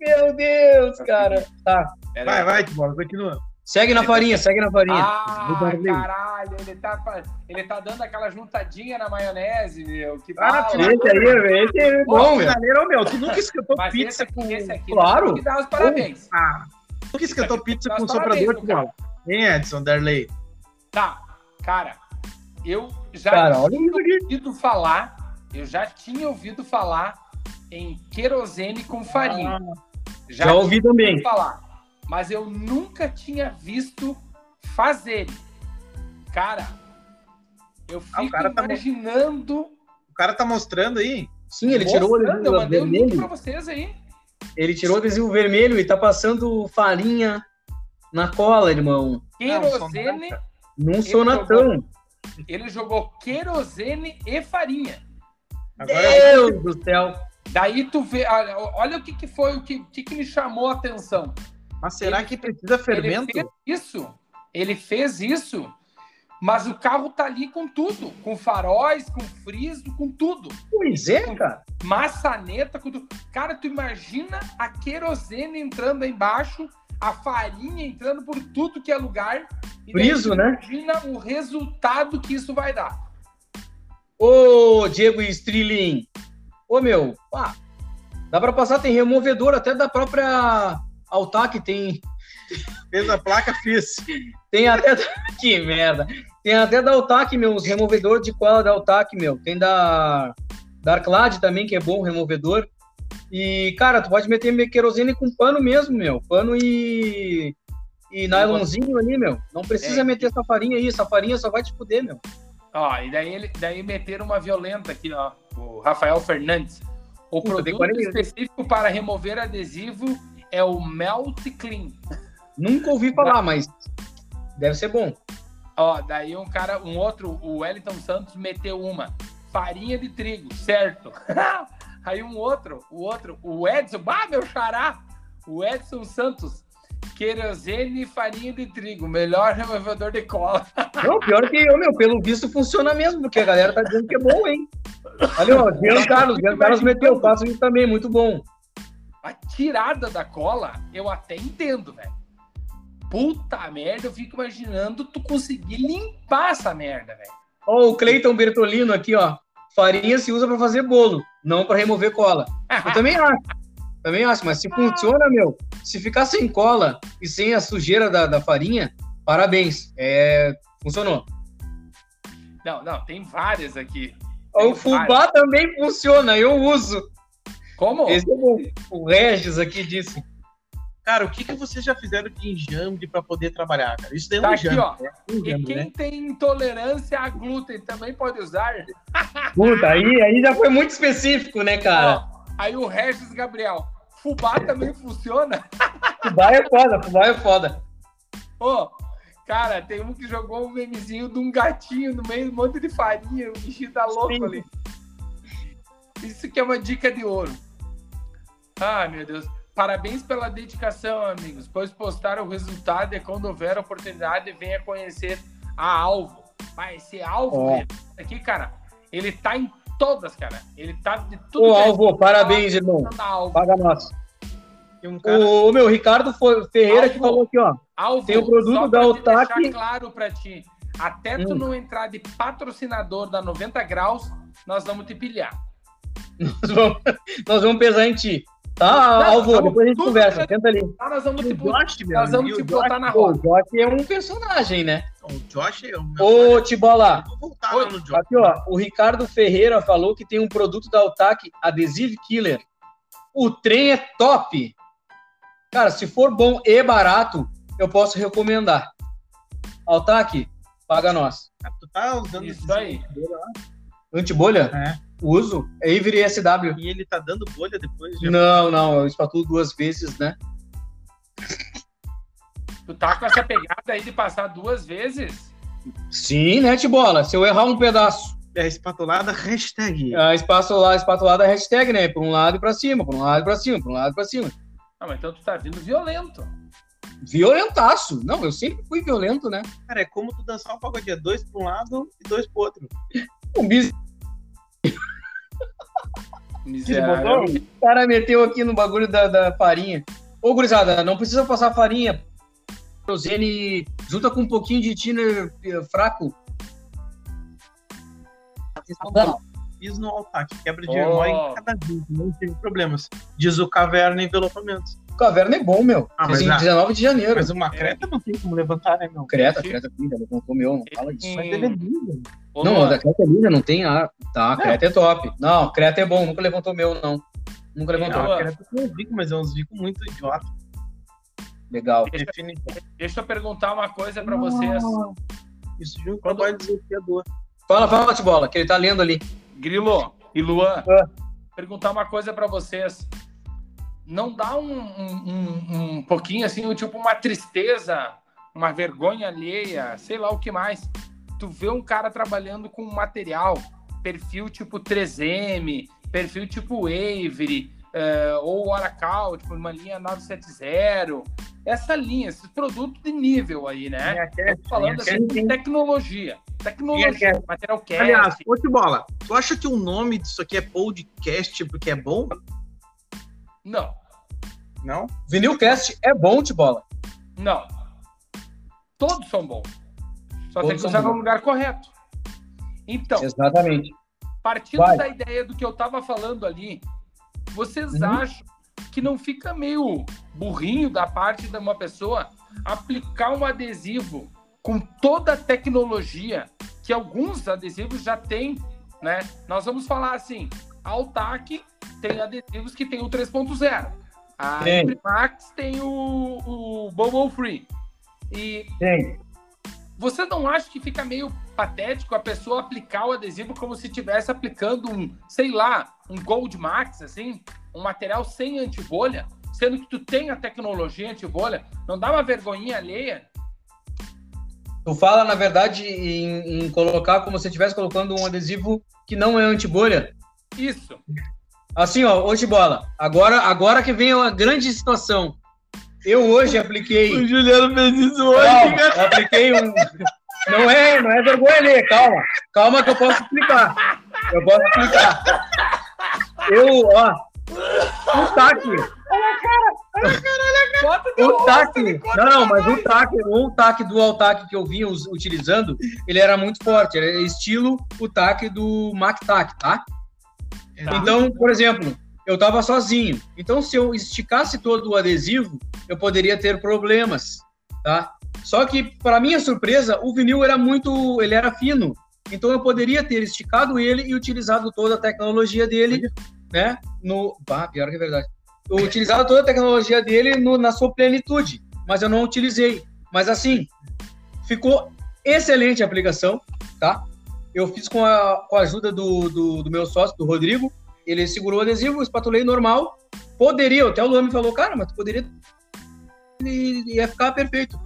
S2: Meu Deus, cara. Tá,
S3: Pera
S1: Vai,
S3: aí.
S1: vai, Tibor, continua.
S2: segue na farinha, segue na farinha.
S3: Ah,
S2: Do Darley.
S3: caralho, ele tá, fa- ele tá dando aquela juntadinha na maionese, meu. Que
S1: Ah,
S3: bala.
S2: esse aí, velho, esse é bom, meu.
S1: Finaleiro, um meu, tu nunca esquentou
S3: Mas esse
S1: é pizza
S3: aqui,
S1: com...
S3: esse aqui
S2: Claro.
S3: tem que dar os parabéns.
S1: Ah, nunca esquentou pizza
S2: tá
S3: Nós
S1: com
S3: parabéns,
S1: soprador, tipo, Tibor. Hein, Edson, Darley?
S3: Tá, cara, eu já
S2: Cara, olha
S3: tinha
S2: isso aqui.
S3: ouvido falar, eu já tinha ouvido falar em querosene com farinha.
S1: Ah,
S2: Já ouvi também.
S3: falar. Mas eu nunca tinha visto fazer. Cara, eu
S1: Ah, o
S3: fico
S1: cara tá mo-
S3: imaginando.
S1: O cara tá mostrando aí?
S2: Sim, ele tirou o
S3: Mostrando,
S2: adesivo
S3: Eu mandei um link
S2: vermelho.
S3: pra vocês aí.
S2: Ele tirou o adesivo vermelho e tá passando farinha na cola, irmão.
S1: um
S3: Querosene,
S2: Num
S3: jogou.
S2: sonatão.
S3: ele jogou querosene e farinha.
S1: Agora,
S2: Deus do céu.
S3: Daí tu vê, olha, olha o que, que foi, o que, que, que me chamou a atenção.
S1: mas será que precisa fermento?
S3: Ele fez isso, ele fez isso, mas o carro tá ali com tudo, com faróis, com friso, com tudo.
S2: Pois é, cara.
S3: maçaneta. Quando... Cara, tu imagina a querosene entrando aí embaixo, a farinha entrando por tudo que é lugar. E daí
S2: Friso,
S3: tu
S2: né?
S3: Imagina o resultado que isso vai dar.
S2: Ô, Diego Strilin. Ô, meu. pá, dá pra passar, tem removedor até da própria Altac, tem.
S1: Fez a placa, fiz.
S2: Tem até. que merda. Tem até da Altac, meu. Os removedores de cola da Altac, meu. Tem da. Da Arclad também, que é bom o removedor. E, cara, tu pode meter me- querosene com pano mesmo, meu. Pano e. E nylonzinho ali, meu. Não precisa
S3: É.
S2: meter essa farinha aí. Essa farinha só vai te fuder, meu.
S3: Ó, e daí, ele, daí meteram uma violenta aqui, ó. O Rafael Fernandes. O
S2: Puta, tem
S3: produto
S2: 40 minutos.
S3: específico para remover adesivo é o Melt Clean.
S2: Nunca ouvi falar, mas. Deve ser bom.
S3: Ó, daí um cara, um outro, o Wellington Santos meteu uma. Farinha de trigo, certo. Aí um outro, o outro, o Edson, ah, meu xará! O Edson Santos, querosene e farinha de trigo, melhor removedor de cola.
S2: Não, pior que eu, meu, pelo visto funciona mesmo, porque a galera tá dizendo que é bom, hein? Olha, ó, Jean Carlos, Jean Carlos meteu, faço isso também, muito bom.
S3: A tirada da cola, eu até entendo, velho. Puta merda, eu fico imaginando tu conseguir limpar essa merda, velho.
S2: Ó, o Cleiton Bertolino aqui, ó. Farinha se usa para fazer bolo, não para remover cola. Eu também acho. Também acho, mas se funciona, meu, se ficar sem cola e sem a sujeira da, da farinha, parabéns. É, funcionou.
S3: Não, não, tem várias aqui.
S2: o fubá
S3: várias.
S2: também funciona, eu uso.
S3: Como?
S2: Esse é bom. O Regis aqui disse.
S1: Cara, o que, que vocês já fizeram de enjambre para poder trabalhar, cara? Isso daí é um
S3: Tá aqui,
S1: enjambre.
S3: ó.
S1: é um
S3: E
S1: enjambre, né?
S3: quem tem intolerância a glúten também pode usar.
S2: Puta, aí, aí já foi muito específico, né, cara?
S3: Ó, aí o Regis Gabriel. Fubá também funciona?
S2: Fubá é foda, fubá é foda.
S3: Ô, cara, tem um que jogou um memezinho de um gatinho no meio, um monte de farinha, um bichinho tá louco
S2: Sim.
S3: ali. Isso que é uma dica de ouro. Ah, meu Deus. Parabéns pela dedicação, amigos, pois postar o resultado e quando houver oportunidade, venha conhecer a Alvo. Mas esse Alvo,
S2: Ó.
S3: velho, aqui, cara, ele tá em todas, cara. Ele tá de tudo.
S2: Ô,
S3: que é
S2: Alvo, parabéns, irmão.
S3: questão da Alvo.
S2: Paga nós.
S1: Tem um cara-
S2: O, o meu Ricardo Fo- Ferreira que
S3: Alvo.
S2: falou aqui, ó.
S3: Alvo,
S2: Tem o produto
S3: só
S2: da
S3: pra te
S2: Otaki.
S3: deixar claro pra ti. Até tu
S2: Hum.
S3: não entrar de patrocinador da 90 graus, nós vamos te pilhar.
S2: Nós vamos, nós vamos pesar em ti. Tá,
S3: Não,
S2: Alvo?
S3: não,
S2: Depois a gente
S3: tudo
S2: conversa.
S3: bem.
S2: Tenta ali.
S3: Lá Tá, nós vamos
S1: O
S3: te, bu-
S1: Josh, meu,
S3: tipo, nós vamos
S1: e
S3: te
S1: o Josh,
S3: botar na
S2: Pô, o
S3: roda.
S2: Jock é um personagem, né?
S1: o Josh é o meu.
S2: Ô, Tibola,
S1: Eu vou voltar
S3: Oi.
S1: lá no Josh.
S2: aqui, ó. O Ricardo Ferreira falou que tem um produto da Altac, Adhesive Killer. O trem é top. Cara, se for bom e barato, eu posso recomendar. Altac, paga nós.
S1: Ah, Tu tá usando
S3: Isso
S1: esse-
S3: aí.
S2: Antibolha?
S1: É.
S2: Uso. É Ivry SW.
S1: E ele tá dando bolha depois. já.
S2: Não, não, eu espatulo duas vezes, né?
S3: Tu tá com essa pegada aí de passar duas vezes?
S2: Sim, né, Tibola? Se eu errar um pedaço,
S1: É espatulada, hashtag.
S3: É.
S2: a espatulada, a espatulada é hashtag, né? Por um lado e pra cima, por um lado e pra cima, por um lado e pra cima.
S3: Não, mas então tu tá vindo violento.
S2: Violentaço. Não, eu sempre fui violento, né?
S1: Cara, é como tu dançar um pagode. É dois pra um lado e dois pro outro.
S2: Um bis...
S3: Miserável.
S2: O cara meteu aqui no bagulho da, da farinha. Ô, gurizada, não precisa passar farinha. Rosene, junta com um pouquinho de tiner eh, fraco.
S7: Vocês falam, vamos.
S1: Fiz no altaque. Quebra de
S3: Oh.
S1: herói em cada vez. Não teve problemas. Diz o caverna envelopamento.
S2: Caverna é bom, meu.
S1: Ah, mas
S2: Fez em
S1: na-
S2: 19 de janeiro.
S1: Mas uma creta não tem como levantar, né, meu?
S2: Creta, Creta, linda, levantou meu, não fala isso.
S1: Mas ele é lindo.
S3: Ô,
S2: não, a
S3: Luan,
S2: da Creta é linda, não tem ar. Tá, a Creta é top. Não, Creta é bom, nunca levantou meu, não. Nunca levantou.
S1: Não,
S3: Boa.
S1: a creta tem um bico, mas é uns bico muito idiota.
S2: Legal.
S1: Define
S3: deixa eu perguntar uma coisa pra vocês.
S1: isso de um trabalho desafiador.
S2: Fala, fala, Tibola, que ele tá lendo ali.
S3: Grilo e Luan,
S2: Ah.
S3: perguntar uma coisa pra vocês. Não dá um, um, um- um pouquinho assim, um tipo uma tristeza, uma vergonha alheia, sei lá o que mais. Tu vê um cara trabalhando com material, perfil tipo 3M, perfil tipo Avery, eh, ou Oracle, tipo uma linha 970. Essa linha, esses produtos de nível aí,
S2: É.
S3: né?
S1: Minha
S3: Tô falando
S1: cat,
S3: assim, de tecnologia. Tecnologia,
S1: Minha
S3: material
S2: É.
S3: cast.
S1: Aliás, ô de bola, tu acha que o nome disso aqui é podcast porque é bom?
S3: Não.
S1: Não?
S2: Vinilcast é bom, Tibola.
S3: Não. Todos são bons. Só
S2: Todos
S3: tem que
S2: são
S3: usar no
S2: bons.
S3: lugar correto. Então,
S2: Exatamente.
S3: partindo
S2: vai.
S3: da ideia do que eu tava falando ali, vocês
S2: Uhum.
S3: acham que não fica meio burrinho da parte de uma pessoa aplicar um adesivo com toda a tecnologia que alguns adesivos já têm, né? Nós vamos falar assim, a Altac tem adesivos que tem o 3.0. A
S2: Tem.
S3: Primax tem o, o Bubble Free. E
S2: Tem.
S3: você não acha que fica meio patético a pessoa aplicar o adesivo como se estivesse aplicando um, sei lá, um Gold Max, assim? Um material sem antibolha? Sendo que tu tem a tecnologia antibolha, não dá uma vergonhinha alheia?
S2: Tu fala, na verdade, em, em colocar como se estivesse colocando um adesivo que não é antibolha.
S3: Isso.
S2: Assim, ó, ô Tibola, agora, agora que vem uma grande situação. Eu hoje apliquei.
S1: Juliano fez isso
S2: Calma, eu apliquei um. Não é, não é vergonha ali, calma. Calma que eu posso explicar. um Eu posso explicar. Eu, ó. O TAC.
S3: Bota
S2: O
S3: teu
S2: tac,
S3: ele corta
S2: não, não,
S3: pra
S2: mas o tac, o tac do Altac que eu vinha us- utilizando, ele era muito forte, era estilo o tac do Mac Tac, tá?
S3: Tá.
S2: Então, por exemplo, eu tava sozinho. Então, se eu esticasse todo o adesivo, eu poderia ter problemas, tá? Só que, para minha surpresa, o vinil era muito, ele era fino. Então, eu poderia ter esticado ele e utilizado toda a tecnologia dele, né? No, bah, pior que é verdade. Eu utilizava toda a tecnologia dele no- na sua plenitude, mas eu não utilizei. Mas assim, ficou excelente a aplicação, tá? Eu fiz com a, com a ajuda do, do, do meu sócio, do Rodrigo. Ele segurou o adesivo, espatulei normal. Poderia, até o Luan me falou, cara, mas tu poderia. e- ia ficar perfeito.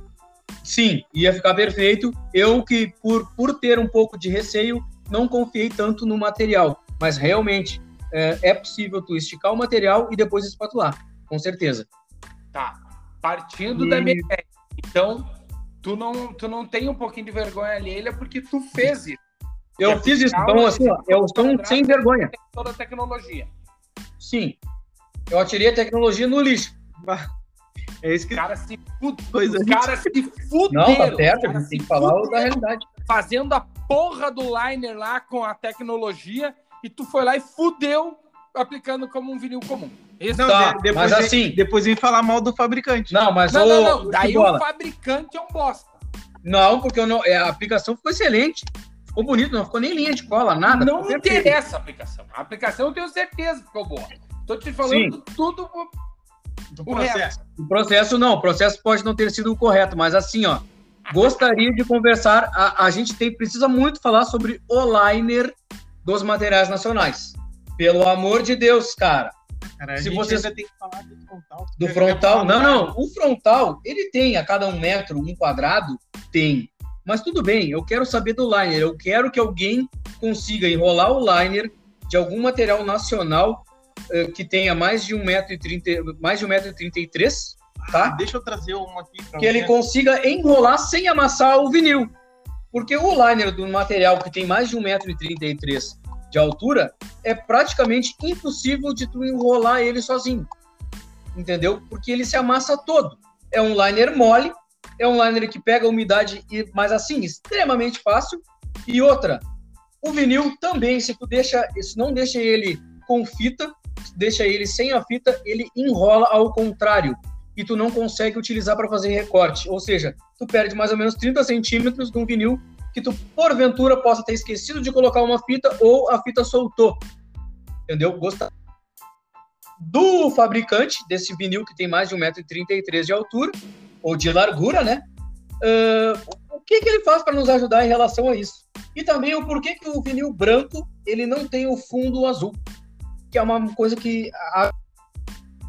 S2: Sim, ia ficar perfeito. Eu que, por, por ter um pouco de receio, não confiei tanto no material. Mas realmente, é, é possível tu esticar o material e depois espatular, com certeza.
S3: Tá. Partindo da
S2: Hum.
S3: minha ideia. Então, tu não, tu não tem um pouquinho de vergonha alheia porque tu fez isso.
S2: Eu
S3: É,
S2: fiz isso,
S3: calma,
S2: então assim, ó, eu sou um sem vergonha.
S3: Tem toda a tecnologia.
S2: Sim. Eu atirei a tecnologia no lixo.
S1: É isso que
S3: Os caras se fudem.
S1: Coisa
S3: Os caras se fuderam.
S2: Não, tá certo,
S3: Os
S2: a
S3: caras
S2: gente tem
S3: se
S2: que falar o
S3: fuderam
S2: da realidade.
S3: Fazendo a porra do liner lá com a tecnologia e tu foi lá e fudeu aplicando como um vinil comum. Isso
S1: Não,
S2: Tá,
S1: de- depois
S2: mas
S1: vem-
S2: assim-
S1: Depois vem falar mal do fabricante.
S2: Não, mas
S3: Não,
S2: o
S3: não, não. Daí o
S2: Chibola,
S3: fabricante é um bosta.
S2: não, porque eu não, é, a aplicação ficou excelente. Ficou bonito, não ficou nem linha de cola, nada.
S3: não
S2: ficou perfeito.
S3: interessa a aplicação. A aplicação eu tenho certeza que ficou boa. Tô te falando tudo o-
S1: do
S3: o resto.
S1: processo.
S2: O processo não, o processo pode não ter sido o correto, mas assim, ó, gostaria de conversar, a, a gente tem, precisa muito falar sobre o liner dos materiais nacionais. Pelo amor de Deus, cara.
S1: Cara, a
S2: Se
S1: gente
S2: vocês-
S1: ainda tem que falar do frontal.
S2: Do frontal, não, não. O frontal, ele tem a cada um metro, um quadrado, tem. Mas tudo bem, eu quero saber do liner. Eu quero que alguém consiga enrolar o liner de algum material nacional eh, que tenha mais de 1,30m, mais de 1,33m, tá?
S1: Deixa eu trazer um aqui pra
S2: que ele consiga enrolar sem amassar o vinil. Porque o liner do material que tem mais de 1,33m de altura é praticamente impossível de tu enrolar ele sozinho. Entendeu? Porque ele se amassa todo. É um liner mole, é um liner que pega a umidade, e, mas assim, extremamente fácil. E outra, o vinil também, se tu deixa, se não deixa ele com fita, se deixa ele sem a fita, ele enrola ao contrário e tu não consegue utilizar para fazer recorte. Ou seja, tu perde mais ou menos 30 centímetros de um vinil que tu, porventura, possa ter esquecido de colocar uma fita ou a fita soltou. Entendeu? Gosta do fabricante desse vinil que tem mais de 1,33m de altura, ou de largura, né? Ah, o que, que ele faz para nos ajudar em relação a isso? E também o porquê que o vinil branco ele não tem o fundo azul, que é uma coisa que a-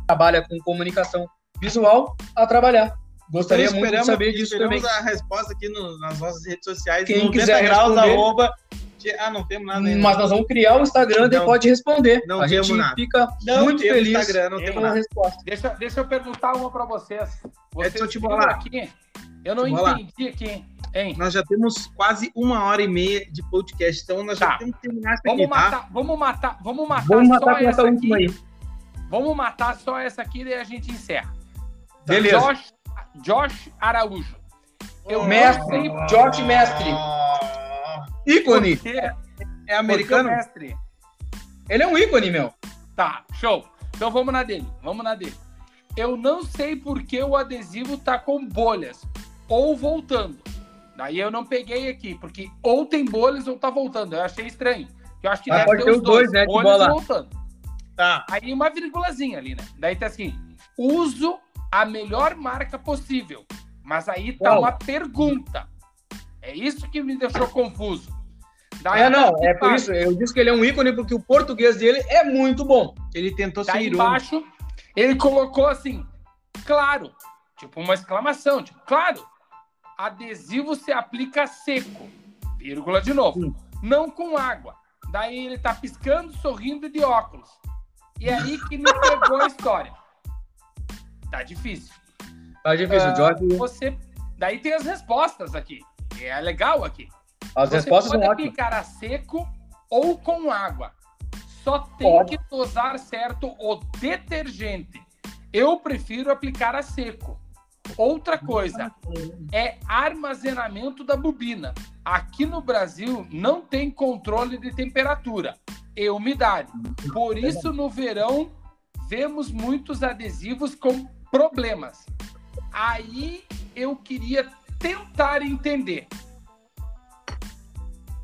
S2: trabalha com comunicação visual a trabalhar. Gostaria
S1: Então,
S2: muito de
S1: esperamos-
S2: saber disso também.
S1: Esperamos a resposta aqui no- nas nossas redes sociais.
S2: Quem quiser responder.
S1: arroba, de- ah, não temos nada ainda.
S2: Mas nós vamos criar o Instagram e
S1: Não.
S2: pode responder.
S1: Não
S2: a
S1: temos
S2: gente
S1: nada.
S2: fica
S1: Não
S2: muito
S1: temos
S2: feliz
S1: Instagram, não temos
S2: com a
S3: Tá.
S1: nada.
S2: resposta.
S3: Deixa, deixa eu perguntar uma pra vocês. vocês
S1: Edson, te
S3: viram
S1: bolar.
S3: aqui? Eu não
S1: Te bolar.
S3: entendi aqui, hein?
S1: Nós já temos quase uma hora e meia de podcast, então nós
S3: Tá.
S1: já temos que terminar isso aqui,
S3: Vamos
S1: tá?
S3: matar, vamos matar, vamos matar
S2: Vamos
S3: Tá, só
S2: matar um com essa
S3: essa
S2: última
S3: aqui.
S2: aí.
S3: Vamos matar só essa aqui e a gente encerra.
S2: Beleza.
S3: Josh, Josh Araújo. Eu
S2: Mestre,
S3: não sei
S2: Jorge Mestre.
S1: Ah,
S2: Ícone.
S3: por quê,
S1: É
S3: porque o
S1: americano?
S3: mestre.
S2: Ele é um ícone, meu.
S3: Tá, show. Então vamos na dele, vamos na dele. Eu não sei por que o adesivo tá com bolhas ou voltando. Daí eu não peguei aqui, porque ou tem bolhas ou tá voltando. Eu achei estranho. Eu acho que
S2: Mas
S3: deve
S2: pode
S3: ter
S2: ter
S3: os
S2: os dois, né, de
S3: bolhas
S2: bola.
S3: e voltando.
S1: Tá.
S3: Aí uma vírgulazinha ali, né? Daí tá assim: uso a melhor marca possível. Mas aí tá
S2: Qual?
S3: uma pergunta. É isso que me deixou confuso. Daí
S2: É, não, é
S3: tá
S2: por isso. Eu disse que ele é um ícone porque o português dele é muito bom.
S1: Ele tentou
S3: Daí
S1: ser irônico.
S3: Tá embaixo, ele colocou assim, claro, tipo uma exclamação, tipo, claro, adesivo se aplica seco, vírgula de novo, não com água. Daí ele tá piscando, sorrindo e de óculos. E é aí que me pegou a história. Tá difícil.
S2: Tá difícil,
S3: Ah,
S2: Jorge.
S3: Você, daí tem as respostas aqui. E é legal aqui.
S2: As
S3: Você
S2: respostas são
S3: pode
S2: ótimas.
S3: aplicar a seco ou com água. Só tem
S2: Pode.
S3: que dosar certo o detergente. Eu prefiro aplicar a seco. Outra coisa é armazenamento da bobina. Aqui no Brasil não tem controle de temperatura e umidade. Por isso, no verão, vemos muitos adesivos com problemas. Aí eu queria tentar entender.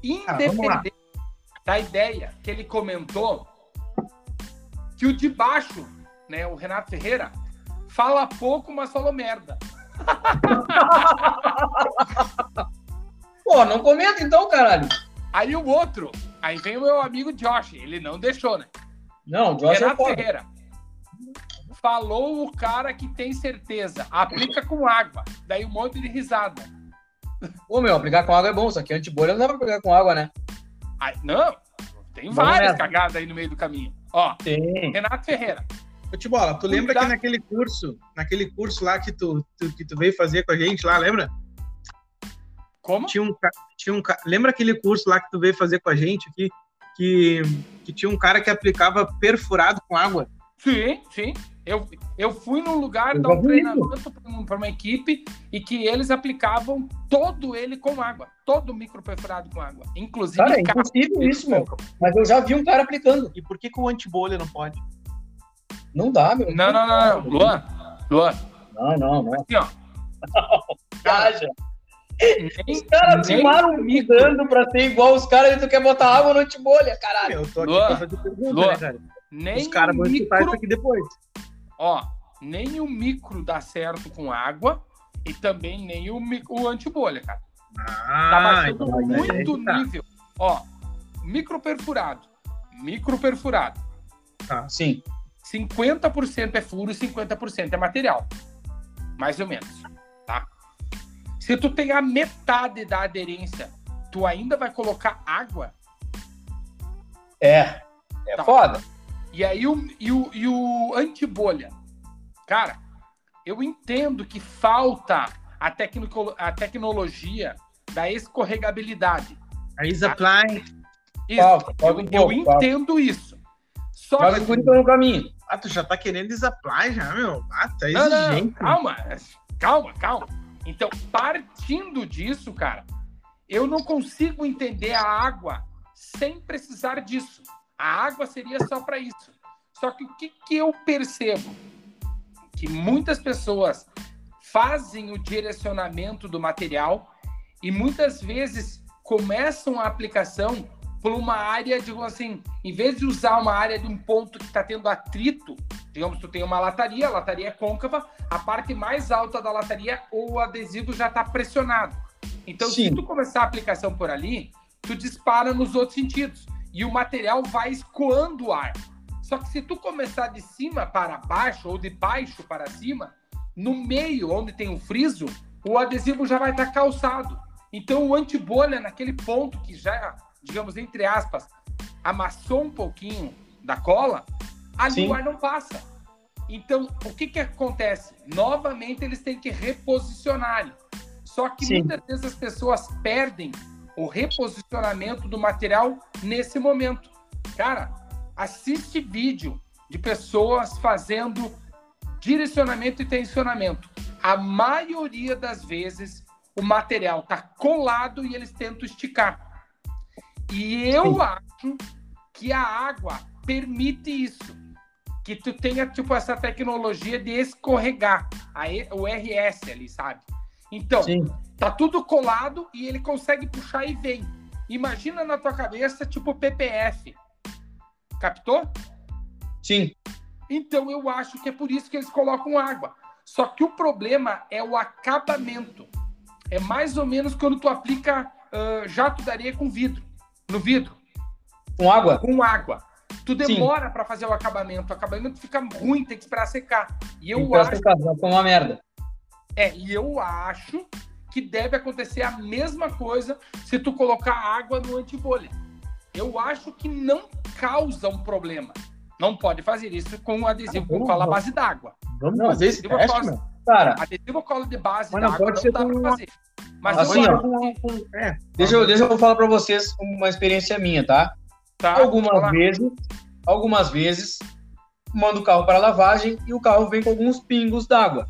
S3: Independente da ideia que ele comentou, que o de baixo, né, o Renato Ferreira, fala pouco, mas falou merda.
S2: Pô, não comenta então, caralho.
S3: Aí o outro, aí vem o meu amigo Josh, ele não deixou, né?
S2: Não, o Josh é
S3: Renato
S2: foda.
S3: Ferreira. Falou o cara que tem certeza, aplica com água. Daí um monte de risada.
S2: Ô, meu, aplicar com água é bom, só que antibolha não dá pra aplicar com água, né?
S3: Aí, não, tem
S2: Vamos
S3: várias
S2: nessa.
S3: cagadas aí no meio do caminho. Ó,
S2: é. Tem.
S3: Renato Ferreira.
S1: Futebola, tu lembra
S3: Cuidado.
S1: que naquele curso, naquele curso lá que tu, tu- que tu veio fazer com a gente lá, lembra?
S3: Como?
S1: Tinha um, ca- tinha um, ca- lembra aquele curso lá que tu veio fazer com a gente aqui, que, que tinha um cara que aplicava perfurado com água?
S3: Sim, sim. Eu, eu fui num lugar
S2: Eu
S3: dar um
S2: já vi
S3: treinamento para uma, pra uma equipe e que eles aplicavam todo ele com água. Todo micro perfurado com água. Inclusive
S2: Cara, é
S3: capa.
S2: impossível isso, meu. Mas eu já vi um cara aplicando.
S1: E por que, que o antibolha não pode?
S2: Não dá, meu.
S3: Não, não, não, não. Luan, Luan,
S2: Não, Ah, não, não.
S3: assim, ó.
S2: Viaja. Os
S3: Nem,
S2: caras
S3: nem-
S2: timaram mudando pra ser igual os caras e tu quer botar água no antibolha, caralho.
S1: Eu tô aqui
S3: Luan,
S1: pra fazer pergunta,
S3: Luan,
S1: né, cara?
S3: nem
S1: Os caras
S3: o
S1: vão escutar
S3: micro,
S1: isso aqui depois.
S3: ó, nem o micro dá certo com água e também nem o, mi- o antibolha, cara. Tá
S1: Ah,
S3: baixando
S1: então, mas aí
S3: muito
S1: tá.
S3: nível. Ó, micro perfurado, micro perfurado.
S2: Sim.
S3: 50% é furo e 50% é material. Mais ou menos, tá? Se tu pegar metade da aderência, tu ainda vai colocar água
S2: É. É
S3: Tá.
S2: foda.
S3: E aí o, e o, e o antibolha. Cara, eu entendo que falta a, tecnico, a tecnologia da escorregabilidade.
S1: Aí Zaplain.
S3: Isso,
S2: Falta,
S3: eu,
S2: falta um
S3: eu
S2: pouco, falta.
S3: entendo isso. Só
S2: Joga
S3: que-
S2: o Curitiba no caminho.
S1: Ah, tu já tá querendo Zaplain já, meu? Ah, tá
S3: Não, não,
S1: exigente.
S3: calma, calma, calma. Então, partindo disso, cara, eu não consigo entender a água sem precisar disso. A água seria só para isso. Só que o que, que eu percebo? Que muitas pessoas fazem o direcionamento do material e muitas vezes começam a aplicação por uma área, digamos assim, em vez de usar uma área de um ponto que está tendo atrito, digamos, tu tem uma lataria, a lataria é côncava, a parte mais alta da lataria, o adesivo já está pressionado. Então, se
S2: Sim.
S3: tu começar a aplicação por ali, tu dispara nos outros sentidos e o material vai escoando o ar. Só que se tu começar de cima para baixo ou de baixo para cima, no meio onde tem um friso, o adesivo já vai estar calçado. Então o antibolha naquele ponto que já, digamos entre aspas, amassou um pouquinho da cola, ali
S2: Sim.
S3: o ar não passa. Então o que que acontece? Novamente eles têm que reposicionar. Só que
S2: Sim.
S3: muitas vezes as pessoas perdem o reposicionamento do material nesse momento. Cara, assiste vídeo de pessoas fazendo direcionamento e tensionamento. A maioria das vezes o material tá colado e eles tentam esticar. E eu acho que a água permite isso. Que tu tenha, tipo, essa tecnologia de escorregar. A E- o RS ali, sabe? Então,
S2: Sim.
S3: tá tudo colado e ele consegue puxar e vem. Imagina na tua cabeça, tipo, PPF. Captou?
S2: Sim.
S3: Então eu acho que é por isso que eles colocam água. Só que o problema é o acabamento. É mais ou menos quando tu aplica ah, jato de areia com vidro, no vidro,
S2: Com água?
S3: com água. Tu demora para fazer o acabamento. O acabamento fica ruim, tem que esperar secar. E eu
S2: Então,
S3: acho,
S2: esse caso, vai uma merda.
S3: é, e eu acho que deve acontecer a mesma coisa se tu colocar água no antibolha. Eu acho que não causa um problema. Não pode fazer isso com um adesivo
S1: Ah,
S3: com cola à base d'água.
S1: Vamos
S2: Não,
S1: fazer esse
S3: eu vou
S1: teste,
S3: falar-
S1: meu?
S2: Cara,
S3: Adesivo cola de base
S1: Mas
S3: da
S1: não
S3: água
S1: pode
S3: não
S1: ser
S3: dá pra
S1: com uma-
S3: fazer. Mas
S2: Assim,
S3: eu
S2: ó.
S3: acho que
S1: É.
S2: deixa eu, deixa eu falar pra vocês uma experiência minha, tá?
S3: tá,
S2: Algumas
S3: cola-
S2: vezes, algumas vezes, manda o carro para lavagem e o carro vem com alguns pingos d'água.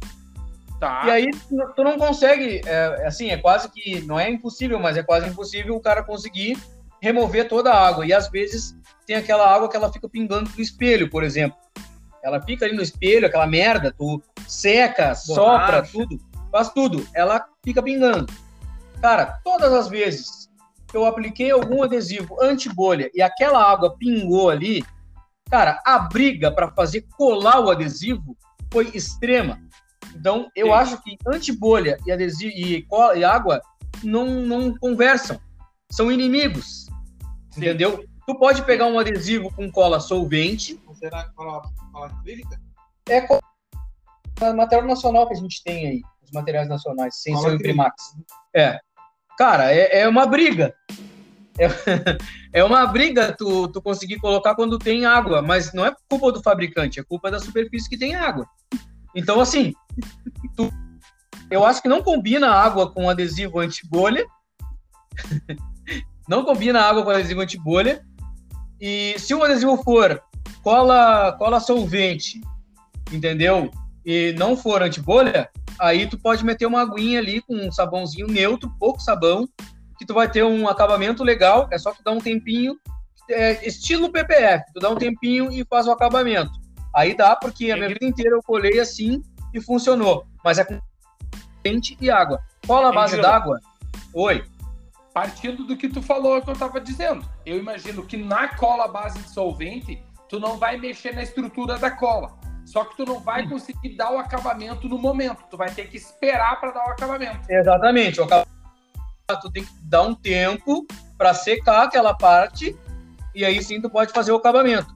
S3: Tá.
S2: E aí tu não consegue, é, assim, é quase que, não é impossível, mas é quase impossível o cara conseguir remover toda a água. E às vezes tem aquela água que ela fica pingando do espelho, por exemplo. Ela fica ali no espelho, aquela merda, tu seca, sopra, tudo, faz tudo. Ela fica pingando. Cara, todas as vezes que eu apliquei algum adesivo anti-bolha e aquela água pingou ali, cara, a briga para fazer colar o adesivo foi extrema. Então, eu
S3: Sim.
S2: acho que anti-bolha e adesivo e, co- e água não, não conversam. São inimigos.
S3: Sim.
S2: Entendeu? Tu pode pegar um adesivo com cola solvente,
S1: Será que fala, fala acrílica?
S2: é co- é material nacional que a gente tem aí, os materiais nacionais, sem
S1: Cola
S2: ser o
S1: acrílica.
S2: Imprimax. É. Cara, é, é uma briga. É, é uma briga tu, tu conseguir colocar quando tem água, mas não é culpa do fabricante, é culpa da superfície que tem água. Então, assim, tu- eu acho que não combina água com adesivo antibolha. não combina água com adesivo antibolha. E se o adesivo for cola, cola solvente, entendeu? E não for antibolha, aí tu pode meter uma aguinha ali com um sabãozinho neutro, pouco sabão, que tu vai ter um acabamento legal, é só tu dar um tempinho, é, estilo PPF, tu dá um tempinho e faz o acabamento. Aí dá, porque a minha vida inteira eu colei assim e funcionou. Mas é com solvente e água. Cola a base
S3: Entendi.
S2: d'água? Oi.
S3: Partindo do que tu falou, que eu tava dizendo. Eu imagino que na cola à base de solvente, tu não vai mexer na estrutura da cola. Só que tu não vai conseguir dar o acabamento no momento. Tu vai ter que esperar para dar o acabamento.
S2: Exatamente. o acaba- Tu tem que dar um tempo para secar aquela parte e aí sim tu pode fazer o acabamento.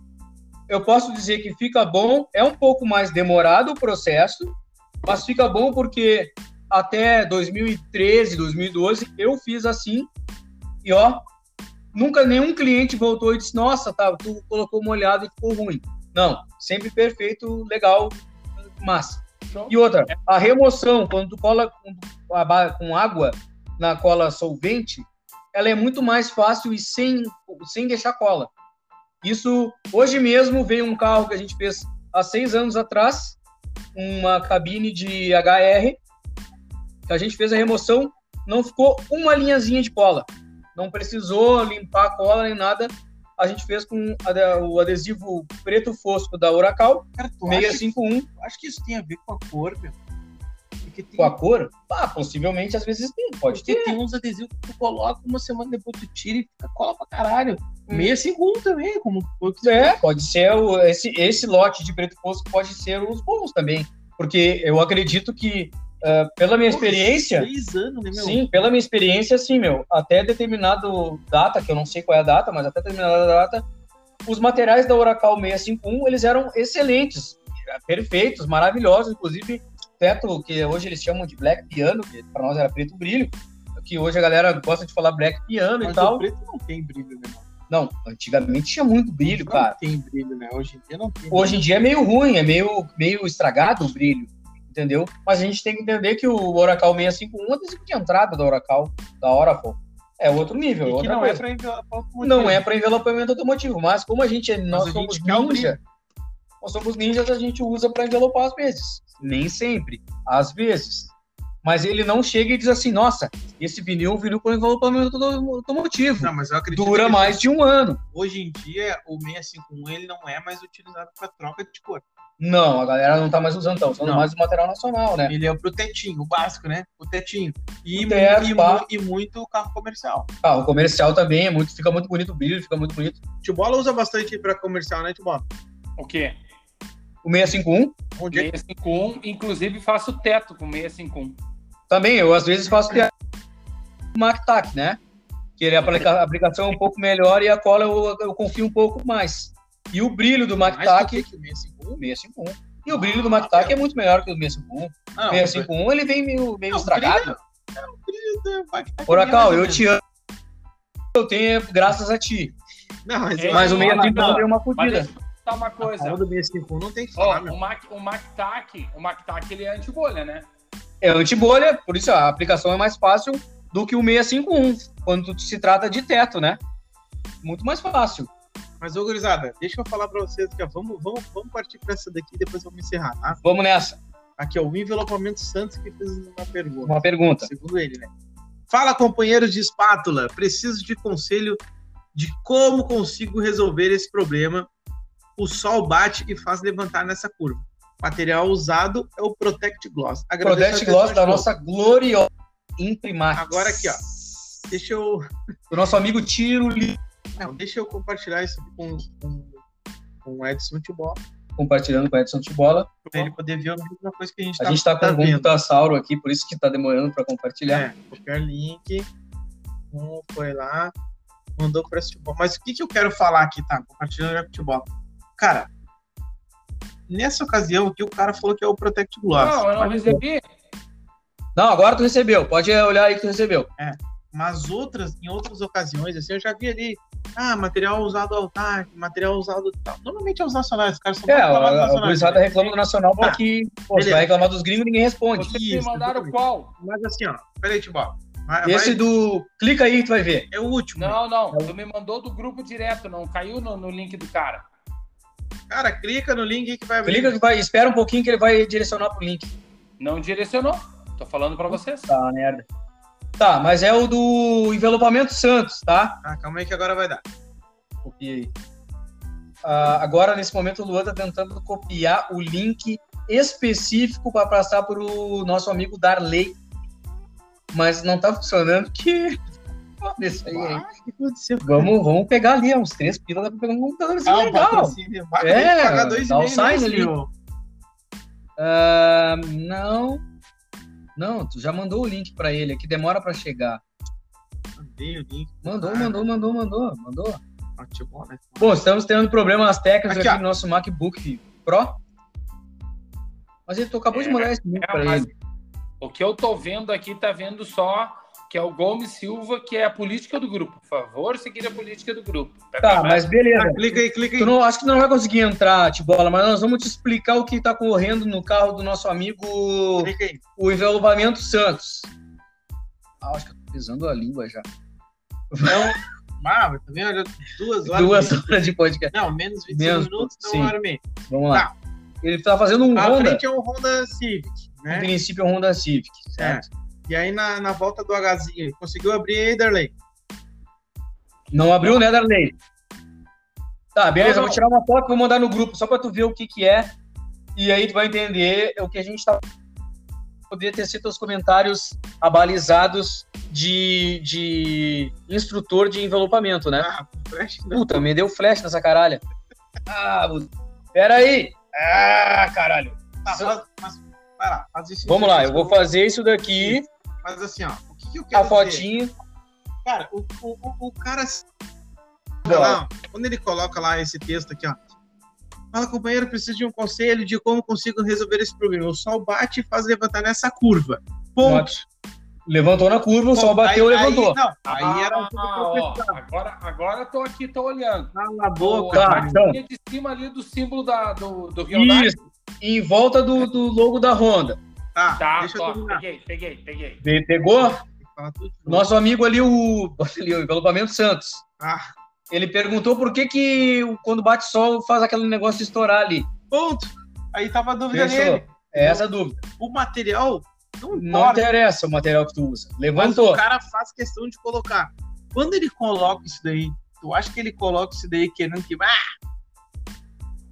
S2: Eu posso dizer que fica bom, é um pouco mais demorado o processo, mas fica bom porque até 2013, 2012 eu fiz assim e ó, nunca nenhum cliente voltou e disse: Nossa, tá, tu colocou molhado e ficou ruim. Não, sempre perfeito, legal, massa.
S3: Show.
S2: E outra, a remoção, quando tu cola com com a ba- com água na cola solvente, ela é muito mais fácil e sem, sem deixar cola. Isso, hoje mesmo, veio um carro que a gente fez há seis anos atrás, uma cabine de HR, que a gente fez a remoção, não ficou uma linhazinha de cola. Não precisou limpar a cola nem nada. A gente fez com ade- o adesivo preto fosco da Oracal,
S1: Cara, tu acha,
S2: 651,
S1: que- acho que isso tem a ver com a cor, meu. Porque tem,
S2: com a cor. Ah, possivelmente, às vezes tem, pode ter.
S1: porque tem uns adesivos que tu coloca uma semana depois tu tira e fica cola pra caralho. Meia segunda também, como eu quiser.
S2: É, pode ser o, esse, esse lote de preto fosco pode ser os bons também. Porque eu acredito que, ah, pela minha experiência,
S1: Seis anos, né, meu?
S2: sim, pela minha experiência, sim, meu, até determinado data, que eu não sei qual é a data, mas até determinada data, os materiais da Oracle 651, eles eram excelentes, É, perfeitos, maravilhosos, inclusive teto, que hoje eles chamam de black piano, que para nós era preto brilho, que hoje a galera gosta de falar black piano
S1: Mas
S2: e tal.
S1: o preto não tem brilho, né, meu?
S2: Não, antigamente tinha muito brilho,
S1: Não
S2: cara.
S1: tem brilho, né? Hoje em dia não tem.
S2: Hoje em dia é meio ruim, é meio, meio estragado o brilho, entendeu? Mas a gente tem que entender que o Oracle 651 é adesivo de entrada da Oracle, da Oracle. É outro nível, é
S1: E que
S2: outra
S1: não é
S2: coisa.
S1: pra envelopa
S2: não é para envelopamento automotivo, mas como a gente é, nós
S1: a
S2: somos
S1: gente quer o
S2: ninja, nós somos ninjas, a gente usa para envelopar às vezes. Nem sempre, às vezes. Mas ele não chega e diz assim, nossa, esse vinil virou com envelopamento auto- automotivo.
S1: Não, mas eu acredito
S2: Dura
S1: que
S2: mais de um ano.
S1: hoje em dia o 651 ele não é mais utilizado para troca de cor.
S2: Não, a galera não tá mais usando, tá usando
S1: Não.
S2: mais o material nacional, né?
S1: Ele é pro tetinho, o básico, né? O tetinho. E,
S2: O
S1: mu-
S2: teto,
S1: e,
S2: pá.
S1: mu- e muito carro comercial.
S2: Ah, o comercial também é muito, fica muito bonito o brilho, fica muito bonito.
S1: Tibola usa bastante para comercial, né, Tibola?
S3: O quê?
S2: O 651
S1: Onde é que
S3: 651, inclusive faço teto com 651.
S2: também, eu às vezes faço piada com o MacTac, né? Que ele é a aplica- a aplicação é um pouco melhor e a cola eu, eu confio um pouco mais. E o brilho do
S1: mais do
S2: MacTac,
S1: que um? que o 651?
S2: 651. E o brilho do MacTac é muito melhor que um. o 651.
S1: Ah, não,
S2: 651 ele vem meio, meio
S1: Não, é
S2: estragado.
S1: o brilho do Bactac
S2: Oracal,
S1: é
S2: eu
S1: mais ou
S2: te amo. Eu tenho é graças a ti.
S1: menos. Não, mas,
S3: É,
S1: eu-
S2: Mas o
S3: não, não,
S2: 651
S3: não.
S2: deu uma
S3: Mas
S2: fodida.
S3: deixa eu te contar uma
S1: a
S3: coisa.
S1: fala do 651 não tem que
S3: Ó,
S1: falar, meu.
S3: o Mac, o MacTac, o MacTac ele é antibolha, né?
S2: É antibolha, por isso a aplicação é mais fácil um, do que o 651, quando se trata de teto, né? Muito mais fácil.
S1: Mas, ô gurizada, deixa eu falar pra vocês que ó, vamos, vamos, vamos partir pra essa daqui e depois vamos encerrar, tá?
S2: Vamos nessa.
S1: Aqui, ó, o Envelopamento Santos que fez uma pergunta,
S2: Uma pergunta.
S1: segundo ele, né? Fala, companheiros de espátula, preciso de conselho de como consigo resolver esse problema. O sol bate e faz levantar nessa curva. Material usado é o Protect Gloss. Agradeço a
S2: Prodest
S1: atenção
S2: Gloss
S1: de
S2: da
S1: todos.
S2: nossa gloriosa Imprimax.
S1: Agora aqui, ó. Deixa eu
S2: O nosso amigo Tiro Li-
S1: Não, deixa eu compartilhar isso aqui com, com, com o Edson Futebol,
S2: compartilhando com a Edson Tibola.
S8: Tá
S1: pra ele poder ver a mesma coisa que a gente
S2: A
S1: tá,
S2: gente tá com
S1: tá
S2: um
S1: vendo.
S2: computasauro aqui, por isso que tá demorando pra compartilhar.
S1: É, copiar link, um foi lá, mandou para futebol. Mas o que, que eu quero falar aqui, tá? Compartilhando já com o futebol. Cara, nessa ocasião aqui, o cara falou que é o Protect Gloss.
S8: Não, eu não recebi.
S2: Não, agora tu recebeu. Pode olhar aí que tu recebeu.
S1: mas outras, em outras ocasiões, assim, eu já vi ali, ah, material usado ao TAC, material usado tal. Normalmente é os nacionais, os caras são
S2: É,
S1: todos reclamados
S2: a- a
S1: nacionais,
S2: gurizada
S1: né?
S2: reclama do Nacional
S1: Tá.
S2: porque pô, você
S1: Beleza.
S2: vai reclamar dos gringos e ninguém responde.
S8: Vocês me
S1: Isso,
S8: mandaram
S1: exatamente.
S8: qual?
S1: Mas assim, ó, peraí, Tibó.
S2: Esse do. Clica aí que tu vai ver.
S1: é o último.
S8: Não, não.
S2: Então
S8: Tu me mandou do grupo direto, não caiu no, no link do cara.
S1: Cara, clica no link aí que vai abrir.
S2: Clica que vai. Espera um pouquinho que ele vai direcionar pro link.
S8: Não direcionou. Tô falando pra vocês.
S2: Tá, merda. Tá, mas é o do Envelopamento Santos, tá?
S1: Ah, calma aí que agora vai dar.
S2: Copiei. Ah, agora, nesse momento, o Luan tá tentando copiar o link específico para passar pro nosso amigo Darley. Mas não tá funcionando porque. Foda isso aí, hein?
S1: O que aconteceu?
S2: Vamos, vamos pegar ali, ó, uns três pilas, dá pra pegar um computador. Isso é
S1: Ah, o
S2: legal.
S1: patrocínio. Vai
S2: É,
S1: tem que pagar dois
S2: dá
S1: e
S2: um
S1: meio,
S2: sign
S1: né,
S2: ali.
S1: senhor?
S2: Ah, não. Não, tu já mandou o link para ele aqui, demora para chegar.
S1: Mandei o link.
S2: Mandou,
S1: Ah,
S2: mandou, mandou, mandou, mandou.
S1: ó, Tibó, né?
S2: Bom, estamos tendo problemas técnicos
S1: Aqui,
S2: aqui,
S1: ó.
S2: no nosso MacBook Pro. Mas ele tu acabou de mandar esse link
S3: É,
S2: pra
S3: mas
S2: ele.
S3: O que eu tô vendo aqui, tá vendo só que é o Gomes Silva, que é a política do grupo. Por favor, seguir a política do grupo.
S2: Tá, mas beleza.
S1: Ah, clica aí, clica
S2: Tu
S1: aí.
S2: não, acho que não vai conseguir entrar, Tibola, mas nós vamos te explicar o que tá correndo no carro do nosso amigo,
S1: Clica aí.
S2: o envelopamento Santos. Ah, acho que eu tô pisando a língua já.
S1: Então, ah, mas também olha, duas horas.
S2: Duas
S1: né?
S2: horas de podcast.
S1: Não, menos 25
S2: Menos,
S1: minutos, não
S2: sim.
S1: uma hora e meia.
S2: Vamos lá. Ele tá fazendo um
S1: A
S2: Honda,
S1: frente é um Honda Civic,
S2: no
S1: né?
S2: princípio é um Honda Civic, certo?
S1: E aí na, na volta do Hzinho, conseguiu abrir aí, Darley?
S2: Não abriu, né, Darley? Tá, beleza,
S8: Não, não.
S2: vou tirar uma foto e vou mandar no grupo, só pra tu ver o que que é. E aí tu vai entender o que a gente tá... Poderia ter sido os comentários abalizados de, de instrutor de envelopamento, né?
S1: Ah, flash não.
S2: Puta, me deu flash nessa caralha. Ah, bu- pera aí. Ah, caralho.
S1: Tá, faz- mas, vai lá, faz isso.
S2: Vamos lá, eu vou fazer isso daqui,
S1: Faz assim, ó. O que, que eu quero
S2: a
S1: dizer?
S2: fotinho.
S1: Cara, o, o, o, o cara. se-
S2: Bora.
S1: Lá, ó, quando ele coloca lá esse texto aqui, ó. Fala, companheiro, preciso de um conselho de como consigo resolver esse problema. O sol bate e faz levantar nessa curva. Ponto.
S2: Levantou na curva, o sol bateu,
S1: Aí-
S2: levantou.
S1: Aí, não, aí era um
S2: um
S3: Ah,
S1: o que eu
S3: ó,
S1: precisava.
S3: agora, agora eu tô aqui, tô olhando.
S1: Cala a
S3: O-
S1: boca.
S2: Tá,
S3: a
S1: cara.
S2: então.
S3: linha de cima ali do símbolo da, do, do Rio
S2: Isso. E em volta do, do logo da Honda.
S1: Tá,
S3: Tá,
S1: deixa eu
S3: ó,
S1: terminar.
S3: peguei, peguei, peguei.
S2: Pe- Pegou?
S1: Tem que falar tudo de novo.
S2: Nosso amigo ali, o, bota ali, o envelopamento Santos.
S1: Ah,
S2: Ele perguntou por que, que o- quando bate sol faz aquele negócio de estourar ali.
S1: ponto. Aí tava a dúvida
S2: Fechou.
S1: dele.
S2: É essa a dúvida.
S1: O material não
S2: Não
S1: importa.
S2: interessa o material que tu usa.
S1: Mas
S2: Levantou.
S1: o cara faz questão de colocar. Quando ele coloca isso daí, tu acha que ele coloca isso daí querendo que. Ah!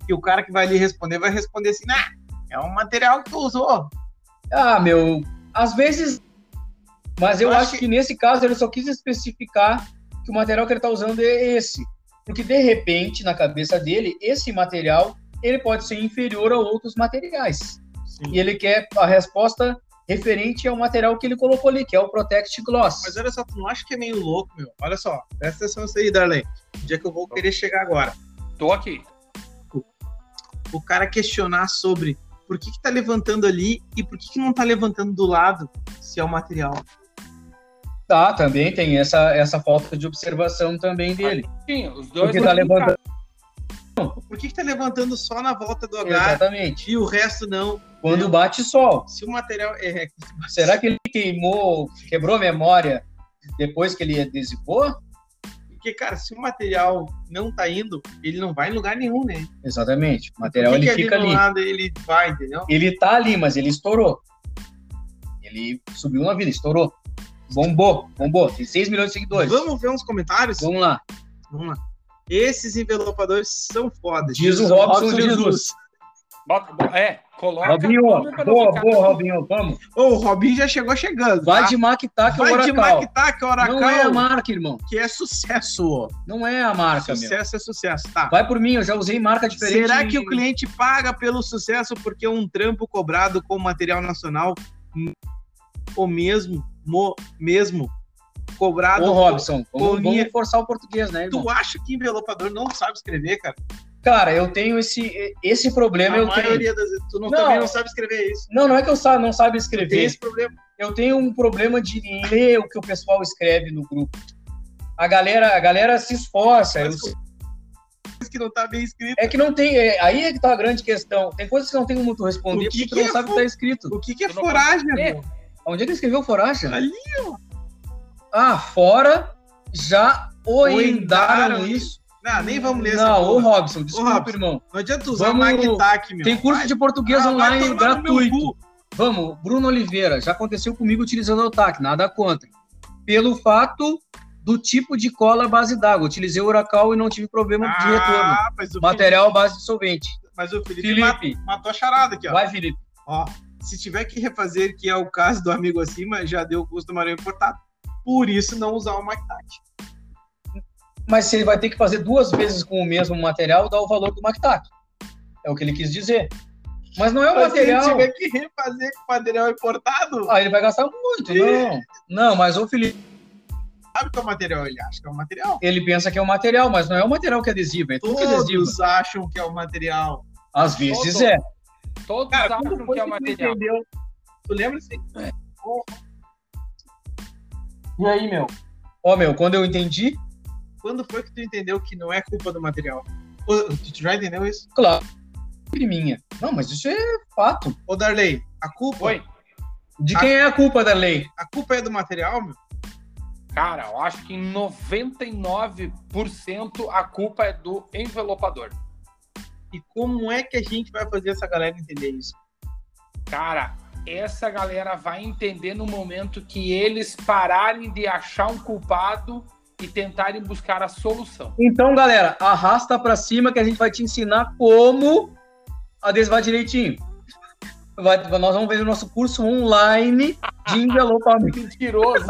S1: E o cara que vai lhe responder vai responder assim: ah, é um material que tu usou.
S2: Ah, meu. Às vezes. Mas eu,
S1: Eu
S2: acho,
S1: acho
S2: que... nesse caso ele só quis especificar que o material que ele está usando é esse. Porque de repente, na cabeça dele, esse material ele pode ser inferior a outros materiais.
S1: Sim.
S2: E ele quer a resposta referente ao material que ele colocou ali, que é o Protect Gloss.
S1: Mas olha só, tu não acha que é meio louco, meu? Olha só, presta atenção nisso aí, Darlene. Onde é que eu vou querer chegar agora?
S3: Tô aqui.
S1: O cara questionar sobre por que, que tá levantando ali e por que, que não tá levantando do lado se é o material.
S2: Tá, também tem essa, essa falta de observação também dele.
S3: Sim, os dois.
S2: Porque tá levantando.
S1: Por que, que tá levantando só na volta do H
S2: Exatamente.
S1: e o resto não?
S2: Quando bate sol.
S1: Se o material é.
S2: Será que ele queimou, quebrou a memória depois que ele adesivou?
S1: Porque, cara, se o material não tá indo, ele não vai em lugar nenhum, né? Então,
S2: Exatamente. O
S1: Por
S2: material
S1: que
S2: É, ele
S1: que
S2: fica
S1: do
S2: ali.
S1: um lado ele vai, entendeu?
S2: Ele tá ali, mas ele estourou. Ele subiu na vida, estourou. Bombou, bombou. Tem 6 milhões de seguidores. Vamos,
S1: Vamos ver uns comentários?
S2: lá.
S1: Vamos lá. Esses envelopadores são fodas.
S2: Diz o Robson Jesus.
S3: Bota, bo- é, coloca.
S2: Robinho,
S3: nome pra não
S2: boa,
S3: ficar-
S2: boa, Robinho, vamos.
S1: Ô, o Robinho já chegou chegando.
S2: Vai
S1: tá?
S2: de Mac-Tac ou
S1: Vai de
S2: Oracal.
S1: Mac-Tac, Oracal,
S2: Não é a marca, irmão.
S1: que é sucesso. ó.
S2: Não é a marca, meu.
S1: Sucesso é sucesso, tá?
S2: Vai por mim, eu já usei marca diferente.
S1: Será que o cliente paga pelo sucesso porque um trampo cobrado com material nacional hum, ou mesmo, mo- mesmo cobrado?
S2: Ô, Robson,
S1: Ô,
S2: vamos,
S1: minha-
S2: vamos forçar o português, né, irmão?
S1: Tu acha que envelopador não sabe escrever, cara?
S2: Cara, eu tenho esse, esse problema,
S1: a
S2: eu tenho.
S1: maioria das vezes. Tu não,
S2: É Não.
S1: também não sabe escrever isso.
S2: Não, não é que eu sa não sabe
S1: Tem
S2: escrever.
S1: esse problema.
S2: Eu tenho um problema de ler o que o pessoal escreve no grupo. A galera, a galera se esforça.
S1: Mas
S2: eu-
S1: que não tá bem escrito.
S2: É que não tem. é- aí é que tá a grande questão. Tem coisas que não tem como tu responder
S1: O que
S2: porque tu
S1: que
S2: não
S1: é
S2: sabe o
S1: fu-
S2: que tá escrito.
S1: O que, que é
S3: Tu não
S1: foragem,
S3: É.
S1: amor? Tá
S2: Onde é que ele escreveu foragem?
S1: Ali,
S2: Ah, fora já oindaram
S1: Oindaram isso.
S2: isso.
S1: Não, nem vamos ler essa
S2: Não, ô
S1: porra.
S2: Robson, desculpa,
S1: Robson.
S2: irmão.
S1: Não adianta usar
S2: Vamos-
S1: o Mac-Tac, meu.
S2: Tem curso
S1: Vai-
S2: de português
S1: Ah, vai
S2: online
S1: tomar no meu
S2: gratuito.
S1: cu.
S2: Vamos, Bruno Oliveira, já aconteceu comigo utilizando o TAC, nada contra. Pelo fato do tipo de cola à base d'água. Utilizei o Oracal e não tive problema de retorno.
S1: Ah, mas o
S2: Material à base de solvente.
S1: Felipe, mas o Felipe, mat-
S2: Felipe,
S1: matou a charada aqui, ó.
S2: vai, Felipe.
S1: Ó, se tiver que refazer, que é o caso do amigo acima, já deu o custo do Maranhão importado. Por isso, não usar o MacTac.
S2: Mas se ele vai ter que fazer duas vezes com o mesmo material, dá o valor do MacTac. É o que ele quis dizer. Mas não é o
S1: Mas
S2: material.
S1: Se tiver que refazer com o material importado,
S2: Ah, ele vai gastar muito, não. Não, mas o Felipe,
S1: sabe que é o material, ele acha que é o material.
S2: ele pensa que é o material, mas não é o material que é adesivo, é tudo que é adesivo.
S1: Todos acham que é o material.
S2: Às vezes
S3: Todos.
S2: é.
S3: Todos
S1: Cara,
S3: acham
S1: quando
S3: que
S1: foi
S3: é
S1: que
S3: o
S1: tu
S3: material.
S1: entendeu? Tu lembra assim, se
S2: E aí, meu? Ó, meu, quando eu entendi,
S1: quando foi que tu entendeu que não é culpa do material? Ô, Tu já entendeu isso?
S2: claro, culpa minha. Não, mas isso é fato.
S1: Ô, Darley, a culpa,
S3: Oi.
S2: De quem é a culpa da lei?
S1: a culpa é do material, meu?
S3: Cara, eu acho que em 99% a culpa é do envelopador.
S1: E como é que a gente vai fazer essa galera entender isso?
S3: Cara, essa galera vai entender no momento que eles pararem de achar um culpado e tentarem buscar a solução.
S2: Então, galera, arrasta pra cima que a gente vai te ensinar como adesivar direitinho. Vai- nós vamos ver o nosso curso online de envelopamento.
S3: Mentiroso.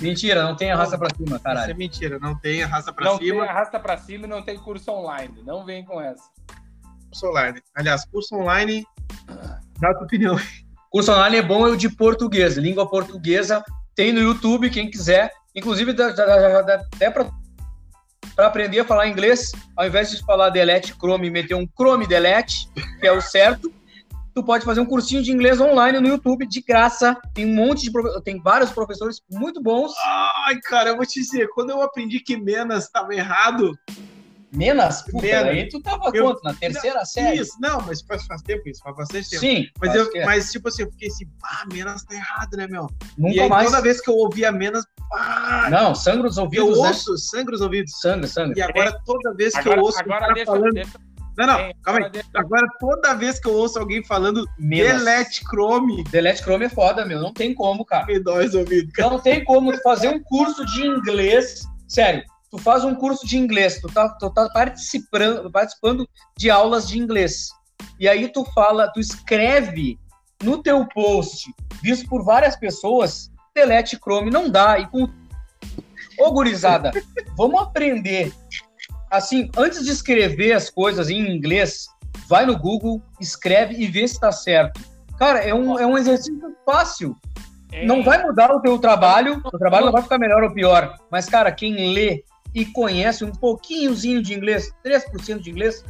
S2: Mentira, não tem arrasta pra cima,
S1: Isso é
S2: caralho.
S1: mentira, não tem arrasta pra
S3: não
S1: cima.
S3: tem arrasta pra cima e não tem curso online. Não vem com essa.
S1: curso online. Aliás, curso online, dá tua opinião.
S2: Curso online é bom, é o de português, língua portuguesa. Tem no YouTube, quem quiser. Inclusive, dá, dá, dá, dá até pra, pra aprender a falar inglês, ao invés de falar delete Chrome, meter um Chrome delete, que é o certo. Tu pode fazer um cursinho de inglês online no YouTube, de graça. Tem um monte de profe- tem vários professores muito bons.
S1: Ai, cara, eu vou te dizer, quando eu aprendi que Menas estava errado,
S2: Menos, puta,
S1: Menos.
S2: aí tu tava
S1: Eu-
S2: quanto? Na terceira série?
S1: isso, não, mas faz, faz tempo isso, faz bastante tempo.
S2: Sim.
S1: mas,
S2: acho
S1: eu,
S2: que é.
S1: mas, tipo assim, eu fiquei assim, pá, Menas tá errado, né, meu? e
S2: nunca
S1: aí,
S2: mais.
S1: toda vez que eu ouvia Menas, pá,
S2: Não, sangra os
S1: eu
S2: ouvidos, né?
S1: ouço sangue os ouvidos.
S2: Sangra, sangra.
S1: E agora, toda vez que
S3: É. Agora,
S1: eu ouço o
S3: agora
S1: cara
S3: deixa,
S1: falando...
S3: deixa,
S1: Não, não,
S3: é,
S1: calma aí.
S3: agora deixa-
S1: Agora, toda vez que eu ouço alguém falando
S2: Menos.
S1: delete Chrome,
S2: Delete Chrome é foda, meu. Não tem como, cara.
S1: me dói os ouvidos.
S2: Então, Não tem como tu fazer um curso de inglês. Sério, tu faz um curso de inglês, tu tá, tu tá participando, participando de aulas de inglês. E aí tu fala, tu escreve no teu post, visto por várias pessoas, delete Chrome, não dá. E com. Ô, gurizada, vamos aprender. Assim, antes de escrever as coisas em inglês, vai no Google, escreve e vê se tá certo. Cara, é um, é um exercício fácil.
S3: é,
S2: Não vai mudar o teu trabalho, o trabalho não vai ficar melhor ou pior, mas, cara, quem lê e conhece um pouquinhozinho de inglês, 3% de inglês,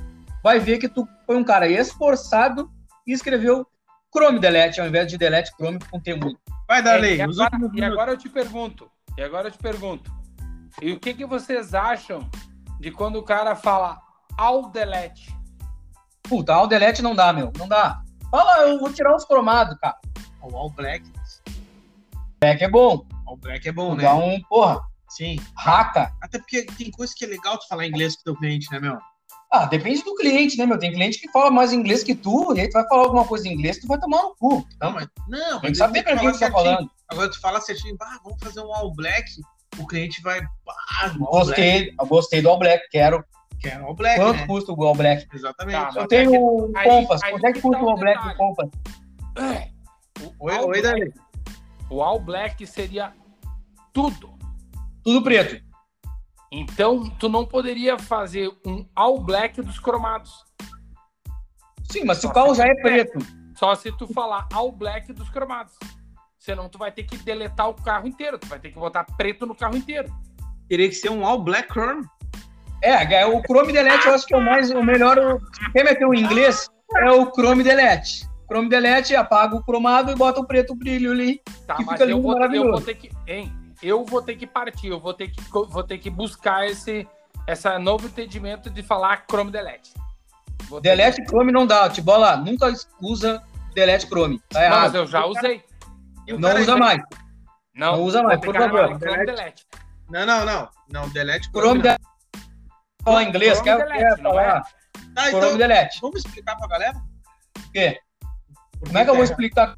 S2: vai ver que tu foi um cara esforçado e escreveu Chrome Delete ao invés de Delete Chrome um. conteúdo.
S1: Vai, Darley,
S3: É, e,
S1: os
S3: agora,
S1: últimos
S3: e
S1: minutos.
S3: agora eu te pergunto. E agora eu te pergunto. E o que, que vocês acham de quando o cara fala all delete?
S2: Puta, o Delete não dá, meu, não dá. Fala, eu vou tirar os cromados, cara.
S1: O All Black,
S2: Back é bom,
S1: All Black é bom, né?
S2: dá um, porra,
S1: Sim.
S2: Raca.
S1: Até porque tem coisa que é legal tu falar inglês com teu cliente, né, meu?
S2: Ah, depende do cliente, né, meu? Tem cliente que fala mais inglês que tu, e aí tu vai falar alguma coisa em inglês, tu vai tomar no cu.
S1: Não, mas. Não, mas
S2: Tem que saber
S1: tu
S2: pra quem
S1: fala
S2: tu tá
S1: certinho.
S2: falando.
S1: Agora tu fala certinho, ah, vamos fazer um all black. O cliente vai. Ah, um all black.
S2: Gostei, eu gostei do All Black, quero.
S1: Quer um all black,
S2: Quanto
S1: né?
S2: custa o All Black?
S1: Exatamente.
S3: Tá,
S2: Eu
S3: mas
S2: tenho
S3: é
S2: o
S3: aí-
S2: Compass.
S3: aí
S2: Quanto é que
S3: que tá
S2: custa
S3: o
S2: o All Black
S3: detalhe.
S2: do Compass?
S3: O,
S1: Oi,
S3: All
S1: oi,
S3: Black,
S1: Dani.
S3: É, o All Black seria tudo.
S2: Tudo preto.
S3: Então, tu não poderia fazer um All Black dos cromados.
S2: Sim, mas se o
S3: Só
S2: carro
S3: se
S2: já é
S3: tiver.
S2: preto.
S3: Só se tu falar All Black dos cromados. Senão tu vai ter que deletar o carro inteiro. Tu vai ter que botar preto no carro inteiro.
S1: Teria que ser um all black chrome.
S2: É, o Chrome Delete eu acho que é o mais o melhor. o- Quem meteu o inglês é o Chrome Delete. Chrome Delete apaga o cromado e bota o preto brilho ali.
S3: Tá,
S2: Que
S3: mas
S2: fica
S3: eu
S2: lindo,
S3: vou, eu vou
S2: maravilhoso.
S3: ter que. Hein? Eu vou ter que partir, eu vou ter que, co- vou ter que buscar esse essa novo entendimento de falar Chrome Delete. Vou ter que-
S2: Delete Chrome não dá, tipo, lá, nunca usa Delete Chrome. Tá
S3: Não, mas
S2: errado.
S3: eu já usei.
S1: E o
S2: Não
S1: cara
S2: usa
S1: vai-
S2: mais.
S3: Não,
S2: Não usa mais,
S3: vou
S2: por
S3: pegar
S2: favor.
S3: agora, Chrome Delete.
S1: Não, não, não. Não, delete
S2: Chrome
S1: não.
S2: Delete. Falar inglês,
S3: né? Chrome
S2: quer,
S3: Delete,
S2: quer
S3: não é?
S2: falar?
S1: Tá, então,
S2: Chrome Delete.
S1: vamos explicar pra galera?
S2: O quê? Como é que eu vou explicar?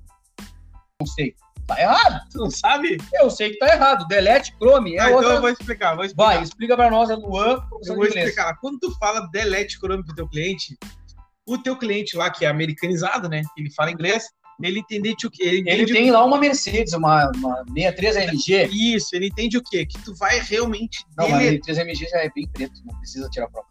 S2: Não sei. Tá errado.
S1: Tu não sabe?
S2: Eu sei que tá errado. Delete Chrome é
S1: Ah,
S2: outra...
S1: então eu vou explicar, vou explicar.
S2: Vai, explica pra nós, é Luan,
S1: Eu
S2: professor
S1: vou
S2: de inglês.
S1: explicar. Quando tu fala delete chrome pro teu cliente, o teu cliente lá, que é americanizado, né? Ele fala inglês, ele entende o que? Ele
S2: Ele
S1: entende o
S2: tem lá uma Mercedes, uma, uma 63 MG.
S1: Isso, ele entende o quê? Que tu vai realmente
S2: Não, mas
S1: deletar.
S2: ele 3 MG já é bem preto, não precisa tirar prova.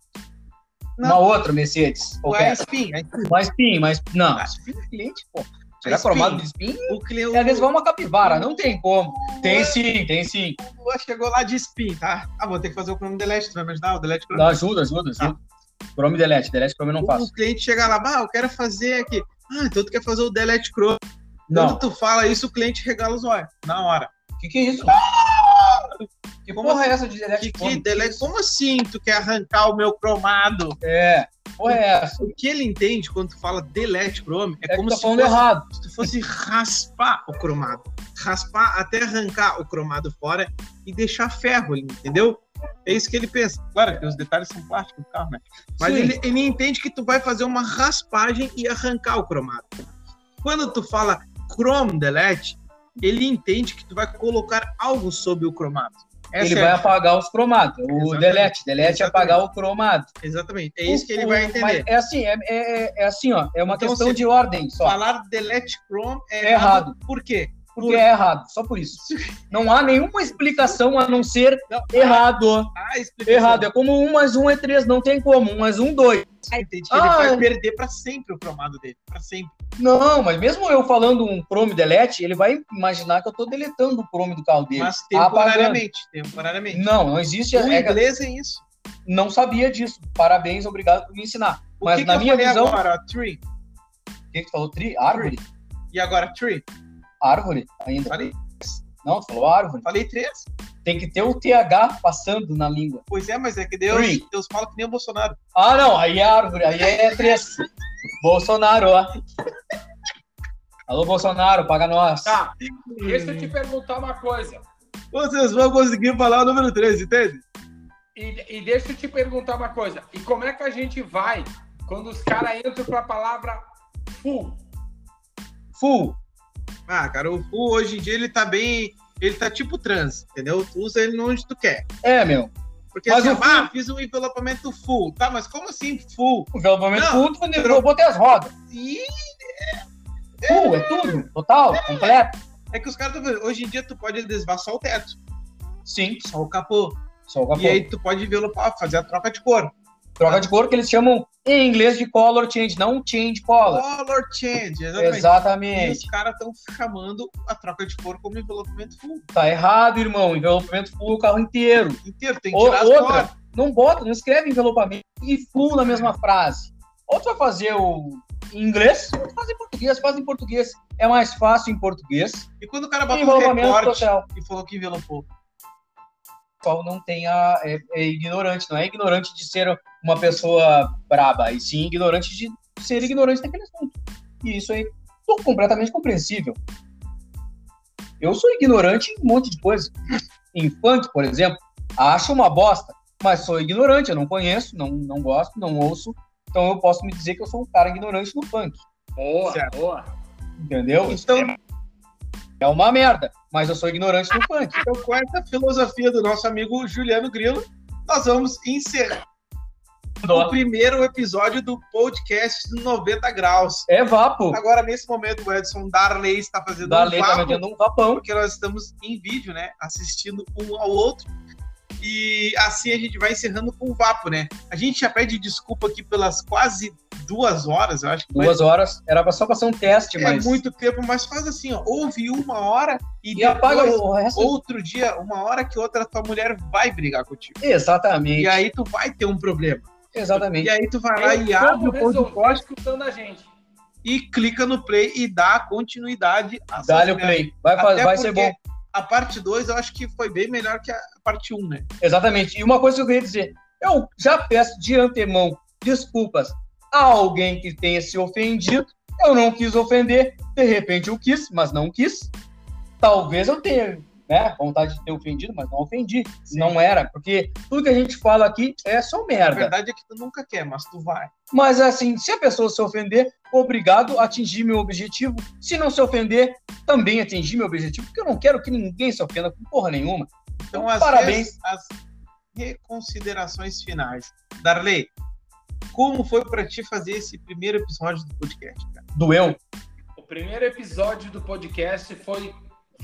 S1: Não.
S2: Uma outra Mercedes.
S1: O
S2: qualquer.
S1: spin,
S2: Mas sim, mas não.
S1: Ah,
S2: Spin é cliente, pô.
S1: A
S2: Tirar
S1: Spin.
S2: cromado de spin
S1: o cliente
S2: é às vezes igual uma capivara, não tem como. Tem sim, tem sim.
S1: chegou lá de spin, tá? Ah, vou ter que fazer o chrome delete, tu vai me ajudar? O delete chrome.
S2: Dá ajuda, ajuda, ajuda.
S1: Tá.
S2: Chrome delete, delete Chrome eu não
S1: O
S2: faço.
S1: cliente chega lá, bah, eu quero fazer aqui. Ah, então tu quer fazer o delete chrome.
S2: Não.
S1: Quando tu fala isso, o cliente regala os olhos. Na hora.
S2: O que, que é isso? Que
S1: Como assim?
S2: porra é essa de
S1: Que,
S2: delete
S1: que
S2: Chrome?
S1: delete? Como assim tu quer arrancar o meu cromado?
S2: É, porra é essa?
S1: O que ele entende quando tu fala delete chrome é,
S2: É
S1: como
S2: que tá
S1: se
S2: falando
S1: fosse-
S2: errado.
S1: se tu fosse raspar o cromado. Raspar até arrancar o cromado fora e deixar ferro ali, entendeu? É isso que ele pensa. Claro que os detalhes são plásticos do carro, né? Mas
S2: Sim.
S1: ele, ele entende que tu vai fazer uma raspagem e arrancar o cromado. Quando tu fala chrome delete, ele entende que tu vai colocar algo sobre o cromado. Essa
S2: ele
S1: é
S2: vai
S1: a-
S2: apagar os cromados. O
S1: Exatamente.
S2: delete, delete é apagar o cromado.
S1: Exatamente. É isso que ele vai
S2: Mas
S1: entender.
S2: é assim, é, é- é assim, ó. É uma
S1: Então,
S2: questão
S1: se-
S2: de ordem só.
S1: Falar delete chrome é
S2: É
S1: errado.
S2: errado.
S1: Por quê?
S2: Porque é errado, só por isso. Não há nenhuma explicação a não ser
S1: Não,
S2: errado.
S1: Ah, explicação.
S2: Errado. É como um mais um é três, não tem como. Um mais um, dois.
S1: Entende que ele vai
S2: Ah.
S1: perder pra sempre o cromado dele. Pra sempre.
S2: Não, mas mesmo eu falando um Chrome delete, ele vai imaginar que eu tô deletando o Chrome do carro dele.
S1: Mas temporariamente. Temporariamente.
S2: tá Não, não existe.
S1: O
S2: é que-
S1: inglês é isso.
S2: não sabia disso. Parabéns, obrigado por me ensinar.
S1: O
S2: Mas
S1: que que
S2: na minha
S1: eu falei
S2: visão.
S1: Agora, ó, tree.
S2: O que que tu falou? Tri? Árvore?
S1: E agora, tree.
S2: Árvore ainda.
S1: Falei,
S2: Não, tu falou árvore.
S1: falei três.
S2: Tem que ter o TH passando na língua.
S1: Pois é, mas é que Deus,
S2: Tree.
S1: Deus fala que nem o Bolsonaro.
S2: Ah, não, aí é árvore, aí é três. Bolsonaro, ó. Alô, Bolsonaro, paga nós.
S3: Tá, deixa eu te perguntar uma coisa.
S1: Vocês vão conseguir falar o número três, entende?
S3: E, e deixa eu te perguntar uma coisa. E como é que a gente vai quando os caras entram pra palavra full?
S2: Full.
S1: Ah, cara, o Fu hoje em dia ele tá bem. Ele tá tipo trans, entendeu? Tu usa ele onde tu quer.
S2: É, meu.
S1: Porque
S2: Mas
S1: assim,
S2: o
S1: ah, fiz um envelopamento full. Tá, mas como assim full?
S2: O envelopamento
S1: Não,
S2: full, tu eu botei as rodas.
S1: E
S2: Full, é tudo, total, completo.
S1: é que os caras tão fazendo. Hoje em dia tu pode desvar só o teto,
S2: Sim,
S1: só o capô.
S2: só o capô.
S1: E aí tu pode envelopar, fazer a troca de cor.
S2: Troca de cor que eles chamam em inglês de color change, não change color.
S1: Color change, exatamente. E os
S2: Exatamente.
S1: caras estão chamando a troca de cor como envelopamento full.
S2: Tá errado, irmão. Envelopamento full o carro inteiro.
S1: Inteiro, tem que
S2: Ou-
S1: tirar as
S2: outra,
S1: cores.
S2: não bota, não escreve envelopamento e full na mesma frase. Ou tu vai fazer o em inglês, ou tu faz em português, faz em português. É mais fácil em português.
S1: E quando o cara
S2: E
S1: bateu o
S2: envelopamento
S1: recorte
S2: total.
S1: e falou que envelopou.
S2: O pessoal não tem a. É, é ignorante, não é ignorante de ser uma pessoa braba, e sim ignorante de ser ignorante daquele assunto. E isso é aí tô completamente compreensível. Eu sou ignorante em um monte de coisa. em funk, por exemplo, acho uma bosta, mas sou ignorante, eu não conheço, não, não gosto, não ouço, então eu posso me dizer que eu sou um cara ignorante no funk.
S3: Boa, boa.
S2: Entendeu?
S1: Então,
S2: É uma merda, mas eu sou ignorante no funk.
S1: então, com essa filosofia do nosso amigo Juliano Grilo, nós vamos encerrar o primeiro episódio do podcast do 90 Graus.
S2: É vapo.
S1: Agora, nesse momento, o Edson Darley está fazendo
S3: é
S2: Da lei tá
S1: vapo,
S2: vendendo um vapão.
S1: porque nós estamos em vídeo, né? Assistindo um ao outro. E assim a gente vai encerrando com o Vapo, né? A gente já pede desculpa aqui pelas quase duas horas, eu acho que vai
S2: Duas horas, era só pra ser um teste,
S1: é
S2: mas.
S1: muito tempo, mas faz assim, ó, ouve uma hora e,
S2: E
S1: depois,
S2: apaga o resto.
S1: outro dia, uma hora que outra tua mulher vai brigar contigo.
S2: Exatamente.
S1: E aí tu vai ter um problema.
S2: Exatamente.
S1: E aí tu vai lá e abre
S3: Como
S1: o
S3: resolver
S1: podcast
S3: escutando a gente?
S1: e clica no play e dá continuidade. à
S2: Dá-lhe
S1: sua
S2: o play. Vai, fa-
S1: Até
S2: vai ser
S1: porque
S2: bom.
S1: A parte 2 eu acho que foi bem melhor que a parte 1, um, né?
S2: Exatamente. E uma coisa que eu queria dizer: eu já peço de antemão desculpas a alguém que tenha se ofendido. Eu não quis ofender. De repente eu quis, mas não quis. Talvez eu tenha né, vontade de ter ofendido, mas não ofendi. Não era, porque tudo que a gente fala aqui é só
S1: A
S2: merda.
S1: verdade é que tu nunca quer, mas tu vai.
S2: Mas assim, se a pessoa se ofender, obrigado a atingir meu objetivo. Se não se ofender, também atingir meu objetivo, porque eu não quero que ninguém se ofenda com porra nenhuma.
S1: Então, às
S2: Parabéns.
S1: vezes, as reconsiderações finais. Darley, como foi pra ti fazer esse primeiro episódio do podcast, cara?
S2: Doeu.
S3: O primeiro episódio do podcast foi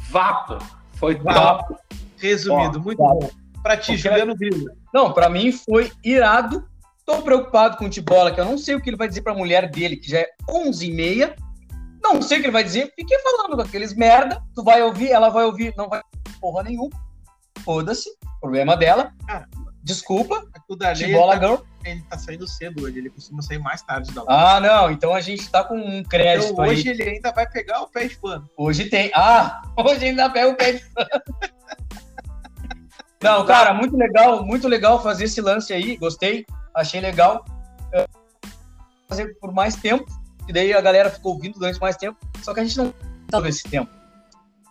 S3: vapo. Foi
S1: Vapo.
S3: top.
S1: Resumido, muito bom. Pra ti,
S2: Porque-
S1: Juliano Grilo.
S2: Não, pra mim foi irado. Tô preocupado com o Tibola, que eu não sei o que ele vai dizer pra mulher dele, que já é 11 e meia. Não sei o que ele vai dizer. Fiquei falando daqueles merda. Tu vai ouvir, ela vai ouvir, não vai porra nenhuma. Foda-se. Problema dela.
S1: Ah.
S2: Desculpa,
S1: O Darley,
S2: Tibola
S1: ele tá,
S2: Girl.
S1: ele tá saindo cedo hoje, ele costuma sair mais tarde da hora.
S2: Ah, não. Então a gente tá com um crédito
S1: então,
S2: aí.
S1: hoje ele ainda vai pegar o pé de pano.
S2: Hoje tem. Ah, hoje ainda pega o pé de pano. Não, cara, muito legal, muito legal fazer esse lance aí. Gostei, achei legal. É, Fazer por mais tempo, e daí a galera ficou ouvindo durante mais tempo. Só que a gente não todo esse tempo.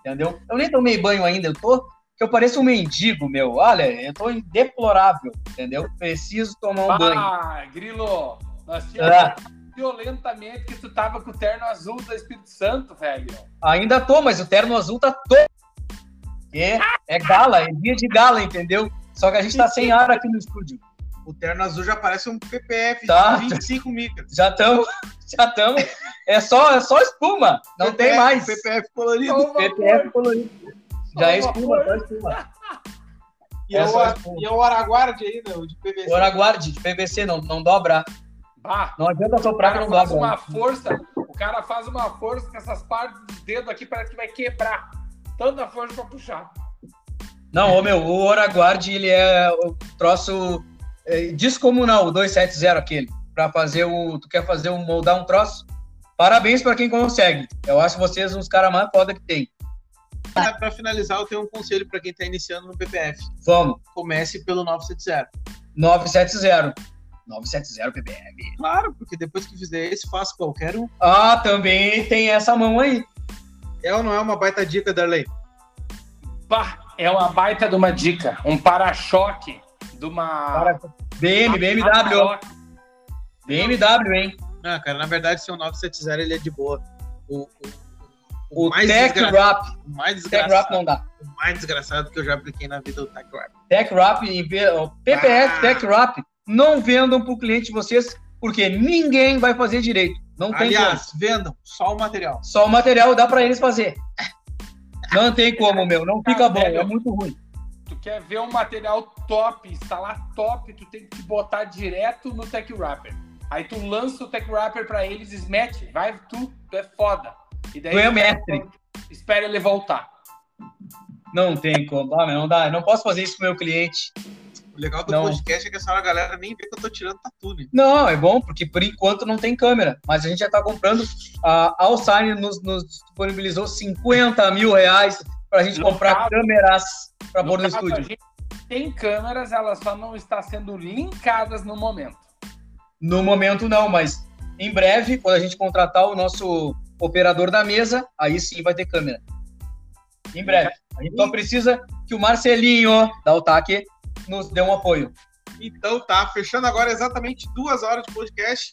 S2: Entendeu? Eu nem tomei banho ainda, eu tô. Que eu pareço um mendigo, meu. Olha, eu tô deplorável, entendeu? Preciso tomar um banho.
S3: Ah, Grilo, nós tínhamos
S2: Ah.
S3: violentamente que tu tava com o terno azul da Espírito Santo, velho.
S2: Ainda tô, mas o terno azul tá todo. É, é gala, é dia de gala, entendeu? Só que a gente tá sem ar aqui no estúdio.
S1: O terno azul já parece um PPF
S2: Tá.
S1: de 25 micras.
S2: Já estamos, já estamos. É só, é só espuma, não tem
S1: PPF,
S2: mais.
S1: PPF colorido.
S2: PPF colorido. Já é espuma, só espuma.
S1: e, é
S2: é só
S1: o,
S2: espuma.
S1: e é o Araguarde ainda, o de PVC.
S2: Agora aguarde, de PVC, não, não dobra.
S3: Bah,
S2: Não adianta
S3: o
S2: soprar que
S3: cara
S2: não
S3: faz
S2: dobra. né?
S3: uma força, o cara faz uma força com essas partes dos dedos aqui, parece que vai quebrar. Tanta força pra puxar.
S2: Não, ô meu, o Oraguard, ele é o troço é, descomunal, o 270 aquele, Pra fazer o, tu quer fazer um moldar um troço? Parabéns pra quem consegue. Eu acho vocês uns caras mais foda que tem.
S1: Pra pra finalizar, eu tenho um conselho pra quem tá iniciando no PPF.
S2: Vamos,
S1: Comece pelo 970.
S2: 970. 970 PBR.
S1: Claro, porque depois que fizer esse, faça qualquer um.
S2: Ah, também tem essa mão aí.
S1: É ou não é uma baita dica, Darley?
S3: Bah, é uma baita de uma dica, um para-choque de uma
S2: Para- BM, BMW,
S3: Amarok.
S2: BMW, hein?
S1: Ah, cara, na verdade, se o 970 ele é de boa. O, o, o
S2: O
S1: mais,
S2: Tech
S1: desgra-
S2: Rap.
S1: o mais
S2: Tech Rap
S1: desgraçado,
S2: não dá.
S1: o mais desgraçado que eu já apliquei na vida é o Tech Rap.
S2: Tech Rap e P- o PPF
S1: Ah.
S2: Tech Rap não vendam pro cliente de vocês, porque ninguém vai fazer direito. Não tem como.
S1: Aliás, vendam só o material.
S2: Só o material dá pra eles fazer. Não tem como, meu. Não fica bom. É muito ruim.
S3: Tu quer ver um material top, instalar top, tu tem que te botar direto no Tech Wrapper. Aí tu lança o Tech Wrapper pra eles, smete, vai tu, tu é foda. E daí
S2: Tu é o mestre.
S3: espera ele voltar.
S2: Não tem como. Ah, meu, não dá. Eu não posso fazer isso pro meu cliente.
S1: O legal do
S2: Não.
S1: podcast é que essa hora a galera nem vê que eu tô tirando tatu, né?
S2: Não, é bom, porque por enquanto não tem câmera. Mas a gente já está comprando. A Alsign nos, nos disponibilizou 50 mil reais para a gente
S3: No
S2: comprar
S3: caso-
S2: câmeras para
S3: No
S2: pôr no
S3: caso, a
S2: estúdio.
S3: gente tem câmeras, elas só não estão sendo linkadas no momento.
S2: No momento não, mas em breve, quando a gente contratar o nosso operador da mesa, aí sim vai ter câmera. Em breve. A gente só precisa que o Marcelinho da UTAC nos dê um apoio.
S1: Então tá, fechando agora exatamente duas horas de podcast.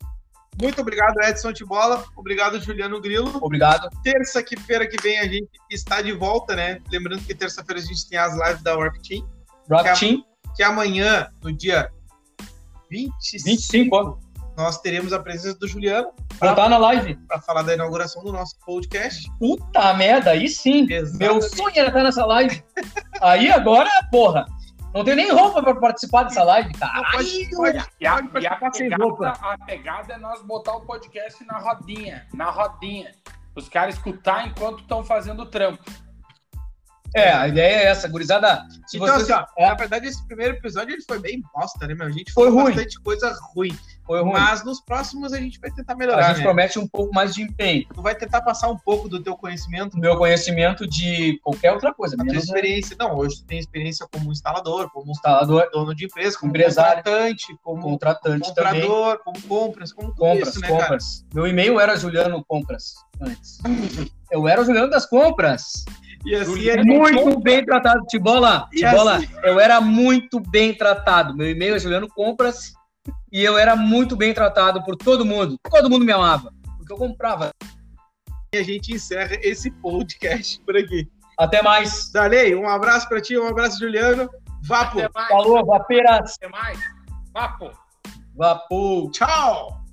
S1: Muito obrigado, Edson Tibola. Obrigado, Juliano Grilo.
S2: Obrigado.
S1: Terça que feira que vem a gente está de volta, né? Lembrando que terça-feira a gente tem as lives da Rock Team.
S2: Rock Team.
S1: Que amanhã, no dia 25,
S2: 25
S1: nós teremos a presença do Juliano
S2: Pra estar na live.
S1: para falar da inauguração do nosso podcast.
S2: Puta merda, aí sim. Meu
S1: Exatamente.
S2: sonho era estar nessa live. Aí agora, porra. Não tenho nem roupa pra participar dessa live, cara.
S1: Pode, pode.
S3: E a,
S2: Pode
S3: e a
S2: ficar sem
S3: pegada,
S2: roupa.
S3: a pegada é nós botar o podcast na rodinha, na rodinha. Os caras escutar enquanto estão fazendo o trampo.
S2: É, a ideia é essa, gurizada. Se
S1: Então,
S2: você
S1: assim, ó,
S2: É.
S1: na verdade, esse primeiro episódio ele foi bem bosta, né, meu? A gente
S2: Foi
S1: falou
S2: ruim.
S1: bastante coisa ruim.
S2: foi ruim,
S1: Mas nos próximos a gente vai tentar
S2: a
S1: melhorar,
S2: gente
S1: né?
S2: promete um pouco mais de empenho.
S1: Tu vai tentar passar um pouco do teu conhecimento,
S2: do Meu conhecimento de qualquer outra coisa,
S1: da tua
S2: menos né?
S1: experiência. Não, hoje tu tem experiência como um instalador, como
S2: instalador,
S1: dono de empresa, como um
S2: Empresário.
S1: contratante, como
S2: contratante também.
S1: comprador, né, como compras, como tudo
S2: Compras,
S1: isso, né, cara?
S2: compras. Meu e-mail era Juliano Compras antes. Eu era o Juliano das Compras.
S1: E assim é
S2: É muito bem tratado, Tibola.
S1: E
S2: Tibola, eu era muito bem tratado. Meu e-mail é Juliano Compras e eu era muito bem tratado por todo mundo. Todo mundo me amava, porque eu comprava.
S1: que a gente encerra esse podcast por aqui.
S2: Até mais.
S1: Dalei, um abraço pra ti, um abraço, Juliano. Vapo,
S3: Até mais,
S2: Falou, vapeiras.
S3: até mais. Papo.
S2: Vapo.
S1: tchau!